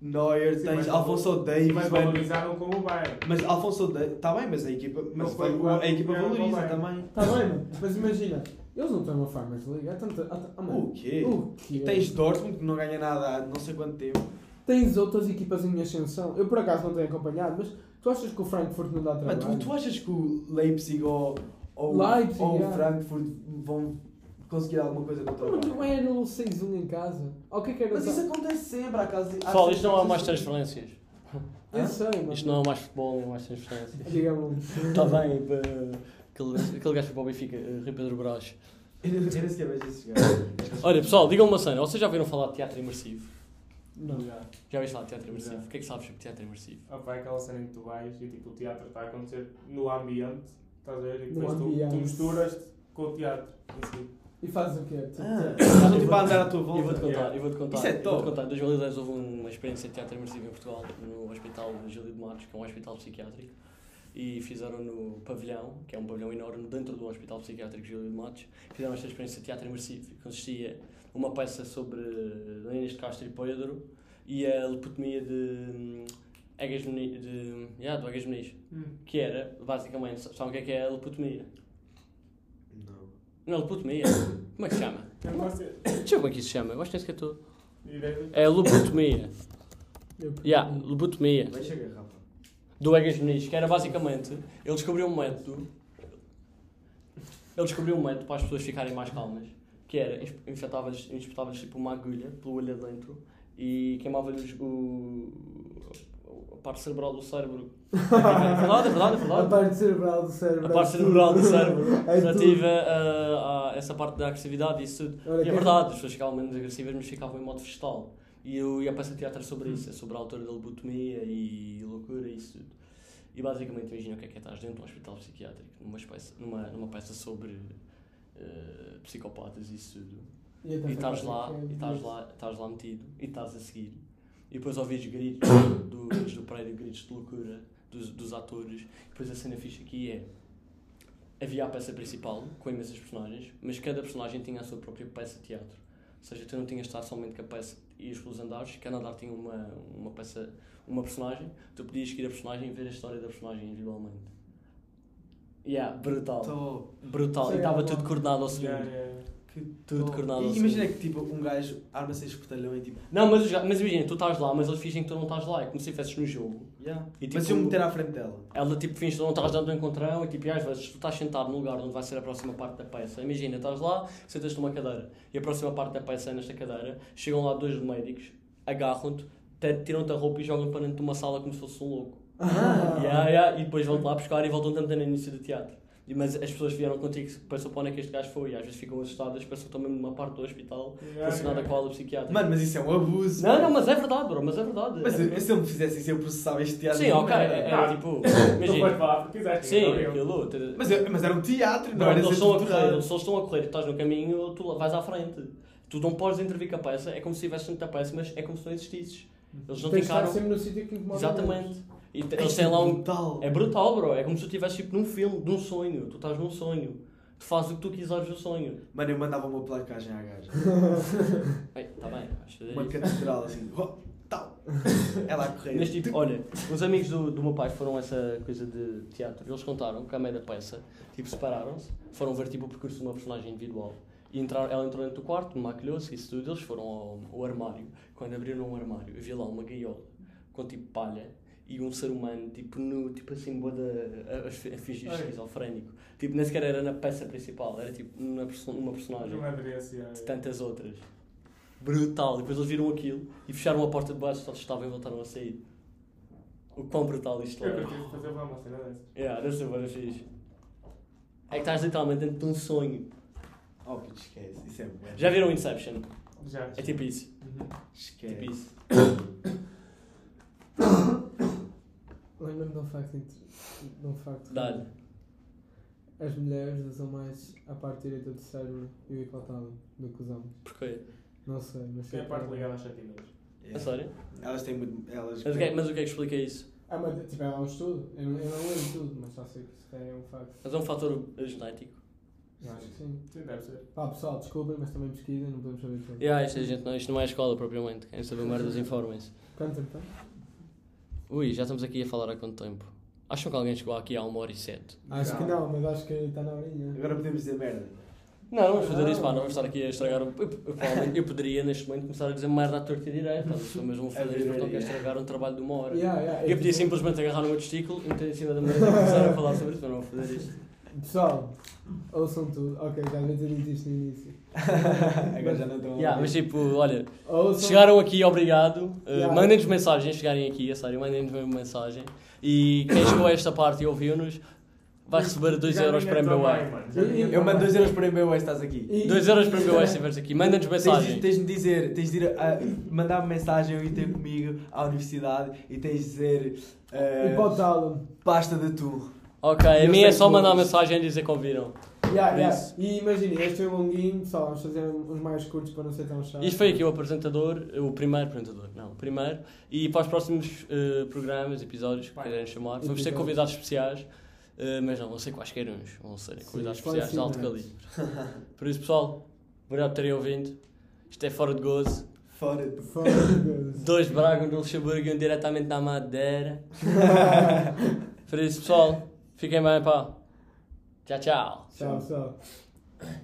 Speaker 4: Neuer,
Speaker 3: Sim,
Speaker 4: tens ah,
Speaker 3: mas-
Speaker 4: Alfonso Davies,
Speaker 3: Mas
Speaker 4: mano.
Speaker 3: valorizaram como o Bayern.
Speaker 4: Mas Alfonso Davies, tá bem, mas a equipa, mas
Speaker 3: foi
Speaker 4: o-
Speaker 3: igual-
Speaker 4: a equipa
Speaker 3: era o
Speaker 4: valoriza
Speaker 3: Bayern.
Speaker 4: também.
Speaker 2: Tá bem, mano. Mas imagina, eles não têm uma Farmers League. Há tanta. Há ta- ah, mano.
Speaker 4: O quê?
Speaker 2: O quê?
Speaker 4: Tens Dortmund, que não ganha nada há não sei quanto tempo.
Speaker 2: Tens outras equipas em ascensão. Eu por acaso não tenho acompanhado, mas tu achas que o Frankfurt não dá
Speaker 4: Ah, Mas
Speaker 2: trabalho?
Speaker 4: tu, tu achas que o Leipzig ou, ou,
Speaker 2: Leipzig,
Speaker 4: ou o
Speaker 2: yeah.
Speaker 4: Frankfurt vão conseguir alguma coisa contra o
Speaker 2: Como tu
Speaker 4: Bayern?
Speaker 2: era o 6-1 em casa? Ou o que é que era
Speaker 4: Mas
Speaker 2: o-
Speaker 4: isso acontece sempre, há casos... há
Speaker 1: Pessoal, isto não há
Speaker 4: casos-
Speaker 1: mais transferências.
Speaker 2: Eu sei, mano.
Speaker 1: Isto não é mais futebol, nem mais transferências.
Speaker 2: Digamos.
Speaker 1: Está bem, pá. aquele, aquele gajo foi para o Benfica, eh, Rui Pedro Brás.
Speaker 4: Eu nem eu nem sequer vejo esses gajos.
Speaker 1: Olha, pessoal, digam-me uma cena. Vocês já viram falar de teatro imersivo?
Speaker 2: Não.
Speaker 3: Já.
Speaker 1: Já ouviste falar de teatro imersivo?
Speaker 3: Já.
Speaker 1: O que é que sabes sobre teatro imersivo?
Speaker 3: Ah, pá, aquela cena em que tu vais e tipo, o teatro está a acontecer no ambiente, estás a ver? E
Speaker 2: No
Speaker 3: depois tu,
Speaker 2: ambiente.
Speaker 3: tu misturas com o teatro. Assim.
Speaker 2: E fazes o quê? Tipo,
Speaker 4: Ah,
Speaker 2: teatro?
Speaker 4: estás tipo a andar à tua
Speaker 1: Eu vou-te
Speaker 4: volta.
Speaker 1: contar,
Speaker 3: Yeah.
Speaker 1: eu vou-te contar.
Speaker 4: Isso é
Speaker 1: eu vou-te
Speaker 4: top.
Speaker 1: contar. Em 2010 houve um, uma experiência de teatro imersivo em Portugal, no Hospital Júlio de Matos, que é um hospital psiquiátrico. E fizeram no pavilhão, que é um pavilhão enorme, dentro do Hospital Psiquiátrico Júlio de Matos, fizeram esta experiência de teatro imersivo, que consistia numa peça sobre Leonês de Castro e Pedro e a lobotomia de hum, Egas Muniz, de, yeah, do Egas Muniz,
Speaker 3: Hum.
Speaker 1: que era, basicamente, sabem o que é que é a lobotomia?
Speaker 4: Não.
Speaker 1: Não, lobotomia, como é que se chama?
Speaker 3: Eu não sei.
Speaker 1: Deixa eu ver como é que isso se chama, eu acho que é isso que é tu.
Speaker 3: Direito.
Speaker 1: É a lobotomia.
Speaker 2: Eu-
Speaker 1: Yeah, lobotomia
Speaker 4: Deixa a garrafa.
Speaker 1: do Egas Muniz, que era basicamente, ele descobriu um método Ele descobriu um método para as pessoas ficarem mais calmas, que era ins- injetava-lhes injetava-lhes, tipo uma agulha pelo olho adentro e queimava-lhes o... a parte cerebral do cérebro. É verdade, é verdade, é
Speaker 2: A
Speaker 1: verdade.
Speaker 2: parte cerebral do cérebro.
Speaker 1: A parte cerebral do cérebro.
Speaker 2: É tudo.
Speaker 1: Desativa ah, ah, essa parte da agressividade e isso tudo.
Speaker 2: Olha,
Speaker 1: e é
Speaker 2: quem-
Speaker 1: verdade, as pessoas ficavam menos agressivas, mas ficavam em modo vegetal. E eu ia passar teatro sobre isso, é sobre a altura da lobotomia e loucura e isso tudo. E basicamente imagina o que é que é estar dentro de um hospital psiquiátrico, numa, espécie, numa, numa peça sobre eh, psicopatas e isso tudo.
Speaker 2: até
Speaker 1: E estás
Speaker 2: fazer
Speaker 1: lá,
Speaker 2: que é
Speaker 1: e estás
Speaker 2: isso.
Speaker 1: lá, estás lá metido, e estás a seguir. E depois ouvis gritos do, do, do prédio, gritos de loucura dos, dos atores. Depois a cena fixa aqui é. Havia a peça principal, com imensas personagens, mas cada personagem tinha a sua própria peça de teatro. Ou seja, tu não tinhas de estar somente com a peça e ias pelos andares, cada andar tinha uma, uma peça, uma personagem, tu podias seguir a personagem e ver a história da personagem individualmente. Yeah, brutal.
Speaker 4: Top.
Speaker 1: Brutal. E
Speaker 2: Sim,
Speaker 1: estava
Speaker 2: é
Speaker 1: tudo coordenado ao segundo.
Speaker 3: Yeah, yeah.
Speaker 4: Que
Speaker 1: Tudo
Speaker 4: top.
Speaker 1: coordenado assim.
Speaker 4: E
Speaker 1: ao
Speaker 4: Imagina
Speaker 1: segundo.
Speaker 4: que tipo, um gajo arma-se a espetalhão e tipo.
Speaker 1: Não, mas, os ga- mas imagina, tu estás lá, mas eles fingem que tu não estás lá, é como se estivesses no jogo.
Speaker 4: Yeah.
Speaker 1: E,
Speaker 4: Mas se eu
Speaker 1: tipo,
Speaker 4: me meter à frente dela.
Speaker 1: Ela tipo finge que tu não estás dando um encontrão e tipo, e às vezes tu estás sentado num lugar onde vai ser a próxima parte da peça. Imagina, estás lá, sentas-te numa cadeira e a próxima parte da peça é nesta cadeira. Chegam lá dois médicos, agarram-te, te- tiram-te a roupa e jogam para dentro de uma sala como se fosse um louco. Yeah, yeah, e depois vão-te lá buscar e voltam-te a meter no início do teatro. E- Mas as pessoas vieram contigo, pensam para onde é que este gajo foi e às vezes ficam assustadas, pensam também numa parte do hospital
Speaker 3: Yeah,
Speaker 1: relacionada
Speaker 3: yeah.
Speaker 1: com a aula psiquiátrica.
Speaker 4: Mano, mas isso é um abuso.
Speaker 1: Não, não,
Speaker 4: mano.
Speaker 1: mas é verdade, bro, mas é verdade.
Speaker 4: Mas se- se eu me fizesse isso, eu processava este teatro.
Speaker 1: Sim,
Speaker 4: de
Speaker 1: ok,
Speaker 4: merda.
Speaker 1: é,
Speaker 3: Ah.
Speaker 1: é tipo,
Speaker 3: Não foi
Speaker 1: imagina.
Speaker 3: lá, porque quiseste.
Speaker 1: Sim,
Speaker 3: então, eu-
Speaker 1: aquilo. te-
Speaker 4: Mas, eu- mas era um teatro, não,
Speaker 1: Não,
Speaker 4: era
Speaker 1: eles
Speaker 4: ser
Speaker 1: estão a correr,
Speaker 4: torturado.
Speaker 1: eles só estão a correr, estás no caminho, tu vais à frente. Tu não podes intervir com a peça, é como se estivesse dentro da peça, mas é como se não existisses. Eles não
Speaker 2: Tens de
Speaker 1: te
Speaker 2: estar
Speaker 1: encaram.
Speaker 2: sempre no sítio que incomoda menos.
Speaker 1: Exatamente. E te- eles
Speaker 4: Isto
Speaker 1: têm
Speaker 4: é
Speaker 1: lá um.
Speaker 4: brutal.
Speaker 1: É brutal, bro. É como se tu estivesse tipo, num filme, num sonho. Tu estás num sonho. Tu fazes o que tu quiseres do sonho.
Speaker 4: Mano, eu mandava uma placagem à gaja.
Speaker 1: Bem, tá bem, acho que é
Speaker 4: Uma
Speaker 1: isso.
Speaker 4: catedral assim. ó, Tal. Ela a correr.
Speaker 1: Mas tipo, olha, os amigos do, do meu pai foram a essa coisa de teatro. Eles contaram que a meio da peça, tipo, separaram-se, foram ver tipo, o percurso de uma personagem individual. E entraram, ela entrou dentro do quarto, maquilhou-se, isso tudo. Eles foram ao, ao armário. Quando abriram o armário, havia lá uma gaiola com tipo palha e um ser humano, tipo, nu, tipo assim, boa a, a, a fingir
Speaker 3: Ai.
Speaker 1: esquizofrénico. Tipo, nem sequer era na peça principal, era tipo numa, perso- numa personagem
Speaker 3: Numa aderência, yeah,
Speaker 1: de
Speaker 3: yeah.
Speaker 1: tantas outras. Brutal. E depois eles viram aquilo e fecharam a porta de baixo, só estavam e voltaram a sair. O quão brutal isto
Speaker 3: Eu
Speaker 1: era.
Speaker 3: curti de fazer uma cena dessas.
Speaker 1: Yeah, deve ser bem fixe. É que estás literalmente dentro de um sonho.
Speaker 4: Oh, puto, esquece. Isso é bom.
Speaker 1: tipo- Já viram Inception?
Speaker 3: Já.
Speaker 1: É tipo isso.
Speaker 3: Uhum.
Speaker 4: Esquece.
Speaker 1: Tipo isso.
Speaker 2: Lembro-me de um facto. inter- De um facto.
Speaker 1: Dá-lhe.
Speaker 2: As mulheres usam mais a parte direita do cérebro e o hipotálamo do que os homens.
Speaker 1: Porquê?
Speaker 2: Não sei, mas
Speaker 3: Tem
Speaker 2: sei
Speaker 3: é a
Speaker 2: que-
Speaker 3: parte ligada às chatinhas.
Speaker 1: É
Speaker 4: Yeah.
Speaker 1: sério?
Speaker 4: É. Elas têm muito. Elas.
Speaker 1: Mas o que, é- mas o que é que explica isso?
Speaker 2: Ah, mas tipo, é um estudo. Eu não, eu não lembro tudo, mas só sei que isso é um facto.
Speaker 1: Mas é um fator genético.
Speaker 2: Eu acho que sim.
Speaker 3: Sim, deve ser.
Speaker 2: Pá, pessoal, desculpem, mas também pesquisa, não podemos saber tudo.
Speaker 1: Yeah, isto, é gente, não, isto não é escola propriamente. Quem sabe merdas informem-se.
Speaker 2: Quanto tempo tem?
Speaker 1: Ui, já estamos aqui a falar há quanto tempo? Acham que alguém chegou aqui há uma hora e sete?
Speaker 2: Acho que não, mas acho que está na horinha.
Speaker 4: Agora podemos dizer merda.
Speaker 1: Não, não vamos fazer
Speaker 2: Não.
Speaker 1: isso, pá, não vamos estar aqui a estragar. o- Eu, eu, provavelmente- eu poderia neste momento começar a dizer merda à torta e direita, mas mas vão fazer isso porque não quero estragar um trabalho de uma hora.
Speaker 2: Yeah, yeah, é
Speaker 1: Eu podia
Speaker 2: tipo-
Speaker 1: simplesmente agarrar no meu testículo e meter em cima da mesa e começar a falar sobre isso, mas não vou fazer isso.
Speaker 2: Pessoal, ouçam tudo. Ok, já devia ter dito isto no início.
Speaker 4: Agora já não estão. a
Speaker 1: Yeah,
Speaker 4: ouvir.
Speaker 1: mas tipo, olha,
Speaker 2: Ouçam.
Speaker 1: chegaram aqui, obrigado. Uh,
Speaker 2: Yeah.
Speaker 1: Mandem-nos mensagens, chegarem aqui, a sério, mandem-nos mesmo mensagem. E quem chegou a esta parte e ouviu-nos vai receber 2€
Speaker 3: Já
Speaker 1: euros
Speaker 3: vinha
Speaker 1: para
Speaker 3: também,
Speaker 1: MBA.
Speaker 3: mano, já é
Speaker 1: tipo-
Speaker 3: vinha
Speaker 4: Eu mando
Speaker 3: também.
Speaker 4: 2 euros para MBA, estás aqui.
Speaker 2: E-
Speaker 1: 2€ euros para MBA se estiveres aqui. Mandem-nos
Speaker 4: Tens de,
Speaker 1: mensagem.
Speaker 4: tens de dizer, tens de ir a, mandar uma mensagem e ter comigo à universidade e tens de dizer eh,
Speaker 2: Hipotálamo.
Speaker 4: pasta de tu.
Speaker 1: Ok, a
Speaker 4: Eu
Speaker 1: mim é
Speaker 4: sei
Speaker 1: só mandar
Speaker 4: todos.
Speaker 1: mensagem e dizer que ouviram.
Speaker 2: Yeah,
Speaker 1: Por
Speaker 2: yeah.
Speaker 1: isso.
Speaker 2: E imagina, este foi um longuinho, pessoal, vamos fazer uns mais curtos para não ser tão chato.
Speaker 1: Isto foi aqui o apresentador, o primeiro apresentador, não, o primeiro. E para os próximos eh, programas, episódios, que
Speaker 3: Vai.
Speaker 1: quiserem chamar, vamos ter
Speaker 2: Episódios.
Speaker 1: convidados especiais, eh, mas não vão ser quaisquer uns, vão ser
Speaker 2: Sim,
Speaker 1: convidados
Speaker 2: quais
Speaker 1: especiais de alto
Speaker 2: sim, né?
Speaker 1: calibre. Por isso, pessoal, obrigado por terem ouvido. Isto é fora de gozo.
Speaker 4: Fora de
Speaker 2: Fora de Deus.
Speaker 1: Dois de Braga, um de Luxemburgo e um diretamente da Madeira. Por isso, pessoal, fiquem bem, pá. Tchau, tchau.
Speaker 2: Tchau, pessoal.